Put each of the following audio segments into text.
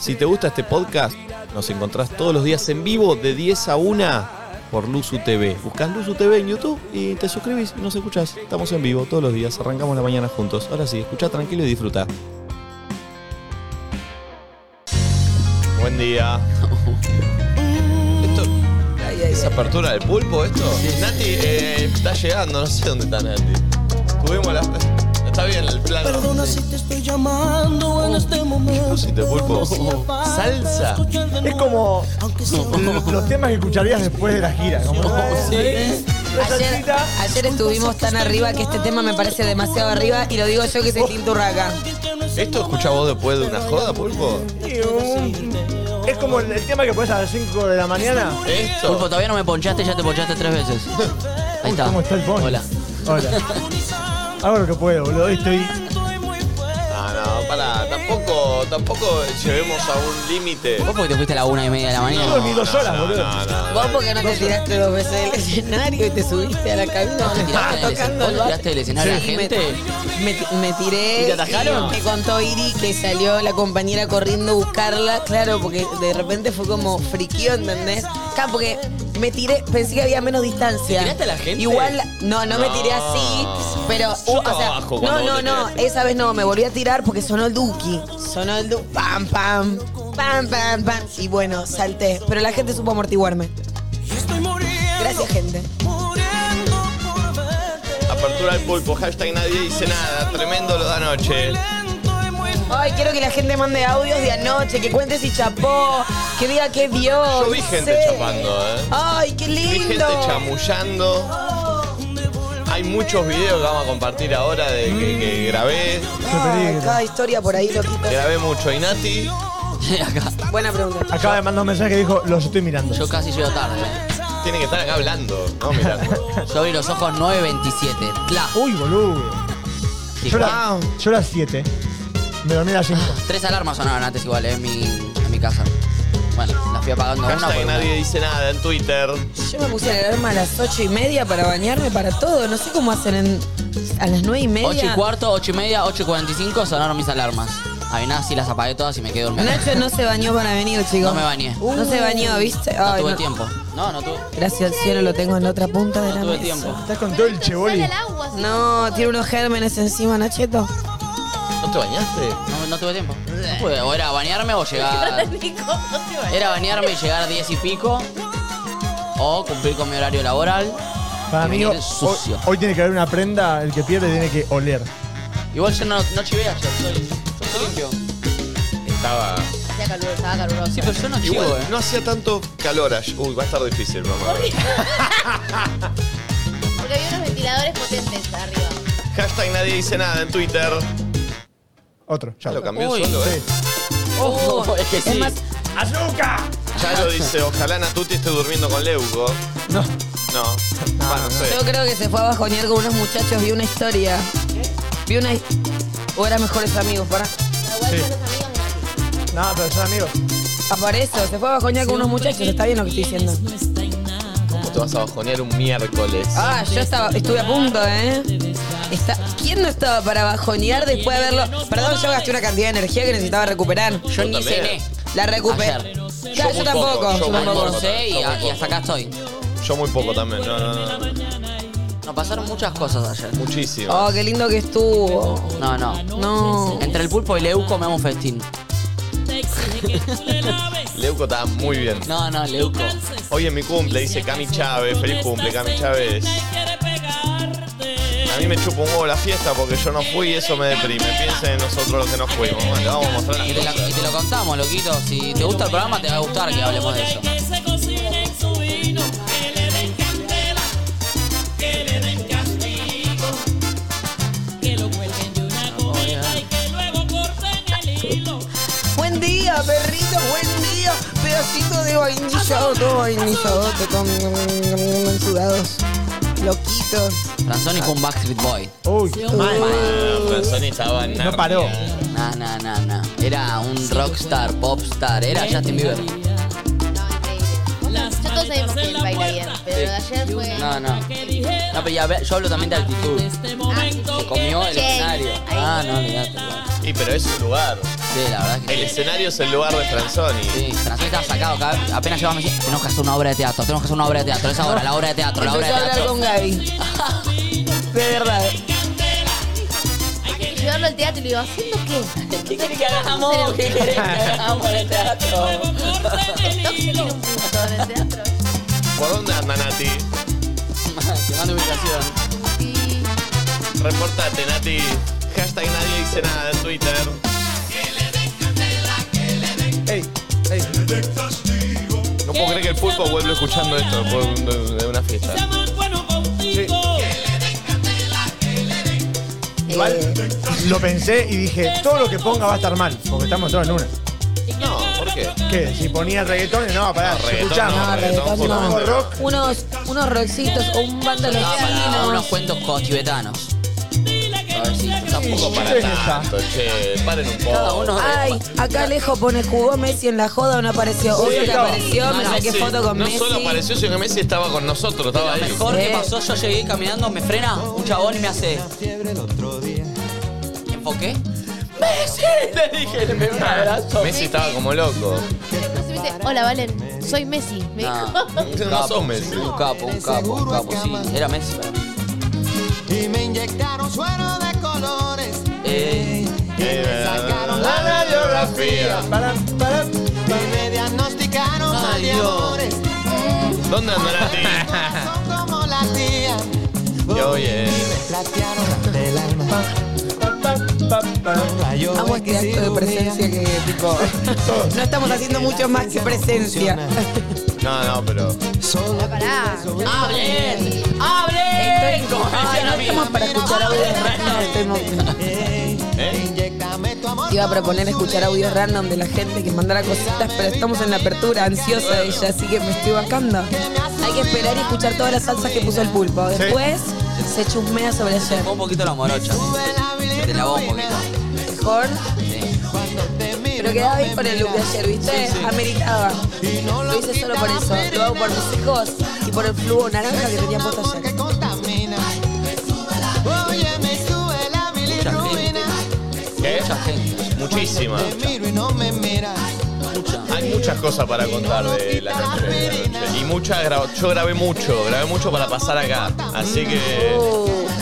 Si te gusta este podcast, nos encontrás todos los días en vivo de 10 a 1 por Luzu TV. Buscás Luzu TV en YouTube y te suscribís y nos escuchás. Estamos en vivo todos los días, arrancamos la mañana juntos. Ahora sí, escucha tranquilo y disfruta. Buen día. Esto, ¿Es apertura del pulpo esto? Nati eh, está llegando, no sé dónde está Nati. Tuvimos la... Está bien el plano. Perdona si te estoy llamando en este momento. Si te pulpo. Salsa. Es como los temas que escucharías después de la gira. Como, sí. La Ayer, salsita. ayer estuvimos tan arriba que este tema me parece demasiado arriba y lo digo yo que soy tinturraca. ¿Esto escucha vos después de una joda, pulpo? Y un- Es como el, el tema que pones a las 5 de la mañana. Pulpo, Esto. todavía no me ponchaste, ya te ponchaste tres veces. Ahí está. ¿Cómo está el pony? Hola. Hola. Hago lo que puedo, boludo. Hoy Estoy. No, no, pará. Tampoco, tampoco llevemos a un límite. Vos porque te fuiste a la una y media de la Yo mañana. dormí dos horas, boludo. No, no, Vos porque no te tiraste dos veces del escenario y te subiste a la cabina donde estaba tiraste del tocando escen- el vos tiraste del escenario a la Sí, me- gente. Me, ti- me tiré. ¿Y te atajaron? Me contó Iri que salió la compañera corriendo a buscarla. Claro, porque de repente fue como friquío, ¿entendés? Claro, porque me tiré, pensé que había menos distancia. ¿Te tiraste a la gente? Igual, no, no, me No. tiré así, pero. uh, Yo o estaba sea, abajo cuando no, vos no, te no. tiraste. Esa vez no, me volví a tirar porque sonó el Duki. Sonó el Duki. Pam, pam. Pam, pam, pam. Y bueno, salté. Pero la gente supo amortiguarme. Estoy muriendo. Gracias, gente. Muriendo por verte. Apertura del pulpo, hashtag nadie dice nada. Tremendo lo de anoche. Lento y muy Ay, quiero que la gente mande audios de anoche, que cuente si chapó, que diga que vio. Yo vi no gente sé. chapando, ¿eh? Ay, qué lindo. Vi gente chamullando. Hay muchos videos que vamos a compartir ahora de que, que grabé. Ay, peligro. cada historia por ahí, loquito. Grabé mucho a Inati. Acá. Buena pregunta. Acaba de mandar un mensaje que dijo, los estoy mirando. Yo casi llego tarde. eh. Tiene que estar acá hablando, no mirando. Yo abrí los ojos 9.27. Tla. Uy, boludo. Yo, la- yo a las 7. Me dormí a las 5. Ah. Tres alarmas sonaron antes igual, eh, en mi, en mi casa. Bueno, las fui apagando una por Hashtag una. nadie dice nada en Twitter. Yo me puse la alarma a las ocho y media para bañarme, para todo. No sé cómo hacen en, a las nueve y media. Ocho y cuarto, ocho y media, ocho y cuarenta y cinco sonaron mis alarmas. Ahí nada, sí las apagué todas y me quedé durmiendo. Nacho no se bañó para venir, chicos. No me bañé. No se bañó, ¿viste? No Ay, tuve no. tiempo. No, no tuve. Gracias al cielo lo tengo en la otra punta de la No tuve mesa. tiempo. Estás con todo el cheboli. No, tiene unos gérmenes encima, Nacheto. ¿No te bañaste? No, no tuve tiempo. No pude. O era bañarme o llegar. Era bañarme y llegar a 10 y pico. O cumplir con mi horario laboral. Para y mí, venir hoy, sucio. hoy tiene que haber una prenda. El que pierde tiene que oler. Igual yo no, no chivé ayer, soy, yo soy limpio. Estaba. Hacía calor, estaba caluroso. Sí, pero yo no chivo, Igual, eh. no hacía tanto calor. ayer. Uy, va a estar difícil, mamá. Porque había unos ventiladores potentes arriba. Hashtag nadie dice nada en Twitter. Otro. Ya Ya lo cambió Uy. solo, ¿eh? Sí. Ojo, Oh, es que sí. más- ¡Azúcar! Ya lo dice, ojalá Natuti esté durmiendo con Leuco. No. No. Ah, no sé. Yo creo que se fue a bajonear con unos muchachos, vi una historia. Vi una. O eran mejores amigos, para. La igual son los amigos de Nati. No, pero son amigos. Aparece, se fue a bajonear con unos muchachos, está bien lo que estoy diciendo. ¿Cómo te vas a bajonear un miércoles? Ah, yo estaba, estuve a punto, ¿eh? Está- ¿Quién no estaba para bajonear después de verlo? Perdón, yo gasté una cantidad de energía que necesitaba recuperar. yo ni también. cené. La recuperé. Ayer. Yo Ya, muy yo tampoco. poco, yo yo muy tampoco. poco. Almorcé y, Yo muy y hasta acá estoy. Yo muy poco también. No, no, no. No, pasaron muchas cosas ayer. Muchísimo. Oh, qué lindo que estuvo. No, no. No. Entre el pulpo y Leuco me hago un festín. Leuco estaba muy bien. No, no, Leuco. Hoy en mi cumple dice Cami Chávez. Feliz cumple, Cami Chávez. A mí me chupa un huevo la fiesta porque yo no fui y eso me deprime. Piensen en nosotros los que no fuimos. Bueno, le vamos a mostrar Y las te, la- y cosas. te lo contamos, loquito. Si te gusta el programa, te va a gustar que hablemos de eso. Buen día, perrito, buen día. Pedacito de vainillado, todo vainillado, todo mm, sudados. Loquitos. Franzoni fue un Backstreet Boy. Uy, mal. Ah, Franzoni estaba en No paró. Nah, nah, nah, nah. Era un rockstar, popstar. Era Justin Bieber. No, increíble. Ya todos sabemos que él baila bien, pero lo de ayer fue. No, no. increíble. No, pero ya, ve- yo hablo también de actitud. Se comió el Che. escenario. Ah, no, olvidate. Sí, pero es un lugar. Sí, la verdad que El sí. escenario es el lugar de Franzoni. Sí, Francisco estaba sacado. cada- Apenas llegaba me decía, tenemos que hacer una obra de teatro, tenemos que hacer una obra de teatro. Esa obra, la obra de teatro, la obra Empezó de a hablar teatro. con Gaby. De verdad. Y llevarlo al teatro y le digo, ¿haciendo qué? ¿Qué querés que hagamos? ¿Qué querés que hagamos en el teatro? No tiene un punto en el teatro. ¿Por dónde anda Nati? Te mando ubicación. Sí. Reportate, Nati. Hashtag nadie dice nada en Twitter. Ey, ey. No puedo creer que el pulpo vuelve escuchando esto después de un- de una fiesta. Igual lo pensé y dije, todo lo que ponga va a estar mal, porque estamos todos en una. No, ¿por qué? ¿Qué? Si ponía reggaetón, no, pará, escuchamos. no, reggaetón, Si pongo justamente. rock, Unos, unos roxitos o un bando de los No, para unos chinos. cuentos cotibetanos. Tampoco para ¿Quién está? tanto, che. Paren un Cada poco. uno. Ay, acá lejos pone jugó Messi en la joda o no apareció. Sí, Obvio que no. apareció, me No, saqué Sí, foto con no Messi. solo apareció, sino que Messi estaba con nosotros, estaba Lo ahí. mejor que Sí. pasó, yo llegué caminando, me frena un chabón y me hace. ¿Enfoqué? ¡Messi! Le dije, me dio un abrazo. Messi estaba como loco. Entonces me dice, hola Valen, soy Messi. Me dijo. No, un No capo, sos Messi. Un capo, un capo, un capo, sí. Era Messi para mí. Y me inyectaron suero de colores. Eh, sacaron la radiografía. pará, pará. Y me diagnosticaron mal Ay, de Dios. amores. ¿Dónde anda Nati? eh, Son como la tía. Yo, oye. Trastearon del alma. pa, pa, pa, pa. Rayo Amo este X y acto de cirugía. presencia que, tipo, no estamos haciendo mucho más que presencia. No, no, pero. Solo Pará. ¡Hablen! ¡Hablen! Como me Ay, decían no a mí. estamos para escuchar audios random. Estamos- inyectame tu amor. Iba a proponer escuchar audios random de la gente que mandara cositas, pero estamos en la apertura, ansiosa ella, así que me estoy bancando. Hay que esperar y escuchar todas las salsas que puso el pulpo. Después se chusmea sobre ayer. Como un poquito la morocha. Se Te lavó un poquito. Mejor, Sí. pero quedaba bien con el look de ayer, ¿viste? Ameritaba. Lo hice solo por eso. Lo hago por mis hijos y por el flujo naranja que tenía puesto ayer. que contamina. Oye, me sube la bilirrubina. ¿Eh? ¿Qué? Mucha gente. Muchísima. Te miro y no me miras. Hay muchas cosas para contar de la noche. de la noche. Y muchas gra- yo grabé mucho, grabé mucho para pasar acá. Así que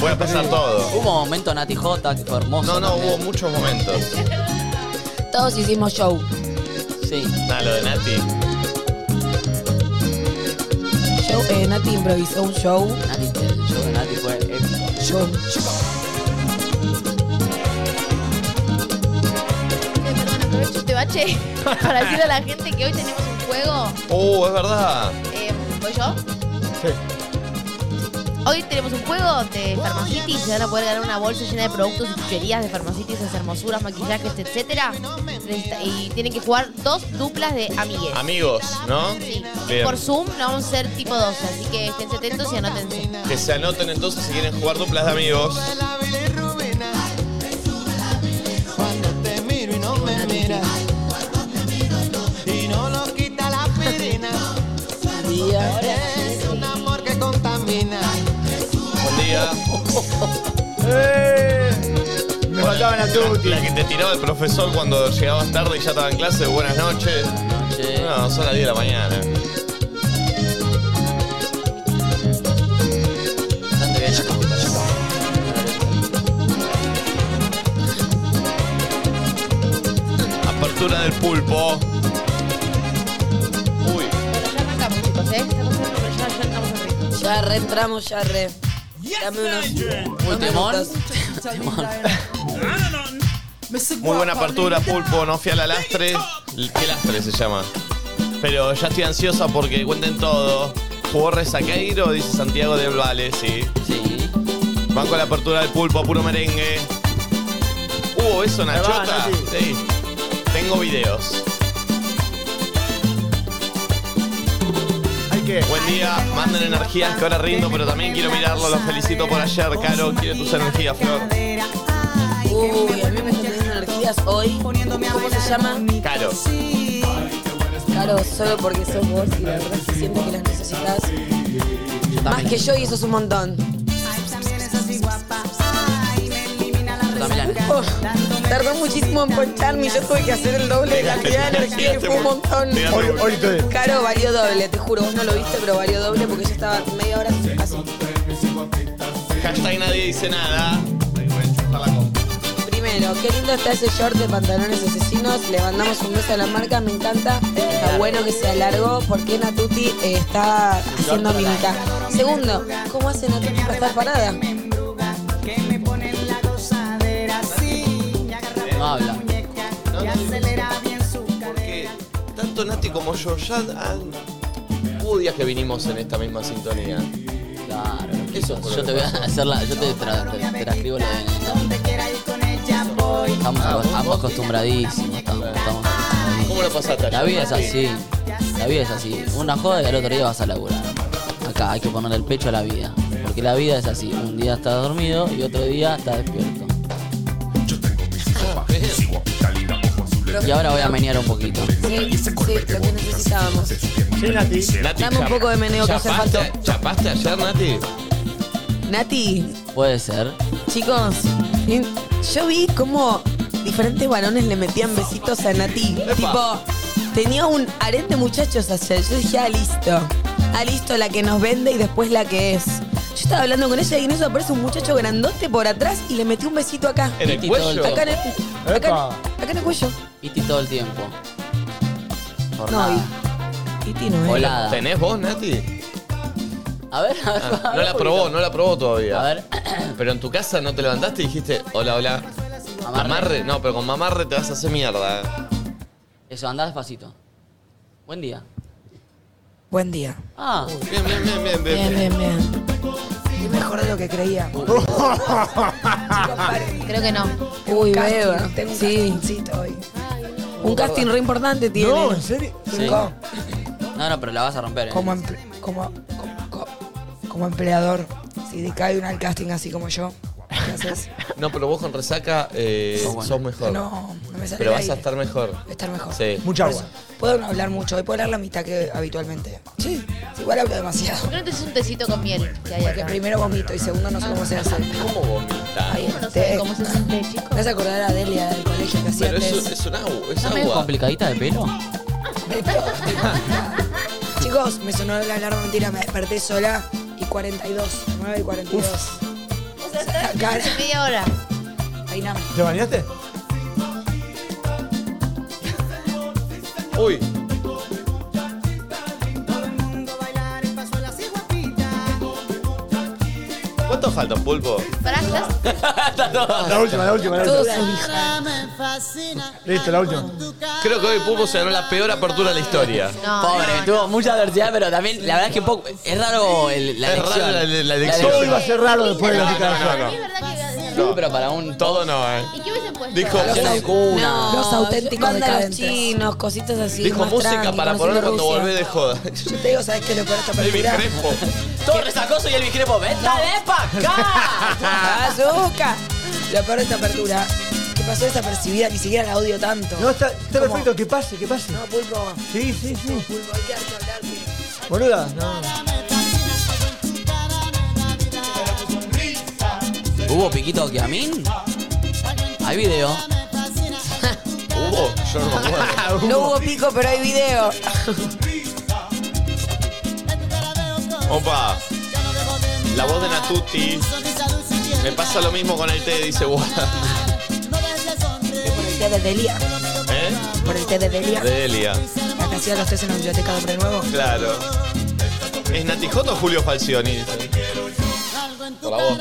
voy a pasar todo. Hubo un momento Nati J que fue hermoso. No, no, también. hubo muchos momentos. Todos hicimos show. Sí. Nada, lo de Nati. Show, eh, Nati improvisó un show. Nati, el show de Nati fue eh, épico. Show. Che, Perdón, aprovecho este bache para decirle a la gente que hoy tenemos un juego. Oh, es verdad. Eh, ¿Voy yo? Sí. Hoy tenemos un juego de Farmacity. Se van a poder ganar una bolsa llena de productos y chucherías de Farmacity, esas hermosuras, maquillajes, etcétera. Necesita- Y tienen que jugar dos duplas de amigues. Amigos, ¿no? Sí. Bien. Por Zoom no vamos a ser tipo 12, así que estén atentos y anótense. Que se anoten entonces si quieren jugar duplas de amigos. La bilirrubina. Cuando te miro y no me miras. Y no lo quita la aspirina. Es un amor que contamina. Buen día. Eh, Me faltaban a Tuti. La que te tiraba el profesor cuando llegabas tarde y ya estaba en clase. Buenas noches. Che. No, son las 10 de la mañana. Bastante bien. Apertura del pulpo. Uy. Bueno, ya arrancamos, chicos, ¿eh? Estamos en el ya, ya entramos en ritmo. Ya re entramos, ya re. Dame unos. Uy, temón. Muy buena apertura, Pulpo. No fui a la lastre. ¿Qué lastre se llama? Pero ya estoy ansiosa porque cuenten todo. Jugó Rezaqueiro, dice Santiago del Vale, sí. Sí. Van con la apertura del pulpo, puro merengue. Hubo eso, Nachota. Sí. Tengo videos. Hay que. Buen día, manden energías que ahora rindo, pero también quiero mirarlo. Los felicito por ayer, Caro. Quiero tus energías, Flor. Uy, a mí me están teniendo energías hoy. ¿Cómo se llama? Caro. Claro, solo porque sos vos y la verdad es que siento que las necesitas. Más también. que yo y eso es un montón. Yo también la- Oh, tardó muchísimo en poncharme y yo tuve que hacer el doble de cantidad de energía que fue un montón. Ori- Orito de- Caro valió doble, te juro, vos no lo viste, pero valió doble porque yo estaba media hora así. Hashtag nadie dice nada. Primero, qué lindo está ese short de pantalones asesinos. Le mandamos un beso a la marca, me encanta. Está bueno que sea largo porque Natuti eh, está haciendo mímica. Segundo, ¿cómo hace Natuti para estar parada? No habla. Porque tanto Nati como yo ya han- hubo días que vinimos en esta misma sintonía. Claro. Eso es Yo te voy a hacer la. Yo te tra- te- transcribo lo de. Estamos acos- ambos acostumbradísimos. Estamos, estamos acostumbradísimos. ¿Cómo lo pasaste? ayer, La vida es Nati? así. La vida es así. Una joda y al otro día vas a laburar. Acá hay que ponerle el pecho a la vida. Porque la vida es así. Un día estás dormido y otro día estás despierto. Y ahora voy a menear un poquito. Sí, sí, lo que necesitábamos. Sí, Nati. Nati, Dame un chap- poco de meneo que hace chapaste- falta. ¿Chapaste ayer, Nati? Nati, Puede ser. chicos, eh, yo vi cómo diferentes varones le metían besitos a Nati. Tipo, tenía un harén de muchachos ayer. Yo dije, ah, listo. Ah, listo, la que nos vende y después la que es. Yo estaba hablando con ella y en eso aparece un muchacho grandote por atrás y le metió un besito acá. ¿En el Nati, todo el cuello? Acá en el, acá en- Epa. acá en el cuello. Iti todo el tiempo. No, Jornada. y, y ti no, eh. Volada. ¿Tenés vos, Nati? A ver, a ver. Ah, a no ver la un probó, poquito. no la probó todavía. A ver. Pero en tu casa no te levantaste y dijiste, hola, hola. Mamarre. Mamarre, no, pero con mamarre te vas a hacer mierda. Eso, andá despacito. Buen día. Buen día. Ah, Bien, bien, bien, bien, bien. Bien, bien, bien. Y mejor de lo que creía. Creo que no. Uy, beba. Sí. Un casting re importante tiene. No, en serio. sí. No, no, pero la vas a romper, ¿eh? como, emple- como, como, como- como empleador, si decae un al casting así como yo, ¿qué haces? No, pero vos con resaca eh, Sos bueno. sos mejor. No, no me sale pero el vas a aire. estar mejor. Voy a estar mejor. Sí. Mucha agua. Puedo no hablar mucho, hoy puedo hablar la mitad que habitualmente. Sí, igual hablo demasiado. ¿Por qué no te haces un tecito con miel? Que hay Porque acá. primero vomito y segundo no sé cómo se hace. ¿Cómo vomitar? Ahí No sé te- cómo se siente, chicos. Me vas a acordar a Delia del colegio que hacía Pero es, test. es un agua, es ¿Está medio agua. complicadita de pelo? Chicos, me sonó la alarma mentira, me desperté sola y 42, 9 y 42. Acá, Hace media hora. ahí nada más. ¿Te bañaste? Uy, ¿cuánto falta, Pulpo? Pará, ¿estás? La última, la última, la Todos última. sus hijas. Listo, la última. Creo que hoy Pulpo se ganó la peor apertura de la historia. No, Pobre, no, tuvo mucha adversidad, pero también, la verdad es que poco, es raro el- la Es elección. raro la- la- la elección. Todo iba a ser raro después de la cita de Para mí es Flaca. verdad que... No, pero para un Todo no, eh. ¿Y qué hubiesen puesto? Dijo, Yo opciones de cuna. No, Los auténticos banda de Ah, los decadentes. chinos, cositas así. Dijo más música tranqui, para poner cuando conociendo Rusia. volvés de joda. Yo te digo, ¿sabes qué es lo peor de esta David apertura? Crespo. Todo resacoso y el discrepo. ¡Métale pa' acá! Ah, ¡Azúcar! Lo peor de esta apertura, que pasó desapercibida, ni siquiera la odio tanto. No, está, está ¿Cómo? perfecto, que pase, que pase. No, pulpo, Sí, sí, sí. pulpo, hay que darte hablar. que- Boluda, no. ¿Hubo piquito que a mí? Hay video. Hubo, yo no me acuerdo. Ah, No hubo pico, pero hay video. Opa. La voz de Natuti. Me pasa lo mismo con el té, dice Guada. Por el té de Delia, ¿Eh? por el té de Delia, De Elia. la que hacía los test en la biblioteca de Nuevo. Claro. ¿Es Natijot o Julio Falcioni? Por la voz.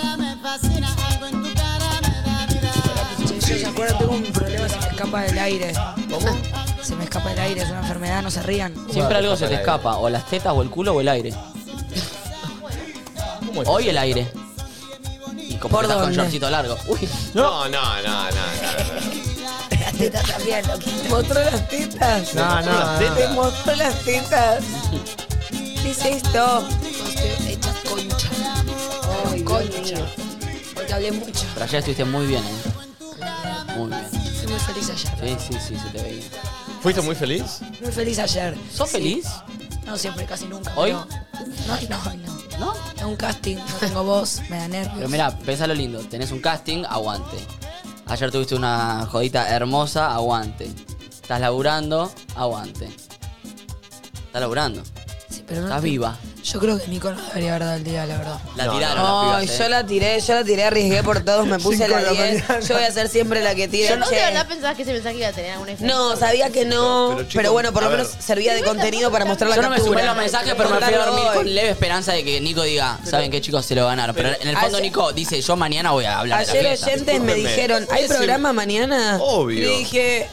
Che, yo, ¿se acuerdan? Tengo un problema, se me escapa del aire. ¿Cómo? Se me escapa del aire, es una enfermedad, no se rían. Siempre algo se te escapa, o las tetas, o el culo, o el aire. Hoy el aire. Y como ¿Por que estás con dónde? shortcito largo. Uy, No, no, no, no. no. Las tetas también, loquito. Mostró las tetas. No, Ah, no, Te no. mostró las tetas. ¿Qué es esto? Estoy hecha concha. Ay, Concha. Porque hablé mucho. pero allá estuviste muy bien, ¿eh? Muy bien. Fui muy feliz ayer. Sí, sí, sí, se te veía. ¿Fuiste muy feliz? Muy feliz ayer. ¿Sos Sí. feliz? No siempre, casi nunca. ¿Hoy? pero- No, no, hoy no. ¿no? Es un casting, no tengo voz, me da nervios. Pero mira, pensá lo lindo. Tenés un casting, aguante. Ayer tuviste una jodita hermosa, aguante. Estás laburando, aguante. Estás laburando. Sí, pero no Estás te- viva. Yo creo que Nico no debería haber dado el día, la verdad. La No, tiraron las Ay, pibas, yo eh. la tiré, yo la tiré, arriesgué por todos, me puse Cinco la de la 10. mañana. Yo voy a ser siempre la que tira. Pero no che. de verdad pensabas que ese mensaje iba a tener algún efecto. No, sabía que no, Pero, pero, chicos, bueno, por lo a ver. menos servía de contenido para mostrar la Yo no me captura. sumé los mensajes, pero me fui a dormir Contarlo con hoy. leve esperanza de que Nico diga, ¿saben qué chicos se lo ganaron? Pero en el fondo Ayer- Nico dice, yo mañana voy a hablar de Ayer la fiesta. oyentes me Discúlpenme. dijeron, ¿hay Ese- programa mañana? Obvio. Y le dije,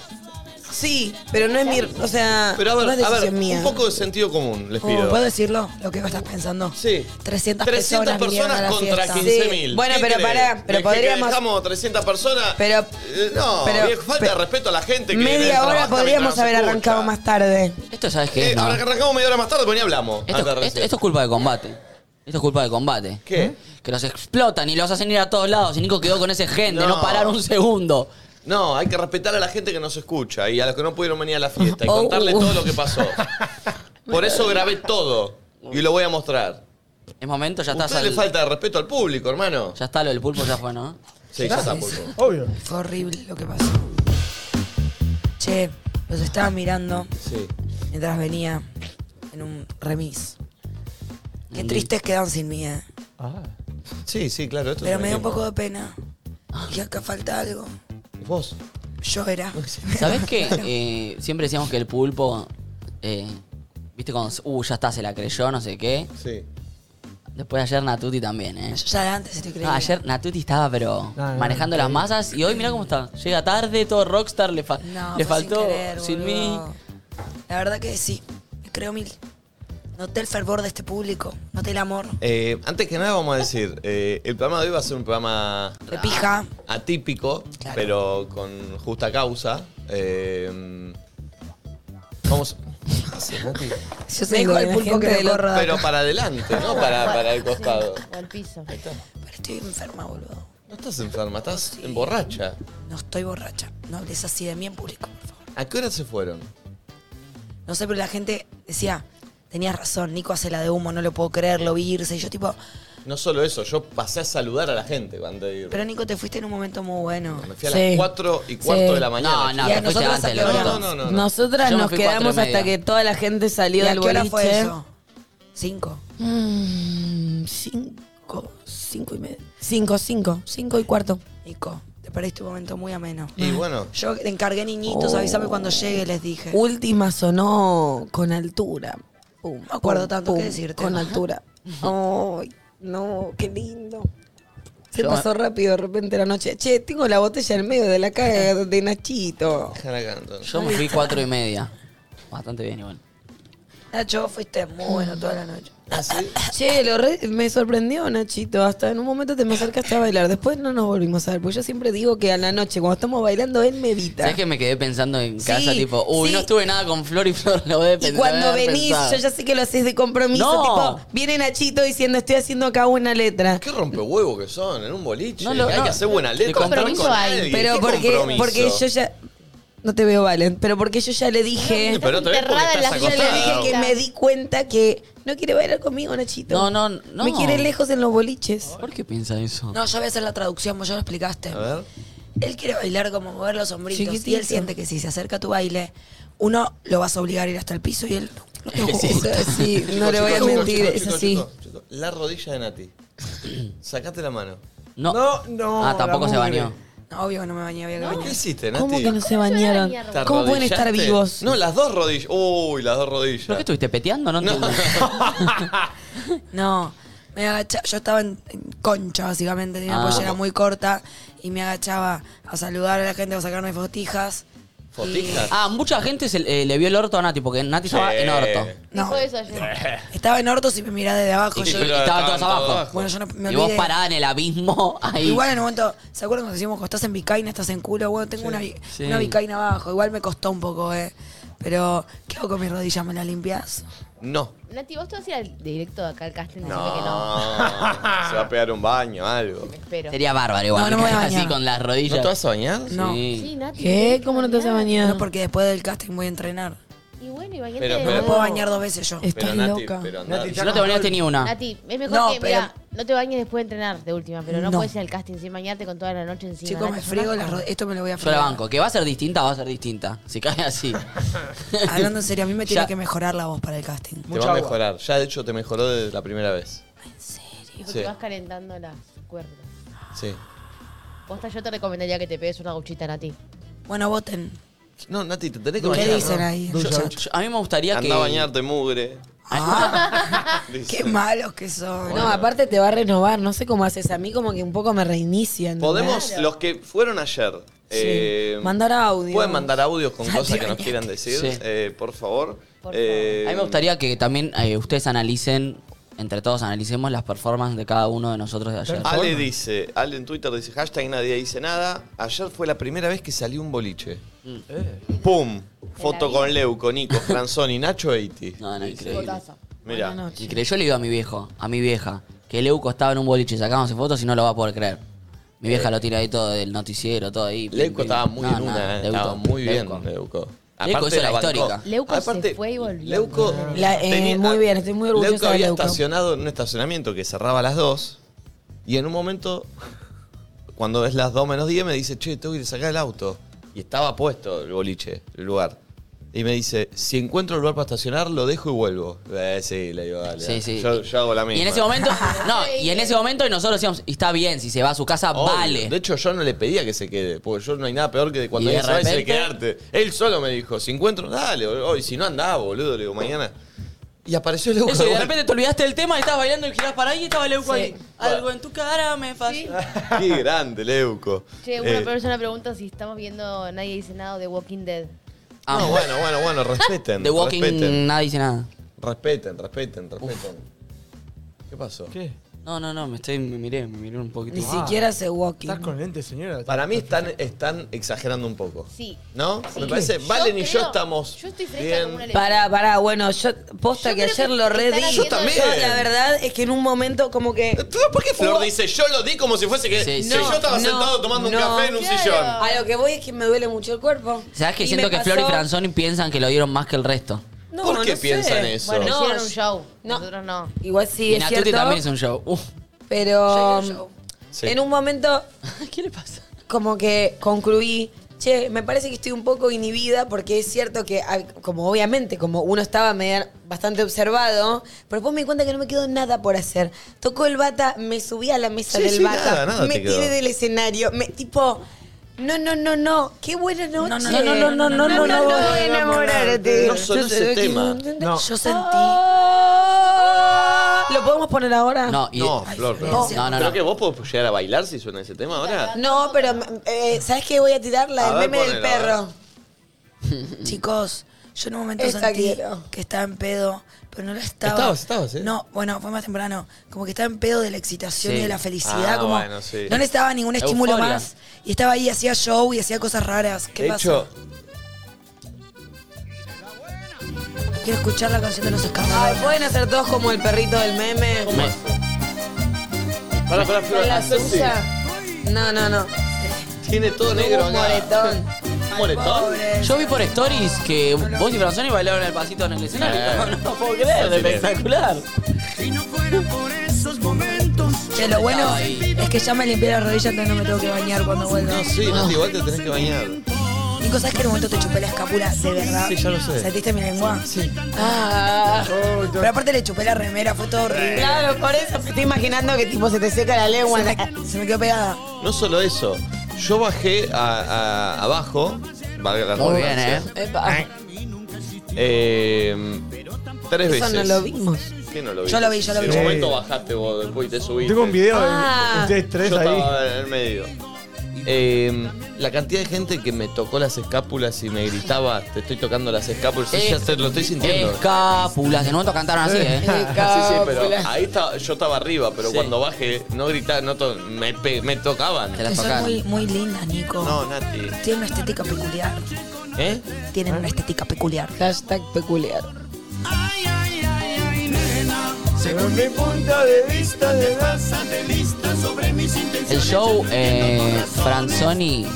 sí, pero no es mi, o sea, Ah, Pero a ver, no es a decisión ver, mía. un poco de sentido común, les pido. Oh, ¿Puedo decirlo? Lo que vos estás pensando. Sí. 300, 300 personas, vinieron a la contra fiesta. 15.000. Sí. Bueno, ¿Qué pero querés? pará, pero ¿Que- que podríamos- dejamos 300 personas. Pero- Eh, no, pero- viejo, falta pero- de respeto a la gente que. Media hora trabaja podríamos mientras haber escucha. arrancado más tarde. Esto sabes qué Eh, es, no? ahora que Arrancamos media hora más tarde, pues ni hablamos. Antes Esto, de esto- recién. esto es culpa de combate. Esto es culpa de combate. ¿Qué? ¿Eh? Que los explotan y los hacen ir a todos lados. Y Nico quedó con ese gen de No. no parar un segundo. No, hay que respetar a la gente que nos escucha y a los que no pudieron venir a la fiesta y Oh. contarle todo lo que pasó. Por eso grabé todo y lo voy a mostrar. Es momento, ya A estás Usted le al- falta de respeto al público, hermano. Ya está, lo del pulpo ya fue, ¿no? Sí, ya está, pulpo. Obvio. Fue horrible lo que pasó. Che, los estaba mirando Sí. mientras venía en un remis. Qué Mm. tristes quedan sin mí, eh. Sí, sí, claro. Esto Pero es me dio un tiempo. poco de pena. Dije, acá falta algo. Vos. Yo era. ¿Sabés qué? Eh, siempre decíamos que el pulpo. eh, ¿Viste cuando. Uh, ya está, se la creyó, no sé qué. Sí. Después ayer Natuti también, ¿eh? Yo ya de antes te creía. No, ayer Natuti estaba, pero. No, no, manejando no, las no. masas. Y hoy, mirá cómo está. Llega tarde, todo rockstar. Le, fa- No, le fue sin faltó. querer, mí. boludo. La verdad que sí. Me creo mil. Noté el fervor de este público. Noté el amor. Eh, antes que nada vamos a decir, eh, el programa de hoy va a ser un programa Ah, Repija. atípico, Claro. pero con justa causa. Eh, vamos, Yo Me dijo el pulpo que lo corro de pero acá. para adelante, no para, para el costado. O al piso. Pero estoy enferma, boludo. No estás enferma, estás en borracha. No estoy borracha. No hables así de mí en público, por favor. ¿A qué hora se fueron? No sé, pero la gente decía, tenías razón, Nico hace la de humo, no lo puedo creer, lo vi irse. Y yo tipo, No solo eso, yo pasé a saludar a la gente antes de ir. pero Nico, te fuiste en un momento muy bueno. Me fui a Sí. las 4 y cuarto Sí. de la mañana. No, no, Y a te fuiste nosotros antes, a qué Lorenzo. no, hora? no, no, no. Nosotras Yo me nos fui cuatro y quedamos hasta media. que toda la gente ¿Y salió a del qué hora fue boliche. eso? Cinco. Mm, cinco, cinco y medio. Cinco, cinco, cinco y cuarto. Nico, te perdiste un momento muy ameno. Y bueno, Yo te encargué niñitos, Oh. avísame cuando llegue, les dije. Última sonó con altura. Pum, me acuerdo pum, tanto pum, que decirte. Con altura. Ay, no, qué lindo. Se Yo- pasó rápido de repente la noche. Che, tengo la botella en medio de la cara de Nachito. déjala acá, entonces. Yo me fui cuatro y media. Bastante bien igual. Nacho, fuiste muy bueno toda la noche. Che, lo re- me sorprendió Nachito. Hasta en un momento te me acercaste a bailar. Después no nos volvimos a ver. Porque yo siempre digo que a la noche, cuando estamos bailando, él me evita. ¿Sabes que me quedé pensando en Sí, casa? tipo, uy, sí. no estuve nada con Flor y Flor, lo voy a Y pensar. cuando venís, yo ya sé que lo haces de compromiso. No. Tipo, viene Nachito diciendo, estoy haciendo acá una letra. Qué rompehuevo que son en un boliche. No, no, hay no. que hacer buena letra. ¿Qué contar compromiso con hay? alguien. Pero ¿Qué porque, compromiso? porque yo ya... No te veo, Valen. Pero porque yo ya le dije... Pero te ves porque Enterrada en la estás Yo le silla de acostada. dije que me di cuenta que no quiere bailar conmigo, Nachito. No, no, no. Me quiere lejos en los boliches. ¿Por qué piensa eso? No, yo voy a hacer la traducción, vos ya lo explicaste. A ver. Él quiere bailar como mover los hombritos y Chiquitito. él siente que si se acerca a tu baile, uno lo vas a obligar a ir hasta el piso y él no, no te Sí, juzga. no le voy a Chicos, chicos, mentir, chicos, es chicos, así. chicos, chicos, La rodilla de Nati. Sacate la mano. No. No, no, Ah, tampoco la se mugre. bañó. No, obvio que no me bañé, había que ¿Qué bañar. hiciste, Nati? ¿Cómo que no se bañaron? ¿Cómo ¿Te ¿Cómo pueden estar arrodillaste? vivos? No, las dos rodillas. Uy, las dos rodillas. ¿Pero qué estuviste peteando? No entiendo. No, me agachaba, yo estaba en, en concha básicamente, tenía Ah. una pollera muy corta y me agachaba a saludar a la gente, a sacarme fotijas. ¿Fotijas? Ah, mucha gente se, eh, le vio el orto a Nati, porque Nati estaba Sí. en orto. No. Dijo eso ayer. Estaba en ortos y me miraba desde abajo. Y, Sí, yo- y pero estaban estaban todos todos abajo. abajo. bueno, yo no, me y vos olvidé. parada en el abismo, ahí. Igual en un momento, ¿se acuerdan cuando decíamos cuando estás en Vicaina estás en culo? Bueno, tengo una, vi- Sí. una Vicaina abajo, igual me costó un poco, eh. Pero, ¿qué hago con mis rodillas? ¿Me las limpias? No. Nati, vos te vas a ir al directo de acá al casting No. diciendo que no. Se va a pegar un baño, algo. Espero. Sería bárbaro igual. No, no me voy a Así bañar. con las ¿No te rodillas. vas a bañar? No. Sí. Sí, Nati. ¿Qué? ¿Cómo no te vas a bañar? No, porque después del casting voy a entrenar. Y bueno, y bañate Pero- de pero- Eh, nuevo. No puedo bañar dos veces yo. Estás Nati, loca. pero andá. Nati, Si no te bañaste ni una. Nati, es mejor No, que, pero- mira, no te bañes después de entrenar de última, pero no, No. puedes ir al casting sin bañarte con toda la noche encima. Chicos, me Nati, friego es las una- rodillas. Esto me lo voy a Yo la fregar. banco. Que va a ser distinta, va a ser distinta. Si cae así. Hablando en serio, a mí me tiene Ya. que mejorar la voz para el casting. Te Mucha va a agua. mejorar. Ya de hecho te mejoró desde la primera vez. Y Sí. te vas calentando las cuerdas. Sí. Posta, yo te recomendaría que te pegues una gauchita, Nati. Bueno, voten. No, Nati, te tenés que ¿Qué bañar. dicen ¿no? ahí? Dulce Yo- gaucha. Yo- a mí me gustaría que. Anda a bañarte, mugre. Qué malos que son. No, aparte te va a renovar, no sé cómo haces. A mí como que un poco me reinician. Podemos, los que fueron ayer, eh, Mandar audio. pueden mandar audios con Nati, cosas que nos bañate. quieran decir, Sí. Eh, por favor. Por Eh, A mí me gustaría que también eh, ustedes analicen, entre todos analicemos las performances de cada uno de nosotros de ayer. Ale dice, Ale en Twitter dice, hashtag nadie dice nada. Ayer fue la primera vez que salió un boliche. ¡Pum! Foto con Leuco, Nico, Franzoni, Nacho Eiti. No, no, increíble. Mirá. Increíble. Yo le digo a mi viejo, a mi vieja, que Leuco estaba en un boliche sacándose fotos y no lo va a poder creer. Mi vieja lo tira ahí todo del noticiero, todo ahí. pim, Eh. Leuco pim. estaba muy No, en no, una, eh. Leuco, estaba muy bien Leuco. Leuco. hizo la bancó. histórica. Leuco se fue y volvió. Leuco ah, La- eh, muy bien, estoy muy orgullosa Leuco de había Leuco. estacionado en un estacionamiento que cerraba a las 2 y en un momento, cuando es las 2 menos 10, me dice, che, tengo que ir a sacar el auto. Y estaba puesto el boliche, el lugar. Y me dice, si encuentro el lugar para estacionar, lo dejo y vuelvo. Eh, sí, le digo, dale. Sí, sí. Yo, yo hago la misma. Y en ese momento, no, y en ese momento nosotros decíamos, "Y está bien, si se va a su casa, Obvio. vale. De hecho, yo no le pedía que se quede, porque yo no hay nada peor que de cuando Y de alguien se va y se repente- quedarte. Él solo me dijo, si encuentro, dale, hoy si no andá, boludo, le digo, mañana. Y apareció el Leuco. Eso, y de vuelta. repente te olvidaste del tema y estabas bailando y girás para ahí y estaba Leuco ahí. Algo en tu cara me falló. Qué grande, Leuco. Che, Eh, una persona pregunta si estamos viendo Nadie Dice Nada de Walking Dead. Ah, no, bueno, bueno, bueno, respeten. The Walking Respeten, nada dice nada. respeten, respeten. respeten. ¿Qué pasó? No, no, no, me estoy, me miré, me miré un poquito. Ni siquiera se walking. Estás con lentes, señora. Para mí están, están exagerando un poco. Sí. ¿No? Sí. Me parece, Yo Valen y yo creo- estamos. Yo estoy fresca bien. como una lección. Pará, pará, bueno, yo posta Yo que creo ayer que lo están re di. haciendo- Yo también. la verdad es que en un momento como que ¿Tú- Eh, ¿Por qué Flor dice, yo lo di como si fuese que Sí, si sí. yo estaba No, sentado tomando no, un café en un claro. sillón? a lo que voy es que me duele mucho el cuerpo. ¿Sabes que Y siento me que Flor y pasó- Franzoni piensan que lo dieron más que el resto? No, ¿Por qué no sé. piensan eso? Bueno, No, hicieron un show. no. Nosotros no. Igual sí y es Natuti cierto, también es un show. Uf. pero Yo quiero show. Sí. en un momento ¿Qué le pasa? como que concluí, che, me parece que estoy un poco inhibida porque es cierto que, ah, como obviamente, como uno estaba media- bastante observado, pero después me di cuenta que no me quedó nada por hacer. Tocó el bata, me subí a la mesa Sí, del sí, bata, nada, nada me te quedó. tiré del escenario, me tipo... No, no, no, no. Qué buena noche. no, no, no, no, no, no, no, no, voy a enamorarte. No sonó ese tema. No. Yo sentí. Ah, ¿Lo podemos poner ahora? No, y- No, Flor, pero- No, no, no. ¿Creo que vos podés llegar a bailar si suena ese tema ahora? No, pero eh, ¿sabes qué? Voy a tirar la A del ver, meme del ponela, a ver. perro. Chicos, yo en un momento Esta sentí quiero. que estaba en pedo, pero no lo estaba. Estabas, estabas, ¿eh? No, bueno, fue más temprano. Como que estaba en pedo de la excitación Sí. y de la felicidad. Ah, como bueno, sí. No necesitaba ningún estímulo Euforia. más. Y estaba ahí, hacía show y hacía cosas raras. ¿Qué de pasa? hecho, Quiero escuchar la canción de los Ay, escándalos. pueden hacer todos como el perrito del meme. Me- para, para, Flor, Con la hacer sí. suya. No, no, no. tiene todo negro Un acá. moretón. ¿Un moretón? yo vi por stories que vos y Franzoni bailaron el pasito en el escenario. Eh. No, puedo creer, Sí, sí. espectacular. Che, lo bueno es que ya me limpié la rodilla, entonces no me tengo que bañar cuando vuelva. No, sí, no, igual te tenés que bañar. Nico, ¿sabes que en un momento te chupé la escápula de verdad? Sí, ya lo sé. ¿Sentiste mi lengua? Sí. Ah, Pero aparte le chupé la remera, fue todo Eh. horrible. claro, por eso me estoy imaginando que tipo se te seca la lengua. Se me, se me quedó pegada. No solo eso, yo bajé a, a- abajo, valga la Muy bien, redundancia, eh. Epa, eh, tres eso veces. no lo vimos. ¿Qué no lo vi? Yo lo vi, yo lo En vi. un momento bajaste vos, después y te subiste. Tengo un video de Ah. ustedes tres Yo ahí. estaba en el medio. Eh, la cantidad de gente que me tocó las escápulas y me gritaba, te estoy tocando las escápulas, yo ya sé, lo estoy sintiendo. Escápulas. En un momento cantaron así, ¿eh? Sí, sí, pero ahí estaba, yo estaba arriba, pero Sí. cuando bajé, no gritaba, no to- me, pe- me tocaban. Te Que las son tocaron. muy, muy lindas, Nico. No, Nati. Tienen una estética peculiar. ¿Eh? Tienen una estética peculiar. Hashtag peculiar. El show, eh, Franzoni,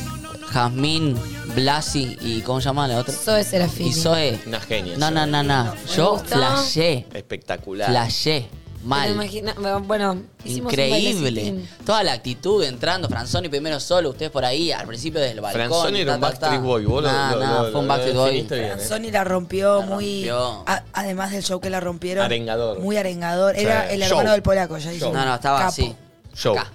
Jazmín, Blasi y ¿cómo se llama la otra? Zoe Serafini. Y Zoe. Una genia. No, no, no, no. Yo gustó. flashé. Espectacular. Flashé. Te Mal. imagina- bueno, hicimos un Increíble. bailecín. Toda la actitud entrando. Franzoni primero solo, ustedes por ahí, al principio del balcón. Franzoni era un ta, ta, ta. Backstreet Boy, vos lo- Nah, lo- nah, lo- fue un lo Backstreet Boy. definiste bien, ¿eh? Sony la rompió La muy. rompió. a- además del show que la rompieron. Arengador. Muy arengador. Era Sí. el Show. hermano del polaco, ya dice. Show. No, no, estaba Capo. así. Show. Acá.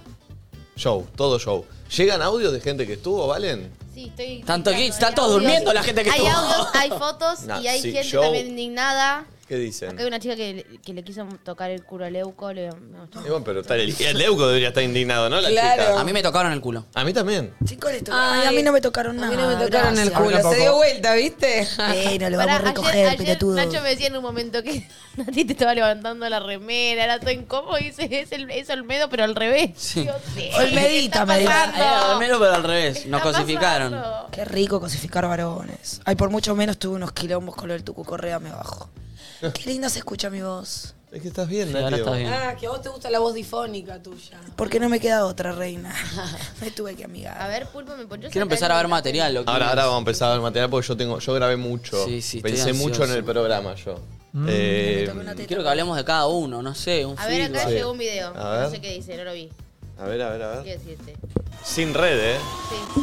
Show, todo show. ¿Llegan audios de gente que estuvo, Valen? Sí, estoy. Tanto mirando, kids, hay están todos audios. durmiendo la gente que Hay estuvo. audios, hay fotos Nah, y hay sí, gente yo- también indignada. ¿Qué dicen? Acá hay una chica que, le- que le quiso tocar el culo a Leuco. Le, no, Y bueno, pero está el, el Leuco debería estar indignado, ¿no? La Claro. chica. A mí me tocaron el culo. A mí también. Chicos, les tocaron. Ay, a mí no me tocaron A nada. mí no me tocaron el gracias. culo. Se dio vuelta, ¿viste? Eh, no Pará, lo vamos a ayer- recoger, ayer pelotudo. Nacho me decía en un momento que Nati te estaba levantando la remera, era todo incómodo y dice, es, el, es Olmedo, pero al revés. Digo, sí, Olmedita, ¿qué está me dice. pasando? Era al menos, pero al revés. ¿Qué Nos está cosificaron. pasando? Qué rico cosificar varones. Ay, por mucho menos tuve unos quilombos con lo del Tucu Correa, me bajo. Qué lindo se escucha mi voz. Es que estás bien, Sí, ahora Nati, está vos. bien. Ah, que a vos te gusta la voz difónica tuya. Porque no me queda otra, reina. Me tuve que amigar. A ver, pulpo, me ponchó. Quiero empezar a ver material. Lo que Ahora, ahora vamos a empezar el material porque yo tengo, yo grabé mucho. Sí, sí, estoy Pensé mucho en ansioso. el programa yo. Eh, Quiero que hablemos de cada uno, no sé. Un A ver, acá feedback. llegó un video. A No ver. sé qué dice, no lo vi. a ver, a ver, a ¿Qué ver. es este? Sin red, ¿eh? Sí.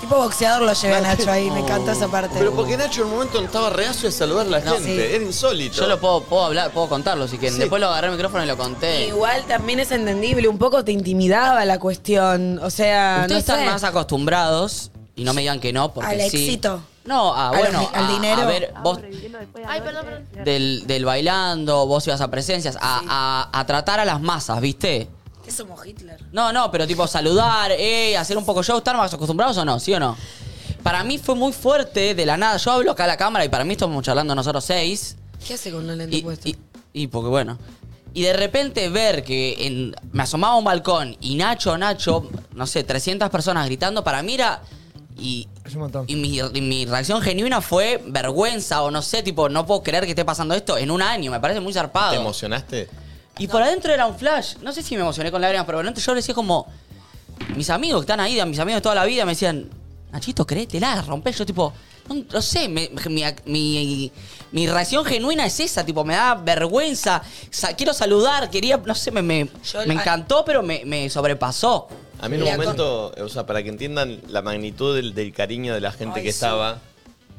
Tipo boxeador lo llevé a Nacho ahí, me encantó esa parte. Pero porque Nacho en un momento no estaba reacio de saludar a la No. gente. Sí. Era insólito. Yo lo puedo, puedo hablar, puedo contarlo si quieren. Sí. Después lo agarré el micrófono y lo conté. Igual también es entendible, un poco te intimidaba la cuestión. O sea, Ustedes no están sé. más acostumbrados, y no me digan que no, porque Al sí. éxito. No, a, A bueno, los- al a- dinero. A ver, vos Ay, perdón, perdón. del, del bailando, vos ibas a presencias, a, a- a tratar a las masas, ¿viste? ¿Qué somos Hitler? No, no, pero tipo saludar, eh, hacer un poco show, ¿están más acostumbrados o no? ¿Sí o no? Para mí fue muy fuerte, de la nada. Yo hablo acá a la cámara y para mí estamos charlando nosotros seis. ¿Qué hace con los lentes Y, puestos? y- y porque bueno. Y de repente ver que en- me asomaba a un balcón y Nacho, Nacho, no sé, 300 personas gritando para mira y, Es un montón. y mi, y mi reacción genuina fue vergüenza o no sé, tipo, no puedo creer que esté pasando esto en un año, me parece muy ¿Te zarpado. emocionaste? Y por adentro era un flash, no sé si me emocioné con lágrimas, pero por adentro yo le decía como, mis amigos que están ahí, mis amigos de toda la vida me decían, Nachito, créetela, rompé. Yo tipo, no, no sé, me- mi, mi- mi reacción genuina es esa, tipo, me da vergüenza, sa- quiero saludar, quería, no sé, me, me, Yo- me encantó, pero me, me sobrepasó. A mí en un La co- momento, o sea, para que entiendan la magnitud del, del cariño de la gente que estaba,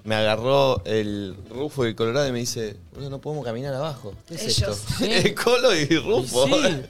me agarró el Rufo y el Colorado y me dice, "Boludo, no podemos caminar abajo. ¿Qué es Ellos, esto? El Colo y Rufo.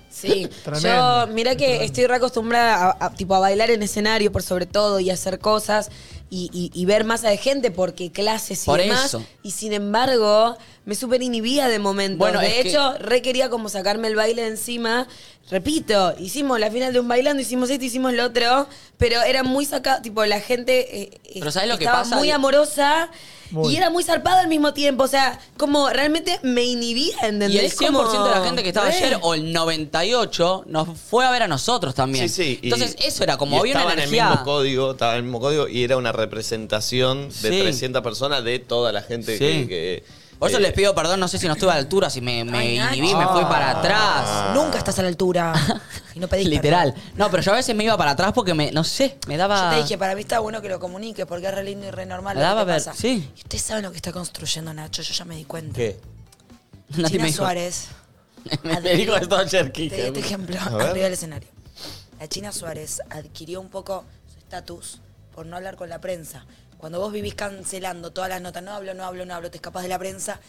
Sí, Tremendo. yo mirá que estoy reacostumbrada a, a, tipo, a bailar en escenario por sobre todo y hacer cosas y, y- y ver masa de gente porque clases y Por demás. eso. Y sin embargo, me super inhibía de momento. Bueno, de es que- hecho, re quería como sacarme el baile de encima. Repito, hicimos la final de un bailando, hicimos esto, hicimos lo otro, pero era muy sacado, tipo la gente eh, eh, Pero ¿sabés lo que estaba pasa? muy amorosa Muy. y era muy zarpada al mismo tiempo, o sea, como realmente me inhibía, ¿entendés? Y el 100% de la Como, gente que estaba re. ayer, o el 98%, nos fue a ver a nosotros también. Sí, sí. y- Entonces, eso era y como había una estaba energía. en el mismo código, estaba en el mismo código y era una representación de Sí. 300 personas de toda la gente Sí. que... que- Por eso eh, les pido perdón, no sé si no estuve a la altura, si me, me Ay, Nacho. inhibí, me fui para atrás. Nunca estás a la altura. Y no pedís Literal. Ah. perdón. No, pero yo a veces me iba para atrás porque me, no sé, me Yo daba. te dije, para mí está bueno que lo comuniques porque es re lindo y re normal. Me lo que daba te Ah, ver- pasa. sí. Y ustedes saben lo que está construyendo Nacho, yo ya me di cuenta. ¿Qué? Nati China me dijo- Suárez. me dijo esto ayer, Te Kike. doy este ejemplo ver. arriba del escenario. La China Suárez adquirió un poco su estatus por no hablar con la prensa. Cuando vos vivís cancelando todas las notas, no hablo, no hablo, no hablo, te escapas de la prensa,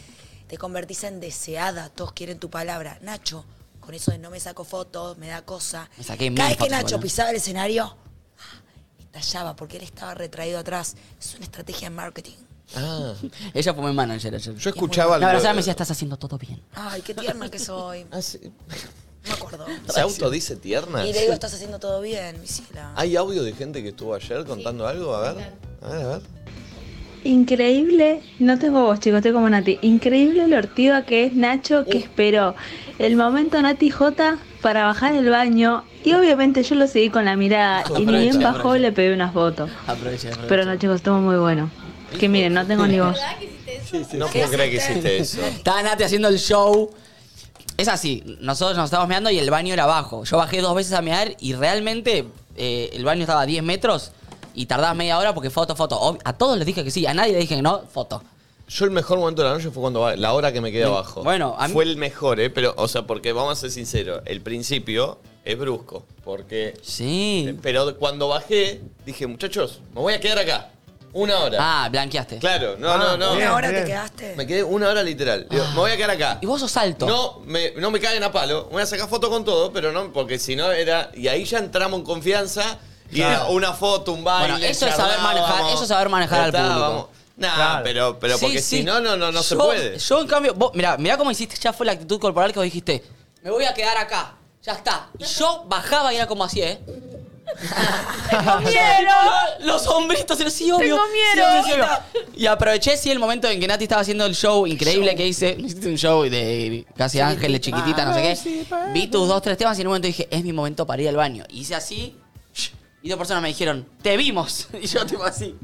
te convertís en deseada, todos quieren tu palabra. Nacho, con eso de no me saco fotos, me da cosa. Me saqué mil Cada vez que fotos, Nacho boludo. pisaba el escenario, ah, estallaba porque él estaba retraído atrás. Es una estrategia de marketing. Ah, Ella fue mi manager ayer. yo escuchaba... La algo- verdad me decía, estás haciendo todo bien. Ay, qué tierna que soy. Ah, sí. No me acuerdo. ¿Se auto dice tierna? Y le digo, estás haciendo todo bien, mi ciela. ¿Hay audio de gente que estuvo ayer contando algo? A ver, a ver, a ver. Increíble, no tengo voz chicos, estoy como Nati. Increíble lo ortiva que es Nacho que esperó el momento Nati J para bajar el baño y obviamente yo lo seguí con la mirada Hijo de y ni aprovecha, bien bajó aprovecha. le pedí unas fotos. Aproveché, aproveché. Pero no chicos, estuvo muy bueno. Que miren, no tengo ni voz. No puedo creer que hiciste eso. Estaba Nati haciendo el show. Es así, nosotros nos estábamos meando y el baño era abajo. Yo bajé dos veces a mear y realmente eh, el baño estaba a 10 metros y tardás media hora porque foto, foto. Ob- a todos les dije que sí, a nadie le dije que no, foto. Yo el mejor momento de la noche fue cuando va- la hora que me quedé abajo. bueno, a mí- fue el mejor, ¿eh? Pero, o sea, porque vamos a ser sinceros, el principio es brusco, porque... Sí. Pero cuando bajé, dije, muchachos, me voy a quedar acá, una hora. Ah, blanqueaste. Claro, no, Ah, no, no. bien. ¿Una hora te quedaste? Me quedé una hora literal. Ah. Digo, me voy a quedar acá. Y vos sos alto. No me, no me caguen a palo. Voy a sacar foto con todo, pero no, porque si no era. Y ahí ya entramos en confianza. Y era una foto, un baile. Bueno, eso es saber charlábamos, manejar- eso es saber manejar al público. estábamos. Nah, Claro. pero, pero Sí, porque sí. si no, no, no, no se Yo- puede. Yo, en cambio, vos, mirá, mirá cómo hiciste, ya fue la actitud corporal que vos dijiste, me voy a quedar acá, ya está. Y yo bajaba y era como así, ¿eh? Los hombritos, sí, sí, obvio. Tengo sí, miedo. obvio, sí, obvio. Y aproveché, sí, el momento en que Nati estaba haciendo el show increíble que hice. Hiciste un show de casi ángeles, chiquitita, no sé qué. Vi tus dos, tres temas y en un momento dije, es mi momento para ir al baño. Y hice así, y dos personas me dijeron, te vimos. Y yo, tipo así.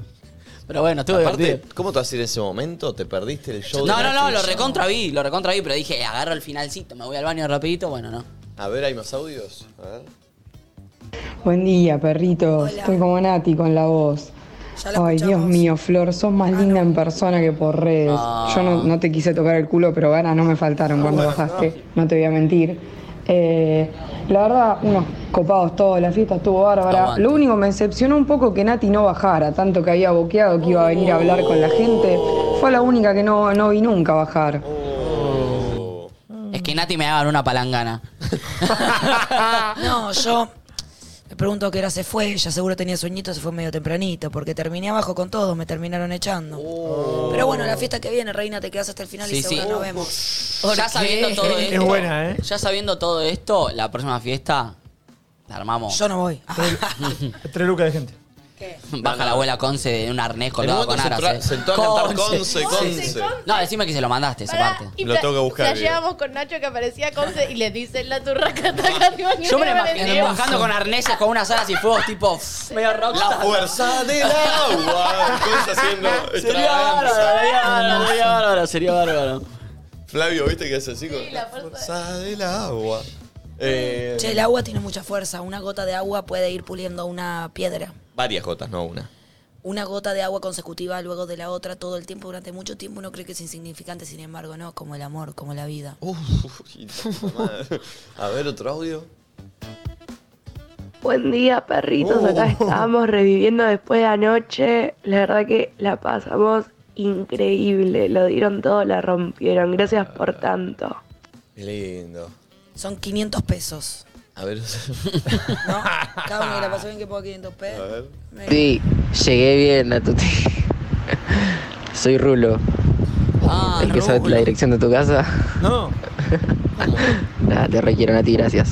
Pero bueno, estuve Aparte, divertido. ¿cómo te vas a ir en ese momento? ¿Te perdiste el show? No, de no, no, Nati? lo recontra vi, lo recontra vi, pero dije, agarro el finalcito, me voy al baño rapidito, bueno, no. A ver, ¿hay más audios? A ver. Buen día, perritos. Hola. Estoy como Nati con la voz. Ya la Ay, Dios escuchamos. mío, Flor, sos más linda en persona que por redes. Ah. Yo no, no te quise tocar el culo, pero ganas no me faltaron cuando bajaste, no. te voy a mentir. Eh, la verdad, unos copados todos, la fiesta estuvo bárbara. Aguante. Lo único me decepcionó un poco que Nati no bajara, tanto que había boqueado que iba a venir a hablar con la gente. Fue la única que no, no vi nunca bajar. Es que Nati me daban una palangana. No, yo me pregunto a qué hora se fue. Ella seguro tenía sueñito, se fue medio tempranito. Porque terminé abajo con todos, me terminaron echando. Pero bueno, la fiesta que viene, reina, te quedas hasta el final Sí, y seguro sí. nos vemos. Ya sabiendo todo Es esto. buena, ¿eh? Ya sabiendo todo esto, la próxima fiesta la armamos. Yo no voy. Tres lucas de gente. Baja la abuela Conce en un arnés colgado En un con momento aras. se tra- eh. sentó a cantar Conce, Conce, Conce. Conce. No, decime que se lo mandaste, esa Pará, parte. y Lo fla- tengo que buscar, Flasheábamos con Nacho que aparecía Conce y le dice la turraca taca, te imaginas Yo me que lo imagino aparecía. bajando con arneses, con unas alas y fuegos tipo pff, medio La rockstar. fuerza del agua. Conce haciendo Sería bárbaro, ¿eh? extravaganza. sería bárbaro, sería bárbaro, sería bárbaro. Flavio, ¿viste que hace así? con- Sí, la fuerza- del agua. Eh, Che, el agua tiene mucha fuerza. Una gota de agua puede ir puliendo una piedra. varias gotas, no una. Una gota de agua consecutiva luego de la otra todo el tiempo durante mucho tiempo uno cree que es insignificante, sin embargo, no, como el amor, como la vida. Uf, hijita de madre. A ver, otro audio. Buen día, perritos. Acá Oh. estábamos reviviendo después de anoche. La verdad que la pasamos increíble. Lo dieron todo, la rompieron. Gracias por tanto. Qué lindo. Son 500 pesos. A ver, ¿No? Cada uno que la pasó bien que ponga 500 a pesos. ver. Me- Sí, llegué bien a tu Soy Rulo. Ah, ¿El que sabe la dirección de tu casa? No. Nada, te requiero a ti, gracias.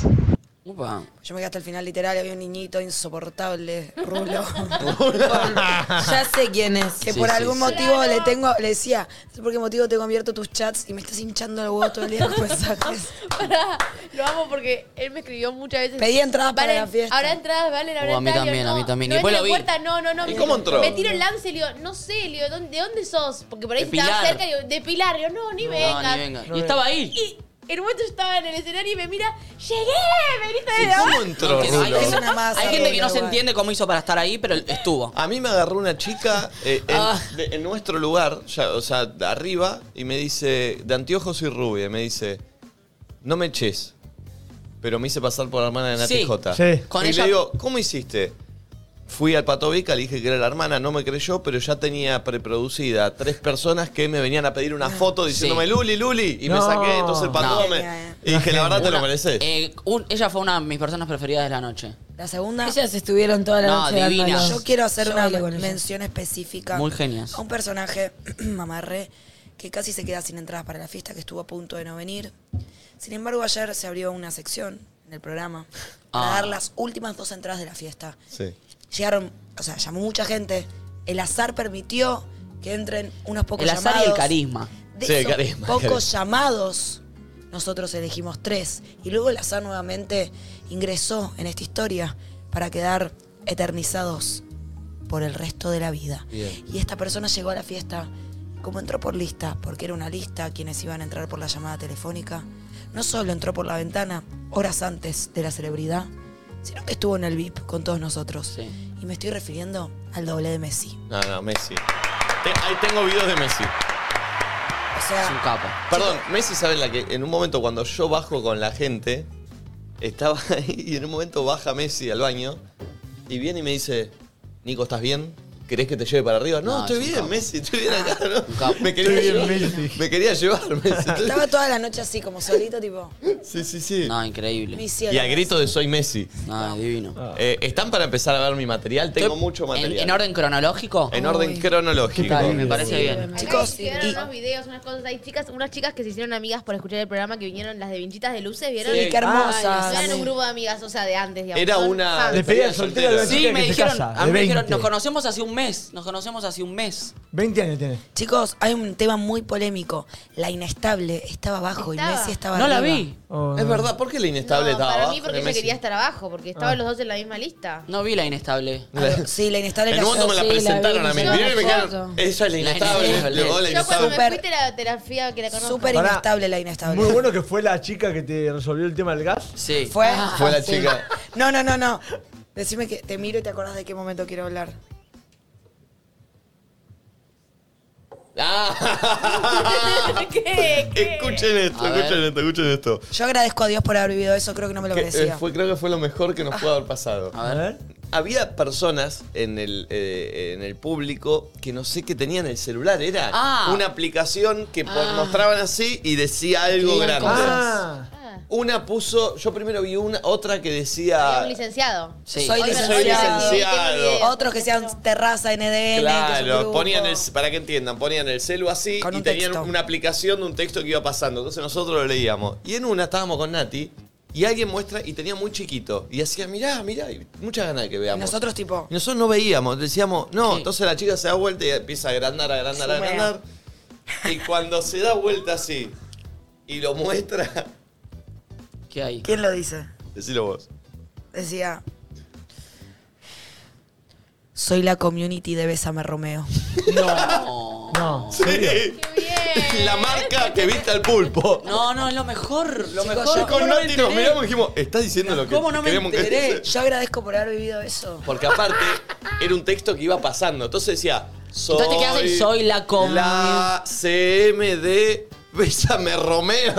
upa. Yo me quedé hasta el final literal, había un niñito insoportable, rulo. Ya sé quién es. que Sí, por sí, algún sí. motivo le tengo, le decía, no sé por qué motivo tengo abierto tus chats y me estás hinchando el huevo todo el día con mensajes. Pará, lo amo porque él me escribió muchas veces. Pedí entradas para Valen, la fiesta. Ahora entradas, valen, ahora Uh, a mí entradas. Yo, también, a mí también. No, Y después lo entro en vi. puerta, No, no, no. ¿Y me- cómo entró? Me tiro el lance y le digo, no sé, le digo, ¿dónde- ¿de dónde sos? Porque por ahí De estaba Pilar. cerca y digo, de Pilar. Le digo, no, ni No, vengas. ni venga. Y estaba ahí. Y en un momento yo estaba en el escenario y me mira, llegué, me grita desde abajo. ¿Cómo entró Que no, hay, Rulo? Es una masa, hay gente que no Rulo, se igual. entiende cómo hizo para estar ahí, pero estuvo. A mí me agarró una chica eh, en, Ah. de- en nuestro lugar, ya, o sea, de arriba, y me dice, de anteojos y rubia, me dice, no me eches, pero me hice pasar por la hermana de Nati Sí. Jota. Sí. Con y ella- le digo, ¿cómo hiciste? Fui al Patovica, le dije que era la hermana, no me creyó, pero ya tenía preproducida a tres personas que me venían a pedir una foto diciéndome, Ah, Sí. Luli, Luli, y me No. saqué, entonces el Pato No. me... Genia, eh. Y dije, la verdad te lo Una- mereces. eh, un- ella fue una de mis personas preferidas de la noche. La segunda, Ellas estuvieron toda la No, noche dando divinas. los- yo quiero hacer Yo una bailé con ellas. mención específica Muy genias. a un personaje, mamarre, que casi se queda sin entradas para la fiesta, que estuvo a punto de no venir. Sin embargo, ayer se abrió una sección en el programa para Ah. dar las últimas dos entradas de la fiesta. Sí. Llegaron, o sea, llamó mucha gente. El azar permitió que entren unos pocos El azar y el llamados. carisma. De Sí, el esos carisma, pocos carisma. llamados, nosotros elegimos tres. Y luego el azar nuevamente ingresó en esta historia para quedar eternizados por el resto de la vida. Bien. Y esta persona llegó a la fiesta como entró por lista, porque era una lista quienes iban a entrar por la llamada telefónica. No solo entró por la ventana horas antes de la celebridad, sino que estuvo en el VIP con todos nosotros. Sí. Y me estoy refiriendo al doble de Messi. No, no, Messi. Te- ahí tengo videos de Messi. es un capo. Perdón, Messi sabe la que en un momento cuando yo bajo con la gente, estaba ahí y en un momento baja Messi al baño y viene y me dice, Nico, ¿estás bien? ¿Querés que te lleve para arriba? No, No, estoy es un bien, capo. Messi, estoy bien acá. ¿no? Me, quería Estoy bien, llevar, me quería llevar, Messi. estoy- Estaba toda la noche así, como solito, tipo. Sí, sí, sí. No, increíble. Mi cielo. Y a grito de soy Messi. No, es divino. Ah. Eh, ¿Están para empezar a ver mi material? Tengo mucho material. ¿En, en orden cronológico? En orden cronológico. Está bien, me parece bien. Chicos, hicieron unos videos, unas cosas. Hay chicas, unas chicas que se hicieron amigas por escuchar el programa que vinieron las de Vinchitas de Luces, ¿vieron? Sí, qué hermosas. Ay, eran un grupo de amigas, o sea, de antes, digamos. Era Son una fans. pedía soltera a la Sí, chica me que se dijeron, casa, a mí de me dijeron, 20. nos conocemos hace un mes, nos conocemos hace un mes. 20 años tiene. Chicos, hay un tema muy polémico. La inestable estaba abajo y Estaba. Messi estaba No la arriba. vi. Es verdad, ¿por qué la inestable estaba Para abajo mí, de porque yo Messi? quería estar abajo, porque estaban Ah. los dos en la misma lista. No vi la inestable. La- Sí, la inestable En un momento cayó. me la Sí, presentaron vi, a mí. yo Mirá y me la quedaron. foto. Ella es la inestable. inestable. Hola, Yo cuando inestable. me fui te la terapia que la conozco. Súper Pará. inestable la inestable. Muy bueno que fue la chica que te resolvió el tema del gas. Sí. Fue. Ah. Fue la sí. chica. No, no, no, no. Decime que te miro y te acordás de qué momento quiero hablar. Ah. ¿Qué? Escuchen esto, A ver. escuchen esto, escuchen esto. Yo agradezco a Dios por haber vivido eso, creo que no me lo Que, eh, merecía. fue, creo que fue lo mejor que nos pudo haber pasado. A ver. Había personas en el, eh, en el público que no sé qué tenían el celular. Era Ah. una aplicación que por- Ah. mostraban así y decía algo Escribían grande. cosas. Ah, Una puso, yo primero vi una, otra que Había Ah. decía. un licenciado. Sí. Hoy Soy me licenciado. recuerdo, Soy sí, tengo licenciado. videos. Otros que sean terraza NDN. que es un Claro, grupo. ponían el, para que entiendan, ponían el celu así Con y un tenían texto. una aplicación de un texto que iba pasando. Entonces nosotros lo leíamos. Y en una estábamos con Nati y alguien muestra y tenía muy chiquito. Y hacía, mirá, mirá, y muchas ganas de que Y veamos. Nosotros, tipo. Y nosotros no veíamos, decíamos, no, Sí. entonces la chica se da vuelta y empieza a agrandar, agrandar, Sumea. agrandar. Y cuando se da vuelta así y lo muestra, ¿Qué hay? ¿Quién lo dice? decilo vos. Decía. Soy la community de Bésame Romeo. No. no. Sí. La marca que viste al pulpo. No, no, es lo mejor, lo Chicos, mejor. yo ¿Cómo Con no me Nati nos enteré? miramos y dijimos, ¿estás diciendo lo que ¿Cómo no me queremos que enteré? dices?" Yo agradezco por haber vivido eso. Porque aparte, era un texto que iba pasando. Entonces decía, soy... Entonces te quedas ahí, soy la com- La CMD... Bésame Romeo.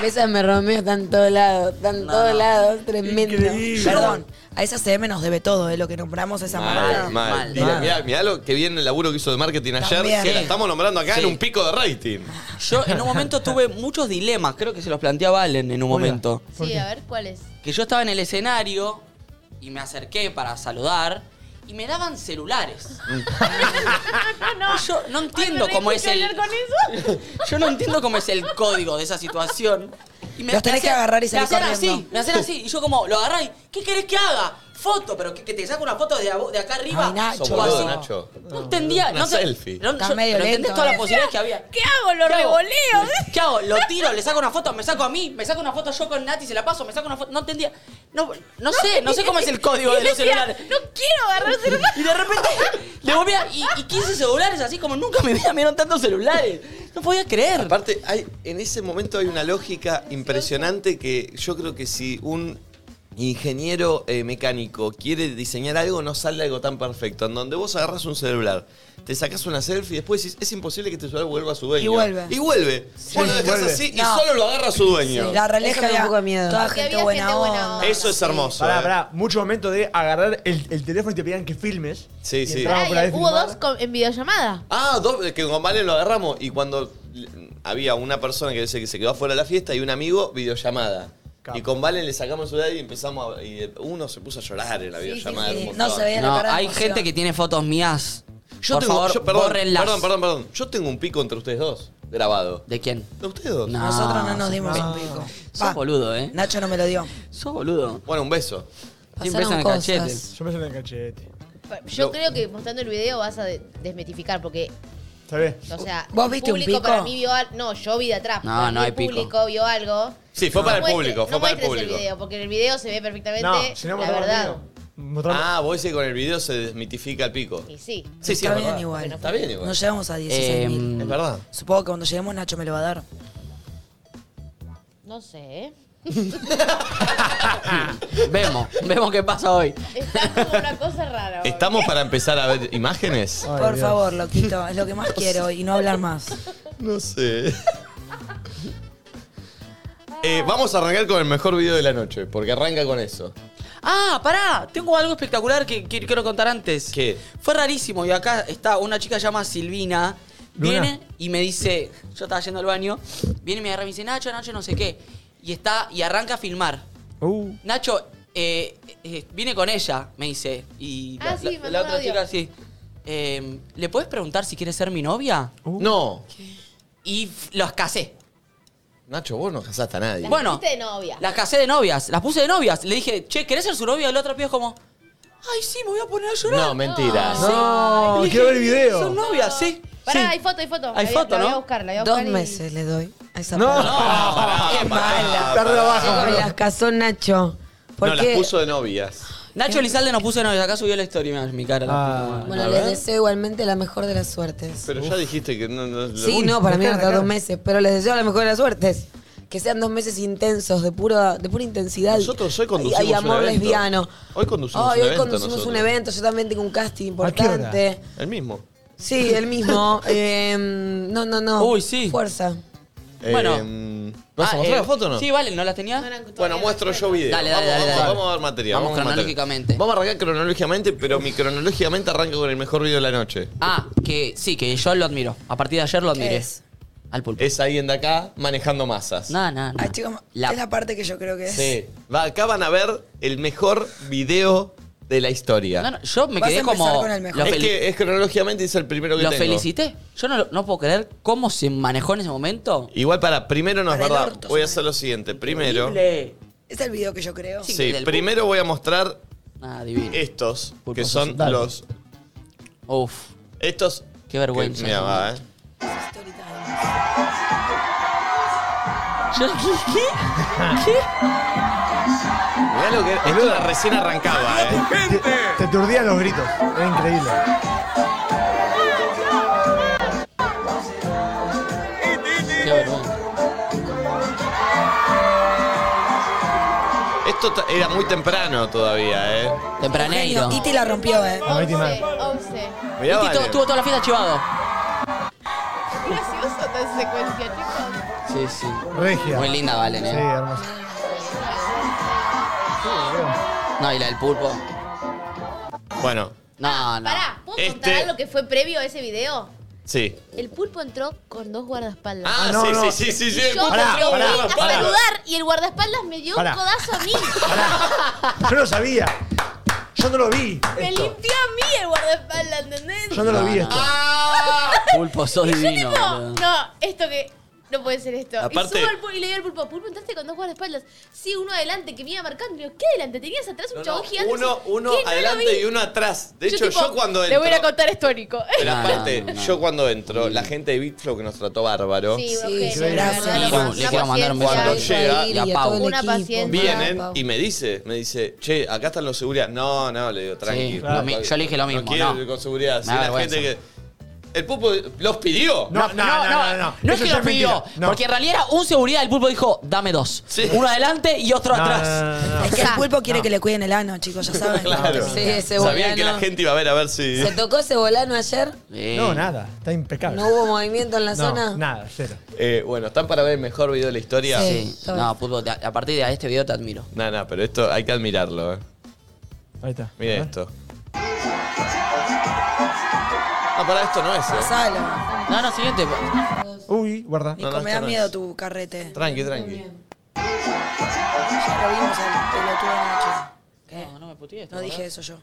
Bésame Romeo está en todos lados, está en todos lados, tremendo. Perdón, a esa CM nos debe todo, de lo que nombramos a esa mal, marca. mal. mal. Dile, Mal. mirá, mirá lo que bien el laburo que hizo de marketing ayer, También. que la estamos nombrando acá Sí. en un pico de rating. Yo en un momento tuve muchos dilemas, creo que se los planteaba Allen en un momento. Sí, a ver, ¿cuál es? Que yo estaba en el escenario y me acerqué para saludar y me daban celulares. Ah, no. Yo no entiendo cómo es el. Yo no entiendo cómo es el código de esa situación. Y Los tenés que agarrar y salir me hacían corriendo. así, me hacían así. Y yo como, lo agarrá y, ¿qué querés que haga? Foto, pero que, que te saco una foto de, abo- de acá arriba. Ay, Nacho. Sos o así. boludo, Nacho. No entendía. Una no sé- selfie. No, Está yo- medio pero entendés lento, todas ¿eh? las posibilidades que había. ¿Qué hago? ¿Lo ¿Qué hago? revoleo? ¿eh? ¿Qué hago? Lo tiro, le saco una foto, me saco a mí, me saco una foto yo con Nati, se la paso, me saco una foto. No entendía. No, no sé, no sé cómo es el código de los celulares. No quiero agarrar celular. Y de repente le volvía y, y 15 celulares así como nunca me vida me dieron tantos celulares. No podía creer. Aparte, hay, en ese momento hay una lógica impresionante que yo creo que si un ingeniero eh, mecánico quiere diseñar algo, no sale algo tan perfecto. En donde vos agarras un celular, te sacas una selfie y después decís, es imposible que este celular vuelva a su dueño. Y vuelve. Y vuelve. Vos lo dejás vuelve. así y No. solo lo agarra su dueño. La realidad es Eso que me da había un poco de miedo. toda Porque gente había buena gente buena onda. onda. Eso es hermoso. Pará, eh. pará. Mucho momento de agarrar el, el teléfono y te pedían que filmes. Sí, Y sí. entraba por ahí a hubo filmar. dos con- en videollamada. Ah, dos, que con Valen lo agarramos. Y cuando l- había una persona que dice que se quedó afuera de la fiesta y un amigo, videollamada. Capo. Y con Valen le sacamos el celular y empezamos a, y uno se puso a llorar en la videollamada. sí, un sí. montón. No se veía la No, cara de hay emoción. gente que tiene fotos mías. Yo Por tengo, favor, yo- perdón, bórrenlas. perdón, perdón, perdón. Yo tengo un pico entre ustedes dos grabado. ¿De quién? ¿De ustedes dos? No. Nosotros no nos dimos un pico. Ah, Sos Pa, boludo, eh. Nacho no me lo dio. Sos boludo. Bueno, un beso. Siempre Pasaron en el cosas. cachete. Yo me salí el cachete. Yo No. creo que mostrando el video vas a de- desmitificar, porque, ¿Sabés? o sea, ¿Vos el viste un público pico? para mí vio algo. No, yo vi de atrás. No, para no mí hay pico. El público vio algo. Sí, fue para el muestres- público, fue no para el muestres público. video, porque en el video se ve perfectamente No, si no la mostramos verdad. Mostramos. Ah, vos decís que con el video se desmitifica el pico. Y Sí, sí. sí, Está es bien verdad. igual. Está bien igual. No llegamos a 16.000. Em, Es verdad. Supongo que cuando lleguemos Nacho me lo va a dar. No sé. ¿eh? vemos, vemos qué pasa hoy. Está como una cosa rara. ¿Estamos para empezar a ver imágenes? Por favor, loquito, es lo que más quiero y no hablar más. No sé. Eh, vamos a arrancar con el mejor video de la noche, porque arranca con eso. Ah, pará, tengo algo espectacular que, que quiero contar antes. ¿Qué? Fue rarísimo y acá está una chica llamada Silvina. Luna. Viene y me dice, yo estaba yendo al baño, viene y me agarra y me dice, Nacho, Nacho, no sé qué. Y está, y arranca a filmar. Uh. Nacho, eh, eh, vine con ella, me dice. Y la, Ah, sí, la- me mandó la otra audio. chica, sí. eh, ¿Le puedes preguntar si quiere ser mi novia? uh. No. Y f- los casé. Nacho, vos no casaste a nadie. Bueno. Viste de novia. Las casé de novias, las puse de novias. Le dije, che, ¿querés ser su novia? Y la otra piba es como, ay, sí, me voy a poner a llorar. No, mentira. Sí. No, Oh, Le dije, quiero ver el video. Son Ah. novias, sí. Pará, sí. hay foto, hay foto. Hay La voy a- foto, la voy a ¿no? buscar, la voy a Dos buscar y- meses le doy a esa No. persona. Pará, pará, Tarde pará. abajo, Chicos, bro. las casó Nacho. No, las Porque, puso de novias. Nacho Elizalde nos puso de novias. Acá subió la historia, mirá, mi cara. Ah. la puta madre. bueno, les deseo igualmente la mejor de las suertes. Pero ya dijiste que no. no- Sí, Uy, no, para mí acá, van a tardar acá. dos meses, pero les deseo la mejor de las suertes. Que sean dos meses intensos, de pura, de pura intensidad. Nosotros hoy Y- conducimos Y amor un evento. lesbiano. Hoy conducimos un Ay, hoy evento conducimos nosotros. un evento, yo también tengo un casting ¿A qué hora? importante. El mismo. Sí, el mismo. Em, no, no, no. Uy, sí. Fuerza. Bueno. Eh, ¿Vas Ah, a mostrar eh, la foto o no? Sí, vale, ¿no las tenía? No eran todavía Bueno, las muestro yo fotos. video. Dale, dale, vamos, dale, vamos, dale. vamos a ver material. a Vamos ver material. cronológicamente. Vamos a arrancar cronológicamente, pero mi cronológicamente arranca con el mejor video de la noche. Ah, que sí, que yo lo admiro. A partir de ayer lo admiré. es? Al pulpo. Es alguien de acá manejando masas. No, no, no. Ay, chicos, La- es la parte que yo creo que es. Sí. Va, acá van a ver el mejor video de la historia. No, no, yo me Vas a quedé empezar como. con el mejor. Lo, es fel- que es cronológicamente es el primero que lo tengo. felicité. Yo no, no puedo creer cómo se manejó en ese momento. Igual para, primero no es Para el verdad. orto, voy a sí. hacer lo siguiente. Primero. Increíble. Es el video que yo creo. Sí. Sí, Del primero voy a mostrar Ah, divino. Eh. estos, que Pulpo, son dale. los. Uf, Estos. qué vergüenza. que- mirá, va, eh. Yo- ¿Qué? ¿Qué? Mirá lo que. Esto recién arrancaba, eh. Te, te aturdían los gritos. Era increíble. Qué, qué vergüenza. Esto ta- era muy temprano todavía, ¿eh? Tempraneiro. Y te la rompió, ¿eh? La metí mal. 11, 11. Mirá, Tito vale. tuvo toda la fiesta chivado. Gracioso esta secuencia, chicos. Sí, sí. Regia. Muy linda, Valen, Sí, eh. hermoso. No, y la del pulpo. Bueno, No, no. Pará, ¿puedo Este- contar algo que fue previo a ese video? sí. El pulpo entró con dos guardaespaldas. Ah, no, sí, no. sí, sí, sí, sí. Y yo Pará, lo pará, fui a pará. saludar y el guardaespaldas me dio Pará. un codazo a mí. Yo no sabía. Yo no lo vi. me esto. limpió a mí el guardaespaldas, ¿entendés? Yo no lo vi esto. Ah. Pulpo, sos Y yo divino. tipo, boludo. no, esto que. No puede ser esto. Aparte- y subo al pulpo y le digo al pulpo, pulpo, entraste con dos guardaespaldas. Sí, uno adelante que me iba marcando. Y digo, ¿qué adelante? Tenías atrás un No, chabón no, gigante. uno uno adelante y uno atrás. De hecho, yo cuando Le voy a ir a entro. contar histórico. Pero No, aparte, no, no. yo cuando entro, la gente de Bitflow que nos trató bárbaro. Sí, Sí, ok, sí, no, no, no, no, gracias. Sí, no, le no, quiero mandar un paciencia, Cuando ya, llega- Y la a Pau. todo el Una equipo. paciencia. Vienen Pau. y me dice, me dice, che, acá están los seguridad. No, no, le digo, tranqui. Sí, lo mi- yo le dije lo mismo, No quiero no. ir con seguridad. Si Me da la gente vergüenza. que. El pupo los pidió. No, no, no, no, no. No es Eso que ya lo es pidió. mentira. No. Porque en realidad era un seguridad del pulpo dijo, dame dos. Sí. Uno adelante y otro No, atrás. no, no, no. Es que el Ah, pulpo quiere que le cuiden el ano, chicos, ya saben. Claro. Sí, ese Sabían que volano. la gente iba a ver a ver si. ¿Se tocó ese volano ayer? Eh, No, nada. Está impecable. ¿No hubo movimiento en la No, zona? Nada, cero. Eh, bueno, ¿están para ver el mejor video de la historia? Sí. No, pulpo, te- a partir de este video te admiro. No, no, pero esto hay que admirarlo, eh. Ahí está. A Miren ver. esto. No, para esto no es, eh. Pasalo. No, no, siguiente. Uy, guarda. Nico, No, no, me esto da no miedo es. tu carrete. Tranqui, tranqui. Ya lo vimos al pelotudo Nacho. ¿Qué? No, no me putees. No dije eso yo.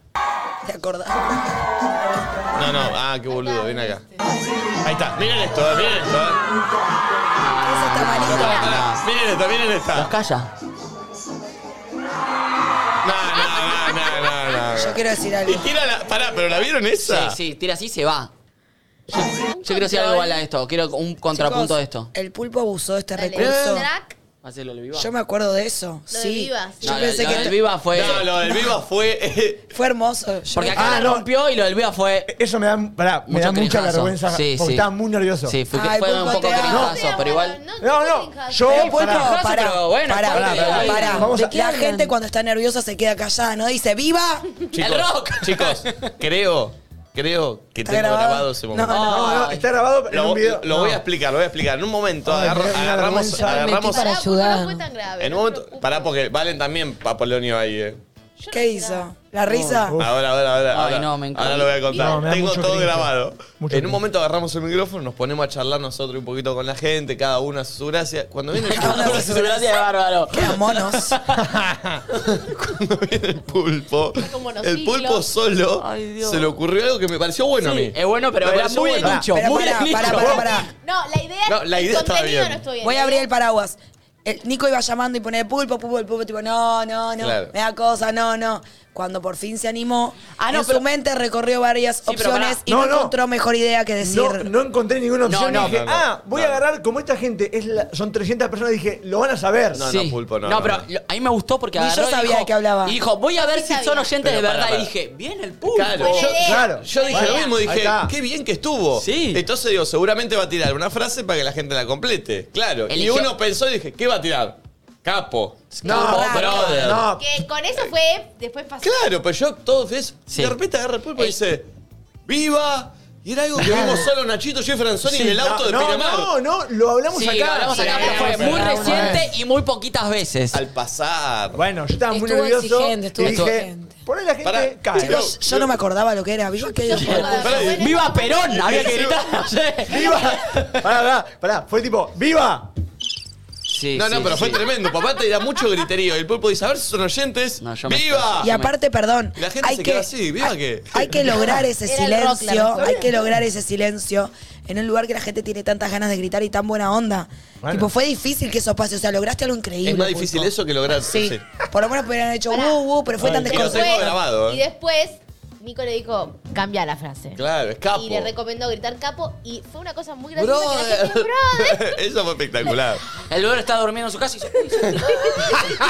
¿Te acordás? No, no, ah, qué boludo, viene acá. Ahí está, miren esto, eh, miren esto. eh. Eso está malito. Pará, Miren esto, miren esto. No, Los calla. no, no, no, no, no. Yo quiero decir algo. Este Y tira la. Pará, pero la vieron Sí, esa. sí, tira así y se va. Yo, yo quiero decir algo igual a esto. Quiero un contrapunto Chicos, de esto. El pulpo abusó de este Dale, recurso. Drac, Hace lo del viva. Yo me acuerdo de eso. Lo de sí. Viva, sí. Yo No, pensé lo- lo que del Viva fue- No, lo del Viva fue. eh, Fue hermoso. Yo- Porque Ah, acá la rompió y lo del Viva fue. Eso me da, pará, me Mucho da mucha cringeazo. vergüenza Sí, porque sí. estaba muy nervioso. Sí, fue, que- fue un poco cringazo, pero igual. No, no, yo. Pero fue pará. cringazo, pará, pero bueno, pará, fue pará, cringazo. pará. Vamos ¿De a- qué la gente cuando está nerviosa se queda callada, ¿no? Dice, ¡viva! Chicos, chicos, creo, creo que ¿Está tengo grabado? grabado? ese momento. No, Ah, no, no, está grabado en Lo, un video. lo voy a explicar, lo voy a explicar. En un momento Ay, agarro- me da una agarramos, vergüenza. agarramos. para ayudar. En un momento. Pará, porque Valen también Papolonio ahí, eh. ¿Qué hizo? ¿La risa? Ahora, ahora, ahora. Ay, ahora, no, me encanta. ahora lo voy a contar. No, me da Tengo mucho todo cringe. grabado. Mucho en un momento agarramos el micrófono, nos ponemos a charlar nosotros un poquito con la gente, cada uno a su gracia. Cuando viene el pulpo, Su gracia es bárbaro. Quedan monos. cuando viene el pulpo, como el monociclo. pulpo solo Ay, Dios. se le ocurrió algo que me pareció bueno a mí. Es bueno, pero Me era pareció muy de bueno. nicho. Pero Muy pará, de pará, nicho. pará, pará. No, la idea. No, la el idea estaba contenido bien. No estoy bien. ¿eh? Voy a abrir el paraguas. El Nico iba llamando y ponía pulpo, pulpo, el pulpo, tipo, no, no, no, Claro. me da cosa, no, no. Cuando por fin se animó, Ah, no, en pero- su mente recorrió varias pero opciones pará. y No, no, no. encontró mejor idea que decir. No, no encontré ninguna opción. No, no, dije, no, no, ah, voy a agarrar, como esta gente es la- son 300 personas, dije, lo van a saber. No, no, pulpo, no, No, no, pero no. lo- a mí me gustó porque Ni yo agarró y sabía dijo- que hablaba. Y dijo, voy a ver Sí si sabía. son oyentes de Pero pará, verdad. Y pará. dije, bien el pulpo. Claro, yo, idea. claro. yo dije Bueno, lo mismo, ahí dije, está. qué bien que estuvo. Sí. Entonces digo, seguramente va a tirar una frase para que la gente la complete. Claro. Y Eligió- uno pensó y dije, ¿qué va a tirar? Capo. No, Capo, brother. no. Que con eso fue. Después pasó. Claro, pero yo todo es. Sí. Eh. De repente agarra el pulpo y dice, ¡Viva! Y era algo que vimos solo Nachito y Franzoni en el auto de no, Pinamar. No, no, lo hablamos Sí, acá. hablamos acá, Sí, pero fue sí, muy sí. reciente y muy poquitas veces. Al pasar. Bueno, yo estaba muy Estuvo nervioso. exigente, estuvo y dije, exigente. por ahí la gente Pará, cae. Chicos, yo no me acordaba lo que era. ¿Viva qué? Pará, Bueno, ¡Viva Perón! Había que gritar. no sé. ¡Viva! Pará, pará, pará. Fue tipo, ¡Viva! Sí, No, no, sí, pero fue sí. tremendo. Papá te da mucho griterío. El pulpo dice, a ver si son oyentes. No, yo me- ¡Viva! Y aparte, perdón, Ah, La gente hay se que, queda así, ¿viva que? hay que lograr ese Era el rock, la silencio, verdad. hay que lograr ese silencio en un lugar que la gente tiene tantas ganas de gritar y tan buena onda. Bueno. Tipo, fue difícil que eso pase, o sea, lograste algo increíble. Es más difícil Pulpo. eso que lograr. Sí. Por lo menos hubieran hecho Pará. uh, uh, pero fue Ay, tan Y lo desconcertante. tengo grabado. Y ¿eh? después, Nico le dijo, cambia la frase. Claro, escapo. Y le recomendó gritar capo. Y fue una cosa muy graciosa que la ¿eh? gente, brother. Eso fue espectacular. El brother estaba durmiendo en su casa y hizo-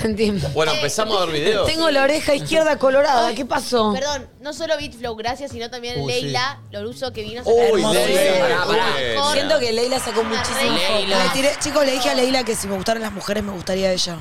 Sentí. Eh, Bueno, empezamos a ver videos. Tengo la oreja izquierda colorada. ¿Qué pasó? Perdón, no solo Bitflow, gracias, sino también Uy, Leila Loruso que vino a Uy, sacar el Leila, Leila, pará. mejor. Siento que Leila sacó muchísimo. Leila. Le tiré- chicos, le dije a Leila que si me gustaran las mujeres me gustaría ella.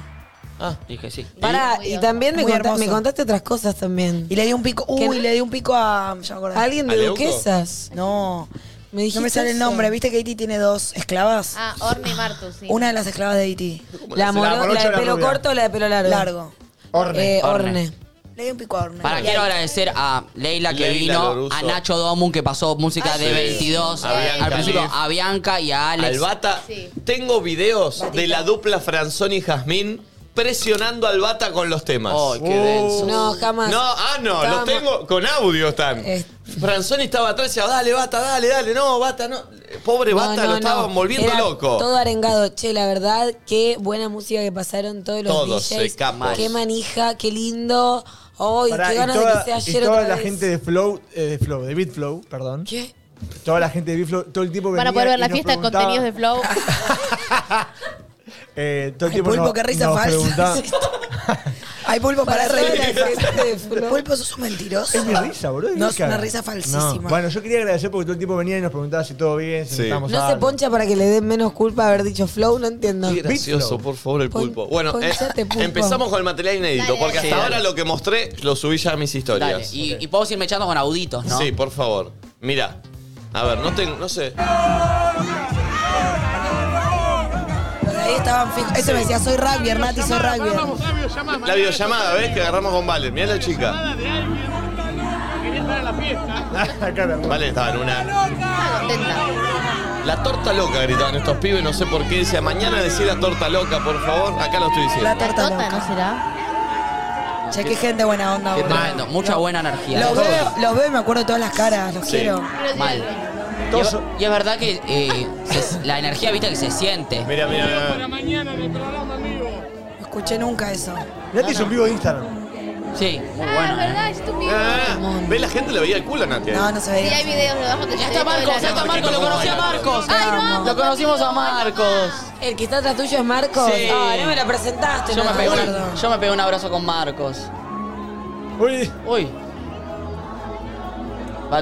Ah, dije sí. Para, y también me, Muy conta- hermoso. me contaste otras cosas también. Y le di un pico, ¿Qué? uy, le di un pico a. Ya me acordé. ¿A Alguien ¿A de Leuco? duquesas. No. Me dijiste no me sale el eso. nombre. ¿Viste que Iti tiene dos esclavas? Ah, Orne y Martu, sí. Una de las esclavas de Iti. La, moro- La la, morocha de la pelo rubia. corto o la de pelo largo. Largo. Orne. Eh, Orne. Orne. Le di un pico a Orne. Para, quiero agradecer a Leila que Leila vino, Loruso. a Nacho Domun que pasó música Ay, de sí. 22, A Bianca al principio Leaf. a Bianca y a Alex. Al Bata, Sí. tengo videos de la dupla Franzoni y Jazmín presionando al Bata con los temas. Ay, qué denso. No, jamás. No, ah, no, los Estábamos- tengo con audio están. Eh. Franzoni estaba atrás y decía, dale, Bata, dale, dale, no, Bata, no. Pobre No, Bata, no, lo no. estaban volviendo Era loco. Todo arengado. Che, la verdad, qué buena música que pasaron todos los Todos, DJs. se capos. Qué manija, qué lindo. Ay, Pará, qué y ganas de toda, que sea y ayer toda otra la vez. gente de Flow, eh, de Flow, de Bitflow, perdón. ¿Qué? Toda la gente de Bitflow, todo el tiempo Van a venía poder ver y la nos fiesta de preguntaba- contenidos de Flow. Eh, todo el Ay, tiempo pulpo, nos- qué risa nos falsa. preguntaba- Hay pulpo para, Para reír. toda la gente de Fulham. Pulpo, sos un mentiroso. Es mi risa, boludo. No, es loca. una risa falsísima. No. Bueno, yo quería agradecer porque todo el tiempo venía y nos preguntaba si todo bien, si Sí. estábamos ¿No se algo. poncha para que le den menos culpa haber dicho flow? No entiendo. Qué gracioso, Bitflow. por favor, el Pon- pulpo. Bueno, eh, ponchate, pulpo. empezamos con el material inédito, Dale, porque dale. hasta Sí, ahora dale. lo que mostré lo subí ya a mis historias. Dale, y, y podemos irme echando con auditos, ¿no? Sí, por favor. Mira. A ver, no tengo, no sé. Ahí estaban fijos. Ese me decía, soy rugby, Nati, soy rugby. La videollamada, ¿ves? Que agarramos con Valen. Mirá la chica. Acá me acuerdo. Valen estaba en una. Contenta. La torta loca gritaban estos pibes, no sé por qué. Decía, mañana decía la torta loca, por favor. Acá lo estoy La diciendo. torta Tota, ¿no loca. será? Che, qué gente buena onda, Qué boludo. tremendo, mucha buena energía. Los Todos. veo, los veo y me acuerdo de todas las caras, los Sí. quiero. Mal. Y, Todos es- son- y es verdad que eh, se- la energía, viste, que se siente. Mira, mira, mira. No escuché nunca eso. Nati es un vivo de Instagram. Sí, muy Ah, bueno. ¿eh? es verdad, estúpido. Ah, ¿Ves? La gente le veía el culo a Nati. No, no se Sí, veía. hay videos debajo de Ya está Marcos, ya está Marcos, lo conocí a Marcos. Lo conocimos a Marcos. El que está atrás tuyo es Marcos. Sí. Ay, no me la presentaste, Yo no me, pegué te una- yo me pegué un abrazo con Marcos. Uy. Uy.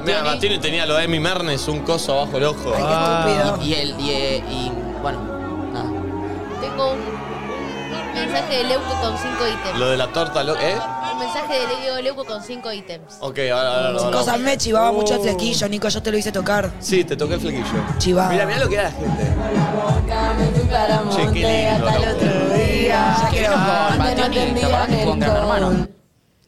Mira, Bationi tenía lo de Emi Mernes, un coso abajo el ojo. Ah. Y, y el, y, eh, y, bueno, nada. Tengo un, un mensaje de Leuco con cinco ítems. Lo de la torta, lo- ¿eh? Un mensaje de Diego Leuco con cinco ítems. Ok, ahora, ahora, ahora, ahora. Cosas me Uh. chivaba mucho el flequillo, Nico, yo te lo hice tocar. Sí, te toqué el flequillo. Chivado. Mira, mira lo que era la gente. Che, qué lindo. hasta el loco. otro día. Ya quiero jugar. Bationi, capaz que jugó en Gran Hermano.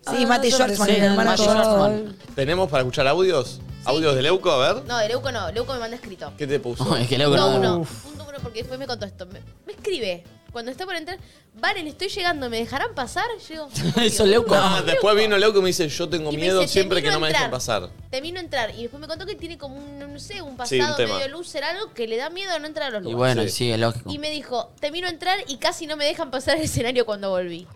Ah, Sí, Mati Schwartzman, Sí, el hermano Mati de- Schwarzman. ¿Tenemos para escuchar audios? ¿Audios de Leuco? A ver. No, de Leuco no, Leuco me manda escrito. ¿Qué te puso? Es que Leuco no- no, uno, punto uno, porque después me contestó. Me, me escribe. Cuando está por entrar, Varen, estoy llegando, ¿me dejarán pasar? Llego. Eso es Leuco. No, después vino Leuco y me dice, yo tengo Y me miedo dice, siempre que "Termino no me de dejen entrar". pasar. Termino de entrar y después me contó que tiene como un, no sé, un Sí, un pasado tema. medio loser, algo que le da miedo a no entrar a los Y lugares. bueno, y sí, es lógico. Y me dijo, te miro entrar y casi no me dejan pasar el escenario cuando volví.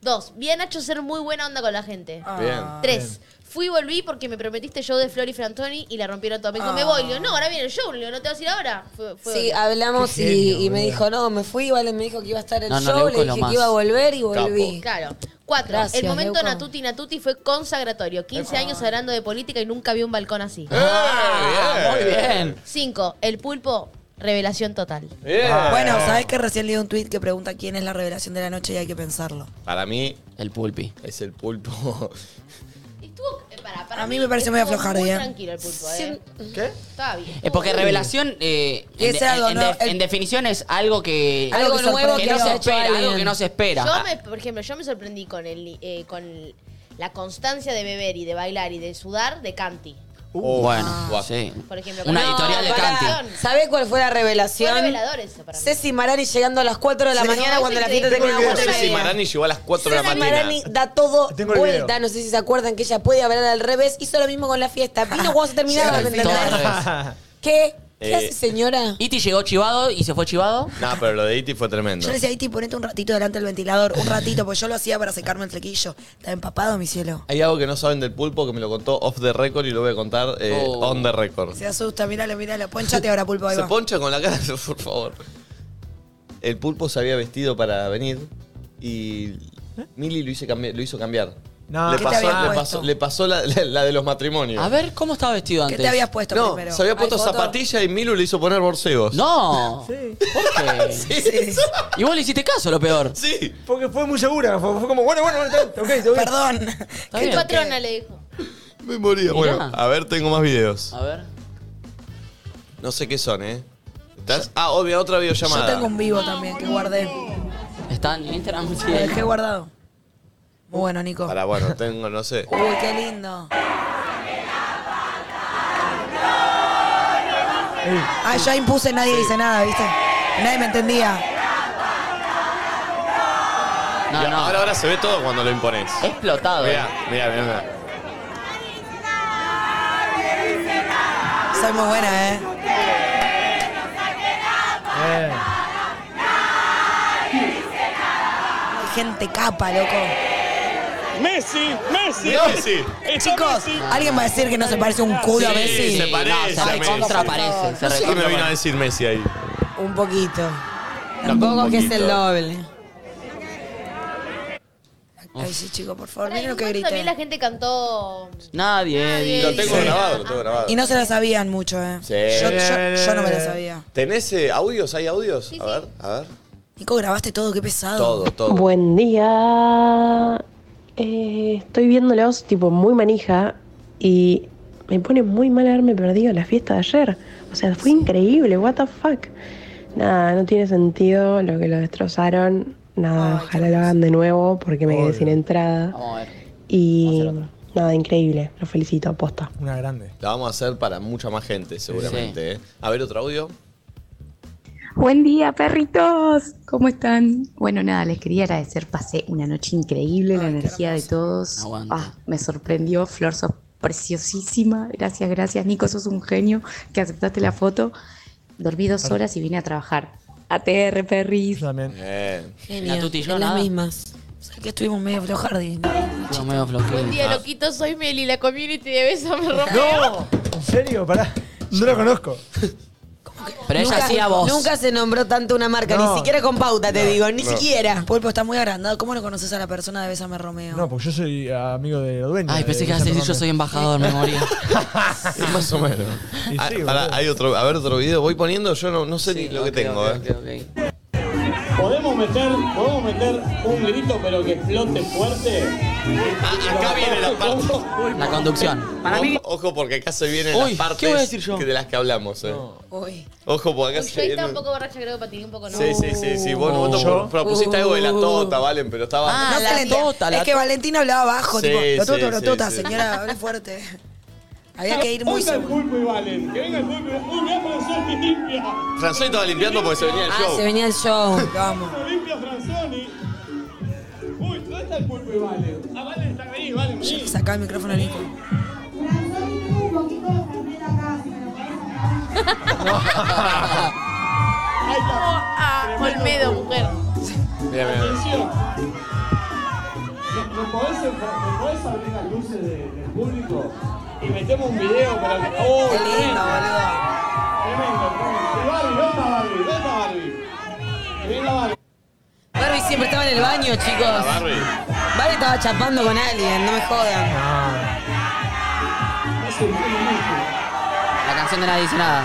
Dos, vi a Nacho ser muy buena onda con la gente. Ah. Ah, Bien. Tres, fui y volví porque me prometiste show de Flor y Frantoni y la rompieron toda. Me dijo, me voy. Le digo, no, ahora viene el show. Le digo, no te vas a ir ahora. Fue- fue Sí, hoy. hablamos Qué genio, y- y, me boludo. dijo, no, me fui, vale, me dijo que iba a estar el No, no, show, Leuco le es lo dije más. que iba a volver y volví. Claro. Cuatro, Gracias, el momento Leuco. Natuti Natuti fue consagratorio. 15 años hablando de política y nunca vi un balcón así. Eh, Ah, muy bien. Eh, Cinco, el pulpo, revelación total. Bien. Ah. Bueno, ¿sabes que recién leí un tweet que pregunta quién es la revelación de la noche y hay que pensarlo? Para mí El pulpi. es el pulpo. Estuvo, eh, para, para A mí me pareció muy estuvo aflojar, muy ¿eh? tranquilo el pulpo, eh. ¿Qué? Estaba bien. Es porque revelación, eh, en, Es de- algo, en- ¿no? en de- El- en definición, es algo que, Algo que nuevo que que no haya se hecho espera. Algo alguien. que no se espera. Yo, me, por ejemplo, yo me sorprendí con el eh, con la constancia de beber y de bailar y de sudar de Canti. Uh, bueno, guau. sí. Por ejemplo, Una con- editorial de No, Canti. pará. ¿Sabés cuál fue la Fue revelación? revelador eso para mí. Ceci Marani llegando a las 4 de la Sí, mañana no, cuando es la fiesta increíble. termina a las Tengo 4 de el la Ceci mañana. Marani llegó a las 4 de la Ceci mañana. Marani da todo Tengo el vuelta, video. no sé si se acuerdan que ella puede hablar al revés, hizo lo mismo con la fiesta, vino cuando se terminaba, ¿me Todo al entendés? revés. ¿Qué? ¿Qué Eh. hace señora? Iti llegó chivado y se fue chivado. No, pero lo de Iti fue tremendo. Yo le decía, Iti, ponete un ratito delante del ventilador, un ratito, pues yo lo hacía para secarme el flequillo. Está empapado, mi cielo. Hay algo que no saben del pulpo que me lo contó off the record y lo voy a contar eh, Oh. on the record. Se asusta, míralo, míralo. Ponchate ahora, pulpo, ahí Se va. poncha con la cara, por favor. El pulpo se había vestido para venir y Mili lo, hice cambi- lo hizo cambiar. No. le, ¿Qué te pasó, habías le, pasó, puesto? le pasó la, la- la de los matrimonios. A ver, ¿cómo estaba vestido ¿Qué antes? te habías puesto no, primero? se había ¿Hay puesto foto? zapatilla y Milu le hizo poner borcegos. No. Sí. ¿Por qué? Sí. Y vos le hiciste caso, lo peor. Sí. Porque fue muy segura. Fue, fue como, bueno, bueno, bueno, está- ok, está bien. Perdón. Está Qué bien. patrona le dijo. Me moría. Bueno, Mirá. a ver, tengo más videos. A ver. No sé qué son, ¿eh? ¿Estás? Ah, obvio, otra Yo videollamada. tengo un vivo también que guardé. Está en Instagram. sí. Lo dejé guardado. Muy bueno, Nico. Para, bueno, tengo, no sé. Uy, qué lindo. Ah, yo impuse, nadie dice nada, ¿viste? Nadie me entendía. Y No, Ahora, no. ahora se ve todo cuando lo impones. Explotado. Mira, mira, mira. Soy muy buena, ¿eh? Eh, Hay gente capa, loco. Messi, Messi. sí. Está Chicos, Messi. alguien va a decir que no se parece un culo a Sí, Messi. se parece No, se a recontra Messi. parece. Se No sé qué recontra me vino a parece. decir Messi ahí. Un poquito. Tampoco un que es poquito. el doble. Ay, sí, chicos, por favor, miren Ay, lo que igual También la grité. gente cantó. Nadie. Nadie. Lo tengo Sí. grabado, lo tengo grabado. Y no se la sabían mucho, ¿eh? Sí. Yo, yo- yo no me la sabía. ¿Tenés eh, audios? ¿Hay audios? A ver, a ver. Nico, grabaste todo, qué pesado. Todo, todo. Buen día. Eh, estoy viéndolos tipo muy manija y me pone muy mal haberme perdido la fiesta de ayer. O sea, fue increíble, what the fuck. Nada, no tiene sentido lo que lo destrozaron. Nada, Ay, qué ojalá lo hagan de nuevo porque me quedé sin entrada. Vamos a ver. Y Vamos a hacer nada, increíble. Los felicito, aposta. una grande. La vamos a hacer para mucha más gente, seguramente. ¿eh? A ver, otro audio. Buen día, perritos. ¿Cómo están? Bueno, nada, les quería agradecer. Pasé una noche increíble, la energía de todos. Aguante. Ah, me sorprendió. Flor, sos preciosísima. Gracias, gracias. Nico, sos un genio que aceptaste la foto. Dormí dos horas y vine a trabajar. ATR, perris. Yo también. Bien. La Tuti y yo, en las nada. mismas. Sabés que estuvimos medio flojardi. Ah, Yo medio Un Ah. día, loquito, soy Meli, la community de beso me rompió. ¡No! ¿En serio? Pará. No lo conozco. Pero ella Nunca- hacía voz. Nunca se nombró tanto una marca, No. ni siquiera con pauta, te No, digo, ni no. siquiera. Pulpo está muy agrandado. ¿Cómo no conoces a la persona de Bésame Romeo? No, porque yo soy ah, amigo de la dueña. Ay, pensé de que ibas a decir Santa yo soy embajador, me moría. Más o menos. Ah, pará, hay otro, a ver otro video. Voy poniendo, yo no, no sé ni lo que tengo. eh. ¿Podemos meter, podemos meter un grito pero que explote fuerte? Ah, acá viene la parte. La conducción. Ojo- Ojo, porque acá se vienen Uy, las ¿qué partes voy a decir yo? que de las que hablamos. eh. Uy. Ojo, porque acá Uy, se yo ahí vienen. estaba un poco borracha, creo que patiné un poco, ¿no? Sí, sí, sí, sí. Vos, vos ¿Yo? propusiste algo de la tota, Valen, pero estaba. Ah. No se le entiende. Es que Valentina hablaba bajo, tota, Sí, tipo, la tota, sí, la sí, tota, sí. señora, hable fuerte. Había que ir muy Venga el seguro. pulpo y Valen, que venga el pulpo y Valen. ¡Uy, mirá Franzoni, limpia! François estaba limpiando porque se venía el show. venía el show. Vamos. ¡Limpia Franzoni! ¡Uy, ¿dónde está el pulpo y Valen? ¡Ah, Valen está ahí, Valen! vení. Sacá el micrófono, Nico. Ay, no. Ah, Olmedo, mujer. Mira, mira, mira. Atención. ¿Me, me podés, me, me podés abrir las luces de- del público? Y metemos un video para que. ¡Oh, Qué tremendo! lindo, boludo. Tremendo, tremendo. Y Barbie, ¿dónde está Barbie? ¿Dónde está Barbie? Que venga Barbie. Barbie siempre estaba en el baño, Ah, chicos. Barbie. Barbie estaba chapando con alguien, no me jodan. No se entiende mucho. La canción de nadie dice nada.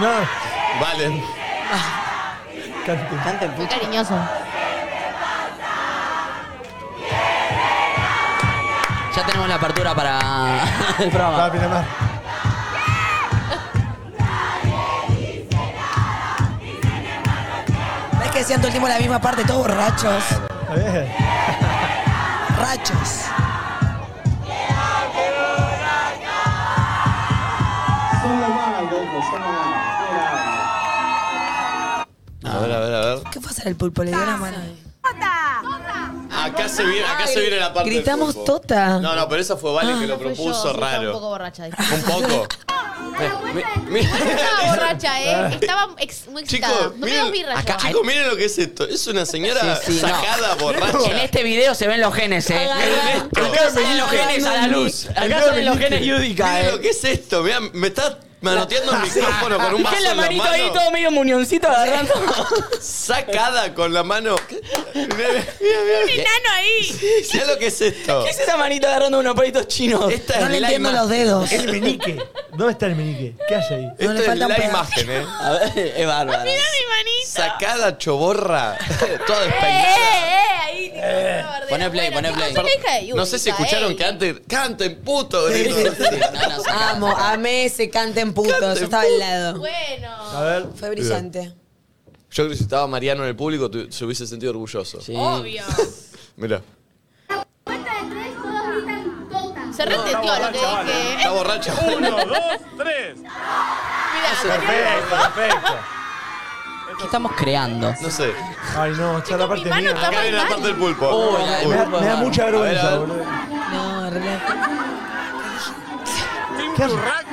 No, Valen. cante. Canta el Muy puto. cariñoso. Ya tenemos la apertura para el programa. Papi, nada más. ¿Ves que decían todo el tiempo la misma parte, todos borrachos? A ver. Rachos. Son lo más, loco, son lo más. Qué grande. A ver, a ver, a ver. ¿Qué fue a hacer el pulpo? Le dio la mano. Acá se viene, acá se viene la parte. del Gritamos pulpo. tota. No, no, pero esa fue Valen que lo Fui yo, propuso sí, Estaba un poco raro. borracha. disculpa. Un poco. Mi- mi- Estaba borracha, Ah. ¿eh? Estaba ex- muy excitada. Chicos, no me das miren, birra. acá- yo. chicos, miren lo que es esto. Es una señora Sí, sí, no. sacada, En borracha. este video se ven los genes, eh. Miren esto. Acá salen los genes a la luz. Acá salen los genes Yudica, Miren eh. lo que es esto. Mirá, me está manoteando el micrófono con un vaso Dejé la en la manito ahí mano. todo medio muñoncito agarrando. Sacada con la mano. Mirá, mirá, mirá. ahí! Mirá lo que es esto. ¿Qué es esa manito agarrando unos palitos chinos? Esta es No le la entiendo ima- los dedos. El menique. ¿Dónde está el menique? ¿Qué hace ahí? No le Esta es faltan la pedazos. imagen, eh. A ver, es bárbaro. Sacada choborra, toda ¡Eh, eh, despeinada. eh! Ahí, tipo, una bardera. Poné play, Bueno, poné chicos, play. soy la hija de No sé si Yudica, escucharon eh. que antes canten puto. Sí, sí, sí. No, no, sacada. Amo, amé ese canten puto. Canten Yo estaba al lado. Bueno. A ver. Fue brillante. Yo creo que si estaba Mariano en el público tu- se hubiese sentido orgulloso. Sí. Obvio. Mirá, Se reentendió lo que dije. Eh, está borracha. Uno, dos, tres. Mirá, Perfecto, perfecto. ¿Qué estamos creando? No sé. Ay, no, está la parte mi mano mía. está- Acá viene la parte del pulpo. Oh, la del Me da, Uy. me da mucha A vergüenza, ver, a boludo. No, relaja. Sin turraca.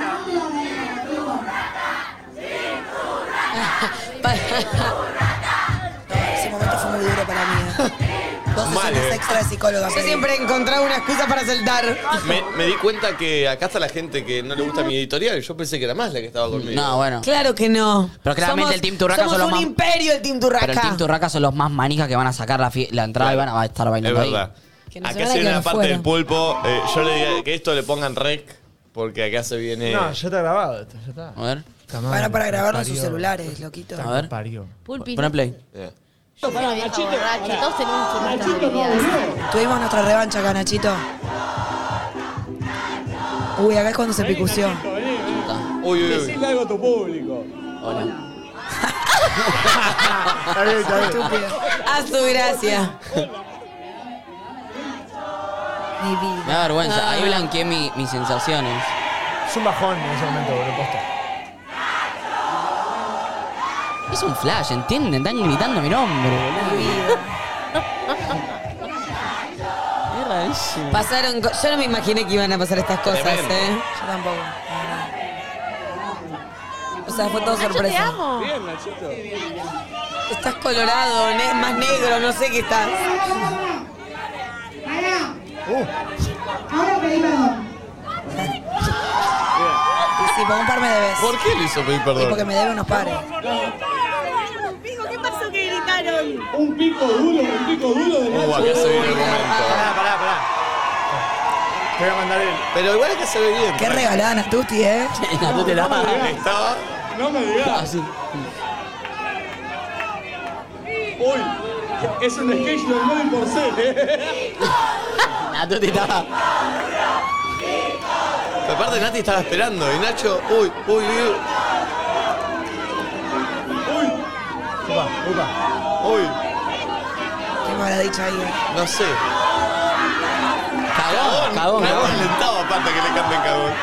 Ese momento fue muy duro para mí. eh. Dos Mal, sesiones eh. extra de psicóloga. Yo pedí. siempre encontraba una excusa para saltar. Me, me di cuenta que acá está la gente que no le gusta mi editorial. Yo pensé que era más la que estaba conmigo. No, bueno. Claro que no. Pero claramente Somos- el Team Turraca somos son los un más- imperio el Team Turraca. Pero el Team Turraca son los más manijas que van a sacar la, fie- la entrada y van a estar Es bailando ahí. verdad. Que nos Acá van a se viene quedar la parte fuera. del pulpo. Eh, yo le diría que esto le pongan rec, porque acá se viene. No, ya está grabado esto, ya está. A ver. Para, para grabarlo en sus celulares, loquito. A ver. Parió. Pulpi. Poné play. Bien. Una vieja borracha. Todos tenemos sus responsabilidades. Tuvimos nuestra revancha acá, Nachito. Uy, acá es cuando se picució. Nachito, vení, vení. Uy, uy, uy. Decirle algo a tu público. Hola. Está bien, está bien. Estúpido. A su gracia. Mi vida. Me da vergüenza. Ahí blanqueé mi- mis sensaciones. Es un bajón en ese momento, boludo, posta. Es un flash, ¿entienden? Están gritando mi nombre, boludo. Es rarísimo. Pasaron. co- Yo no me ¿eh? imaginé que iban a pasar estas cosas, Tremendo. ¿eh? Yo tampoco. O sorpresa, fue todo Nacho, te sorpresa. amo. Bien, Nachito. Estás colorado, ne- más negro, no sé qué estás. Ahora pedí perdón. Y sí, por un par me debes. ¿Por qué le hizo pedir Y perdón? porque me debe unos pares. ¿Qué pasó que gritaron? Un pico duro, un pico duro de Uh, acá se viene el momento. Pará, pará, pará. Te voy a mandar el. Pero igual acá se ve bien. Qué regalada Nastuti, ¿eh? Nastuti la- Estaba. No me digas. Así. Uy, es un sketch de Mori Porcel, ¿eh? Natuti estaba. Aparte Nati estaba esperando y Nacho, uy, uy, uy, Upa, upa. uy, ¿Qué me habrá dicho ahí? eh? no sé. Cagón, cagón, Nati cagón. alentaba aparte que le canten cagón.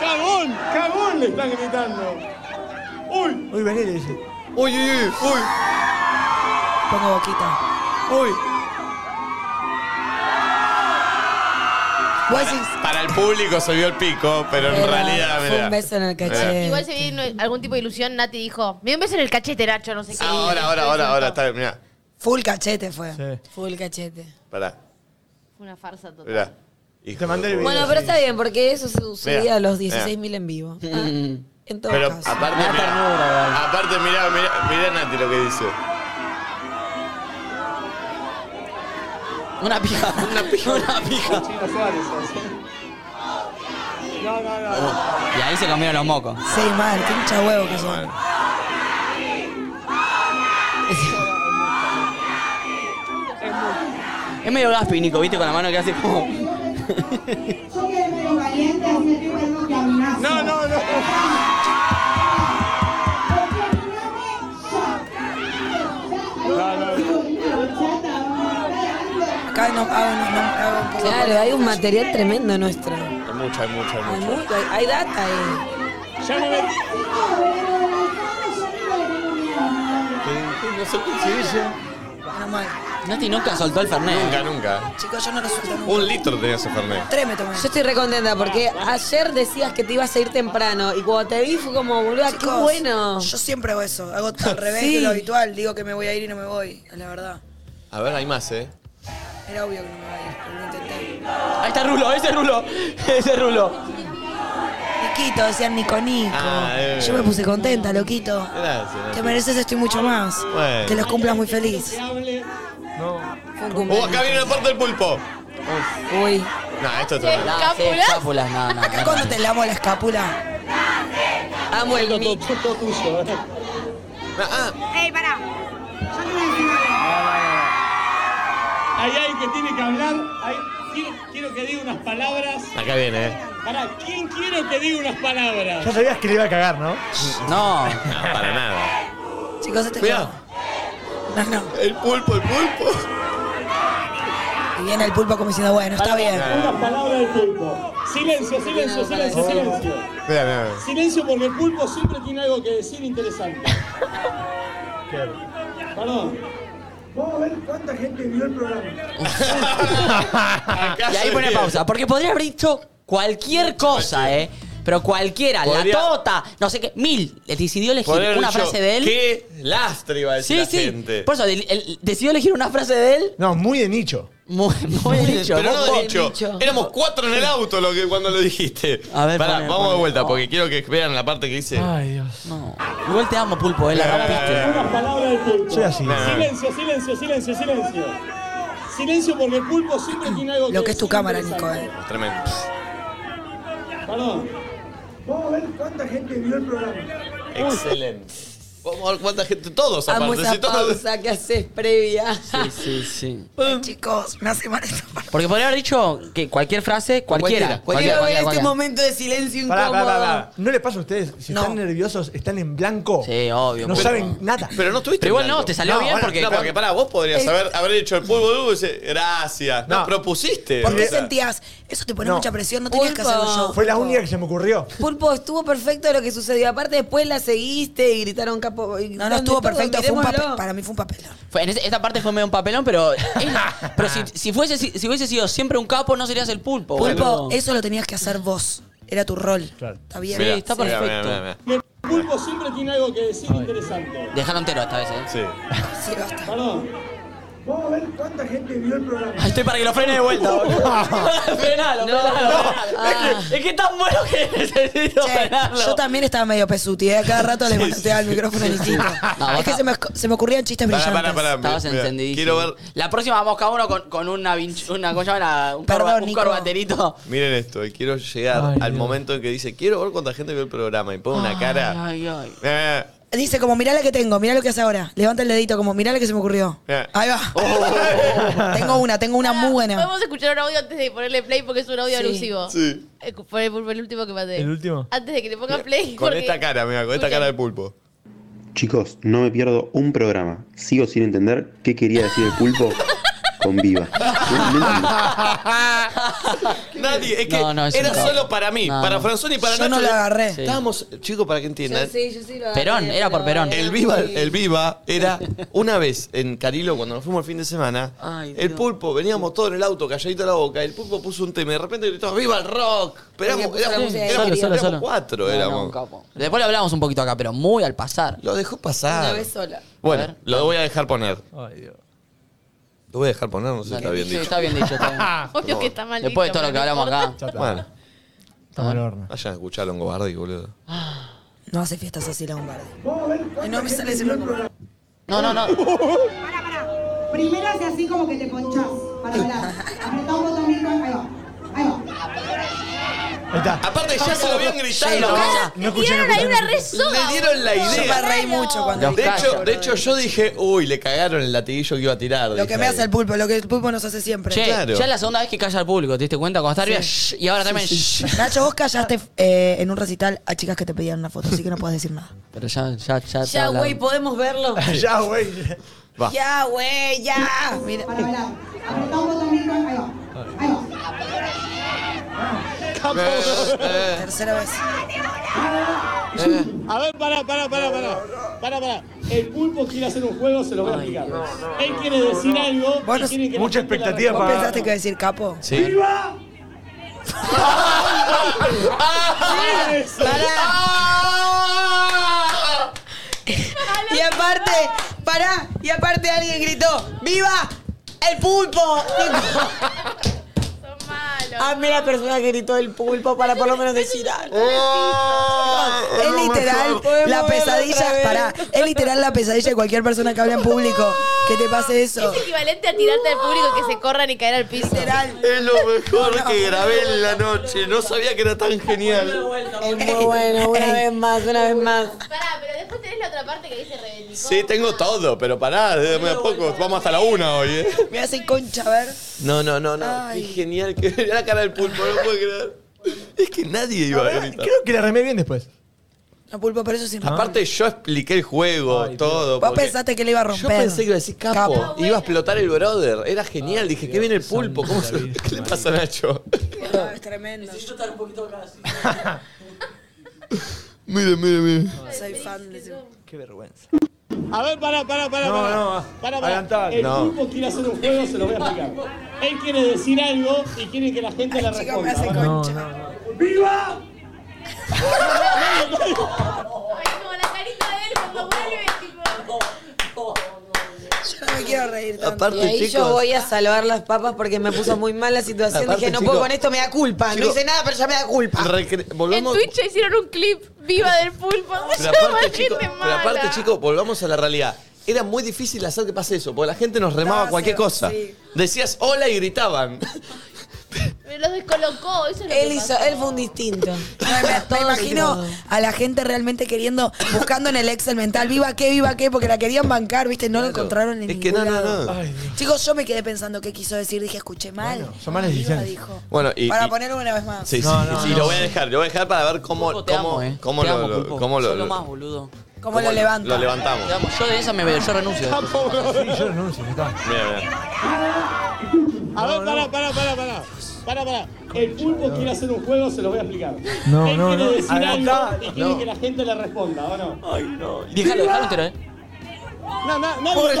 ¡Cagón! ¡Cagón! Le están gritando. ¡Uy! Uy, vení, le dice. Uy, uy, uy, uy, Pongo boquita. uy. Vos decís, Para el público se vio el pico, pero en Era- realidad, fue mira. un beso Eh. en el Mirá. caché. Igual se vi algún tipo de ilusión, Nati dijo, me dio un beso en el cachete, Nacho, no sé qué. Ahora, ahora, ahora, ahora, está bien, mirá. Full cachete fue. Sí. Full cachete. Pará, Fue una farsa total. mirá. Hijo Te mandé de el puta. video. Bueno, pero está bien, porque eso sucedía Mira, a los 16.000 en vivo. Mm. En todo Eh. Pero caso. aparte, Me da ternura, igual. mirá, aparte mirá, mirá, mirá Nati lo que dice. Una pija. Una pija. Una pija. Chino Suárez, así. No, no, no. Y ahí se comieron los mocos. Sí, mal, qué hincha huevo que son. Es medio gaspi, Nico, viste, con la mano que hace como. Yo que medio caliente, así me estoy poniendo que amenazo. No, no, no. Acá no hago, no, no hago un poco. Claro, hay un material tremendo nuestro. Hay mucha, hay mucha, hay Hay, mucha. mucho, hay, hay data ahí. Ya no me... No sé qué dice. Menos mal. Nati nunca soltó el Fernet. Nunca, nunca. Chicos, yo no resulta nunca. Un litro tenía ese Fernet. Tres me tomé. Yo estoy recontenta porque ayer decías que te ibas a ir temprano y cuando te vi fue como, boludo, qué Chicos, bueno. Yo siempre hago eso. Hago al revés Sí. de lo habitual. Digo que me voy a ir y no me voy. La verdad. A ver, hay más, ¿eh? Era obvio que no me iba a ir, pero lo intenté. Ahí está Rulo, ese es Rulo. Ese es Rulo. Niquito, decían Nico Nico. Ah, eh. Yo me puse contenta, loquito. Gracias. Te mereces esto y mucho más. Bueno. Que los cumplas muy feliz. Fue un Uh, cumpleaños. acá viene la parte del pulpo. Uy. No, esto es tremendo. Ah, sí, ¿Cápulas? cápulas, no, no. Acá cuando te lamo la escápula. Amo el Todo, Nico. todo, todo tuyo. ¿eh? Ah, Ey, pará. Yo te voy a decir algo. Hay alguien que tiene que hablar. Hay- Quiero, quiero que diga unas palabras. Acá viene, ¿eh? Pará, ¿quién quiero que diga unas palabras? Ya sabías que le iba a cagar, ¿no? No. No, para nada. Chicos, este Mirá. No, no. El pulpo, el pulpo. Y viene el pulpo como diciendo, bueno, está bien. Unas palabras del pulpo. Silencio, silencio, silencio, silencio. Mira, mira, mira. Silencio porque el pulpo siempre tiene algo que decir interesante. Perdón. Vamos a ver cuánta gente vio el programa. Acá Y ahí se pone viene. pausa. Porque podría haber dicho cualquier cosa, ¿eh? Pero cualquiera, Podría- la tota, no sé qué, mil. Le decidió elegir Podría haber una dicho, frase de él. Qué lastre iba a decir Sí, la sí. gente. Por eso, del- el- decidió elegir una frase de él. No, muy de nicho. Muy, muy dicho. Pero no Vos- de dicho. Éramos cuatro en el auto lo que, cuando lo dijiste. A ver, Oh. Pará, poné, vamos de poné. vuelta porque quiero que vean la parte que dice. Ah, Ay, Dios. No. Igual te amo, Pulpo, ¿eh? Ah, La rompiste. Unas palabras del pulpo. Soy así. Silencio, silencio, silencio, silencio. Silencio porque el pulpo siempre tiene algo que decir Lo que es tu cámara, Nico, interesante. eh. Tremendo. Perdón. Vamos a ver cuánta gente vio el programa. Excelente. Vamos a ver cuánta gente. Todos Amo aparte. esa sí, todos. pausa que haces previa. Sí, sí, sí. Eh. Ay, chicos, me hace mal esta parte. Porque podría haber dicho que cualquier frase, cualquiera. Cualquiera, Cualquiera, Quiero ver cualquiera. este cualquiera. momento de silencio Pará, incómodo. pará, pará, pará. ¿No le pasa a ustedes? Si No. están nerviosos, están en blanco. Sí, obvio, No pero- saben nada. Pero no estuviste. Pero igual en blanco. no, te salió bien bueno, porque- No, porque pará, vos podrías haber, haber hecho el pulpo duro y dice, gracias. No, No. propusiste. ¿Por o qué sea. sentías? Eso te pone Eh, No. mucha presión, no tenías que hacerlo Pulpo. yo. Fue la única que se me ocurrió. Pulpo, estuvo perfecto lo que sucedió. Aparte, después la seguiste y gritaron capo. y No, gritaron no de estuvo todo, perfecto, fue un mirémoslo. papel. Para mí fue un papelón. Fue- en ese- esta parte fue medio un papelón, pero. es la- pero si, si fuese, si, si hubiese sido siempre un capo, no serías el pulpo. Pulpo, boludo. eso lo tenías que hacer vos. Era tu rol. Está bien. Sí, está perfecto. Los pulpos siempre tienen algo que decir interesante. Dejaron entero esta vez, ¿eh? Sí. Sí, basta. Perdón. Vamos a ver cuánta gente vio el programa. Estoy para que lo frene de vuelta, boludo. frenalo, frenalo, frenalo. Es, que, es que es tan bueno que necesito Che, frenarlo. yo también estaba medio pesuti, ¿eh? Cada rato le manoteaba el micrófono distinto. es que se me, se me ocurrían chistes brillantes. Estabas encendidísimo. Quiero ver. La próxima vamos cada uno con, con una vinch, una, ¿cómo se llama? Una- un, corba- un corbaterito. Miren esto, y quiero llegar al momento en que dice, quiero ver cuánta gente vio el programa y pone una cara. Ay, ay. Eh, Dice, como mirá la que tengo, mirá lo que hace ahora. Levanta el dedito, como mirá la que se me ocurrió. eh. Ahí va. Oh, tengo una, tengo una muy buena. Vamos a Ah, escuchar un audio antes de ponerle play porque es un audio Sí. alusivo. Sí. Eh, Fue el, fue el último que mandé. ¿El último? Antes de que le ponga play. Con porque- esta cara, mira, con esta cara de pulpo. Chicos, no me pierdo un programa. Sigo sin entender qué quería decir el pulpo con viva. No- no entiendo. Nadie, es que No, no, es era un capo. solo para mí, No, para no. Franzoni y para Yo no Nacho. lo agarré. Sí. Estábamos, chicos, para que entiendan. Perón, era por Perón. El viva, el viva era una vez en Carilo, cuando nos fuimos el fin de semana, el pulpo, veníamos todos en el auto, calladito la boca, el pulpo puso un tema y de repente gritó, ¡Viva el rock! Pero éramos, Porque puso la éramos- música de éramos- Solo, solo, éramos solo. cuatro, No, no, éramos. un capo. Después lo hablamos un poquito acá, pero muy al pasar. Lo dejó pasar. Una vez sola. A Bueno, ver. lo voy a dejar poner. Ay, Dios. Lo voy a dejar poner, no sé si Dale. está bien Sí, dicho. está bien dicho, está bien. Obvio que está mal. Después de dicho, todo lo que pero no hablamos acá. importa. Bueno, Estamos al horno. vayan a escuchar a Longobardi, boludo. No hace fiestas así la bombarde. Vamos a ver cuánta No gente me vio sale ese el programa. No, no, no. Primero hace así como que te ponchás. Para, para. Apretá un botoncito. Ahí va. Ahí va. Aparte, ya se lo habían gritado. Lo calla. No escuché, no escuché. Le dieron la Yo me idea. reí mucho De cuando. Los hecho, callos, de hecho, yo dije, uy, le cagaron el latiguillo que iba a tirar. Lo que me hace el pulpo. pulpo, lo que el pulpo nos hace siempre. Che, Claro. ya es la segunda vez que calla al público, ¿te diste cuenta? Cuando está arriba, shh, y ahora también, shh. Nacho, vos callaste eh, en un recital a chicas que te pedían una foto, así que no podés decir nada. Pero ya, ya, ya. Ya, güey, podemos verlo. Ya, güey. Va. Ya, güey, ya. Mira. Para, para. Apretá un botoncito. Ahí va. Ahí va. Eh, Tercera vez. A ver, pará, pará, pará, pará. Pará, pará. El pulpo quiere hacer un juego, se lo voy a explicar. Él quiere decir algo. y Bueno, quiere que la mucha gente la expectativa ¿Vos para- pensaste que iba a decir capo? Sí. ¡Viva! ¡Ah! Y aparte, pará, y aparte alguien gritó, ¡Viva el pulpo! Ah, mira la persona que gritó el pulpo para por lo menos decir algo. eh. Es literal la Podemos verlo pesadilla, otra vez. pará, es literal la pesadilla de cualquier persona que habla en público. Que te pase eso. Es equivalente a tirarte al público y que se corran y caer al piso. Literal. Es lo mejor que grabé en la noche. No sabía que era tan genial. Es muy bueno, una vez más, una vez más. Pará, pero después tenés la otra parte que dice reivindicó. Sí, tengo todo, pero pará, déjame a poco. Vamos hasta la una hoy, ¿eh? Me hace concha, a ver. No, no, no, no. Ay. Qué genial. Que era la cara del pulpo, no puedo creer. Es que nadie iba a gritar. Creo que la remé bien después. No, pulpo, pero eso Ah. sí. no. Aparte, yo expliqué el juego, todo. Vos porque- pensaste que le iba a Yo romper. pensé que iba a decir Ah, capo. Capo. Iba a explotar el brother. Era genial. Dije, ¿qué viene el pulpo? ¿Cómo se- ¿Qué le pasa a Nacho? Ah, es tremendo. Mire, mire, mire. Soy fan de ese- Qué vergüenza. A ver, pará, pará, pará. No, pará. no, va. Pará, Adelantá. El No. pulpo quiere hacer un juego, se lo voy a explicar. Él quiere decir algo y quiere que la gente la Chica, me hace responda. concha. ¡Viva! Ay, como la carita de él cuando vuelve, tipo. Yo no me quiero reír tanto. Y Aparte, ahí chicos. yo voy a salvar las papas porque me puso muy mal la situación. Aparte, Dije, no chico, puedo con esto, me da culpa. chico, no hice nada, pero ya me da "Ah, culpa. recre- En Volvamos. Twitch ya hicieron un clip viva del pulpo. Pero Yo aparte, me chicos, gente pero aparte, mala. chicos, volvamos a la realidad. Era muy difícil hacer que pase eso, porque la gente nos remaba No, cualquier sí, cosa. sí. Decías hola y gritaban. Pero los descolocó, eso es lo Él que hizo, pasó. él fue un distinto. Me, me Todo imagino lo que- a la gente realmente queriendo, buscando en el Excel mental, viva qué, viva qué, porque la querían bancar, ¿viste? No lo encontraron en Es ningún que no, no, lado. no. Ay, Dios. Chicos, yo me quedé pensando qué quiso decir, dije, escuché mal. son malas Viva, decisiones. dijo. Bueno, y. Para y- ponerlo una vez más. Sí, sí, No, no, sí, no. lo voy a dejar, lo voy a dejar para ver cómo, Pulpo, te cómo, amo, eh. cómo Te lo, amo, lo- Pulpo. cómo lo- Sos lo más, boludo. ¿Cómo, lo levanta? Lo levantamos. Te amo, Yo de esa me veo, yo renuncio. Sí, yo renuncio, ya está. Mira, mira. A ver, pará, pará, pará, pará. Pará, pará. El pulpo quiere hacer un juego, se lo voy a explicar. No, Él no, quiere no. decir algo Adelantá. y quiere que la gente le responda, ¿o no? Déjalo, déjalo entero, eh. No, no, no, no,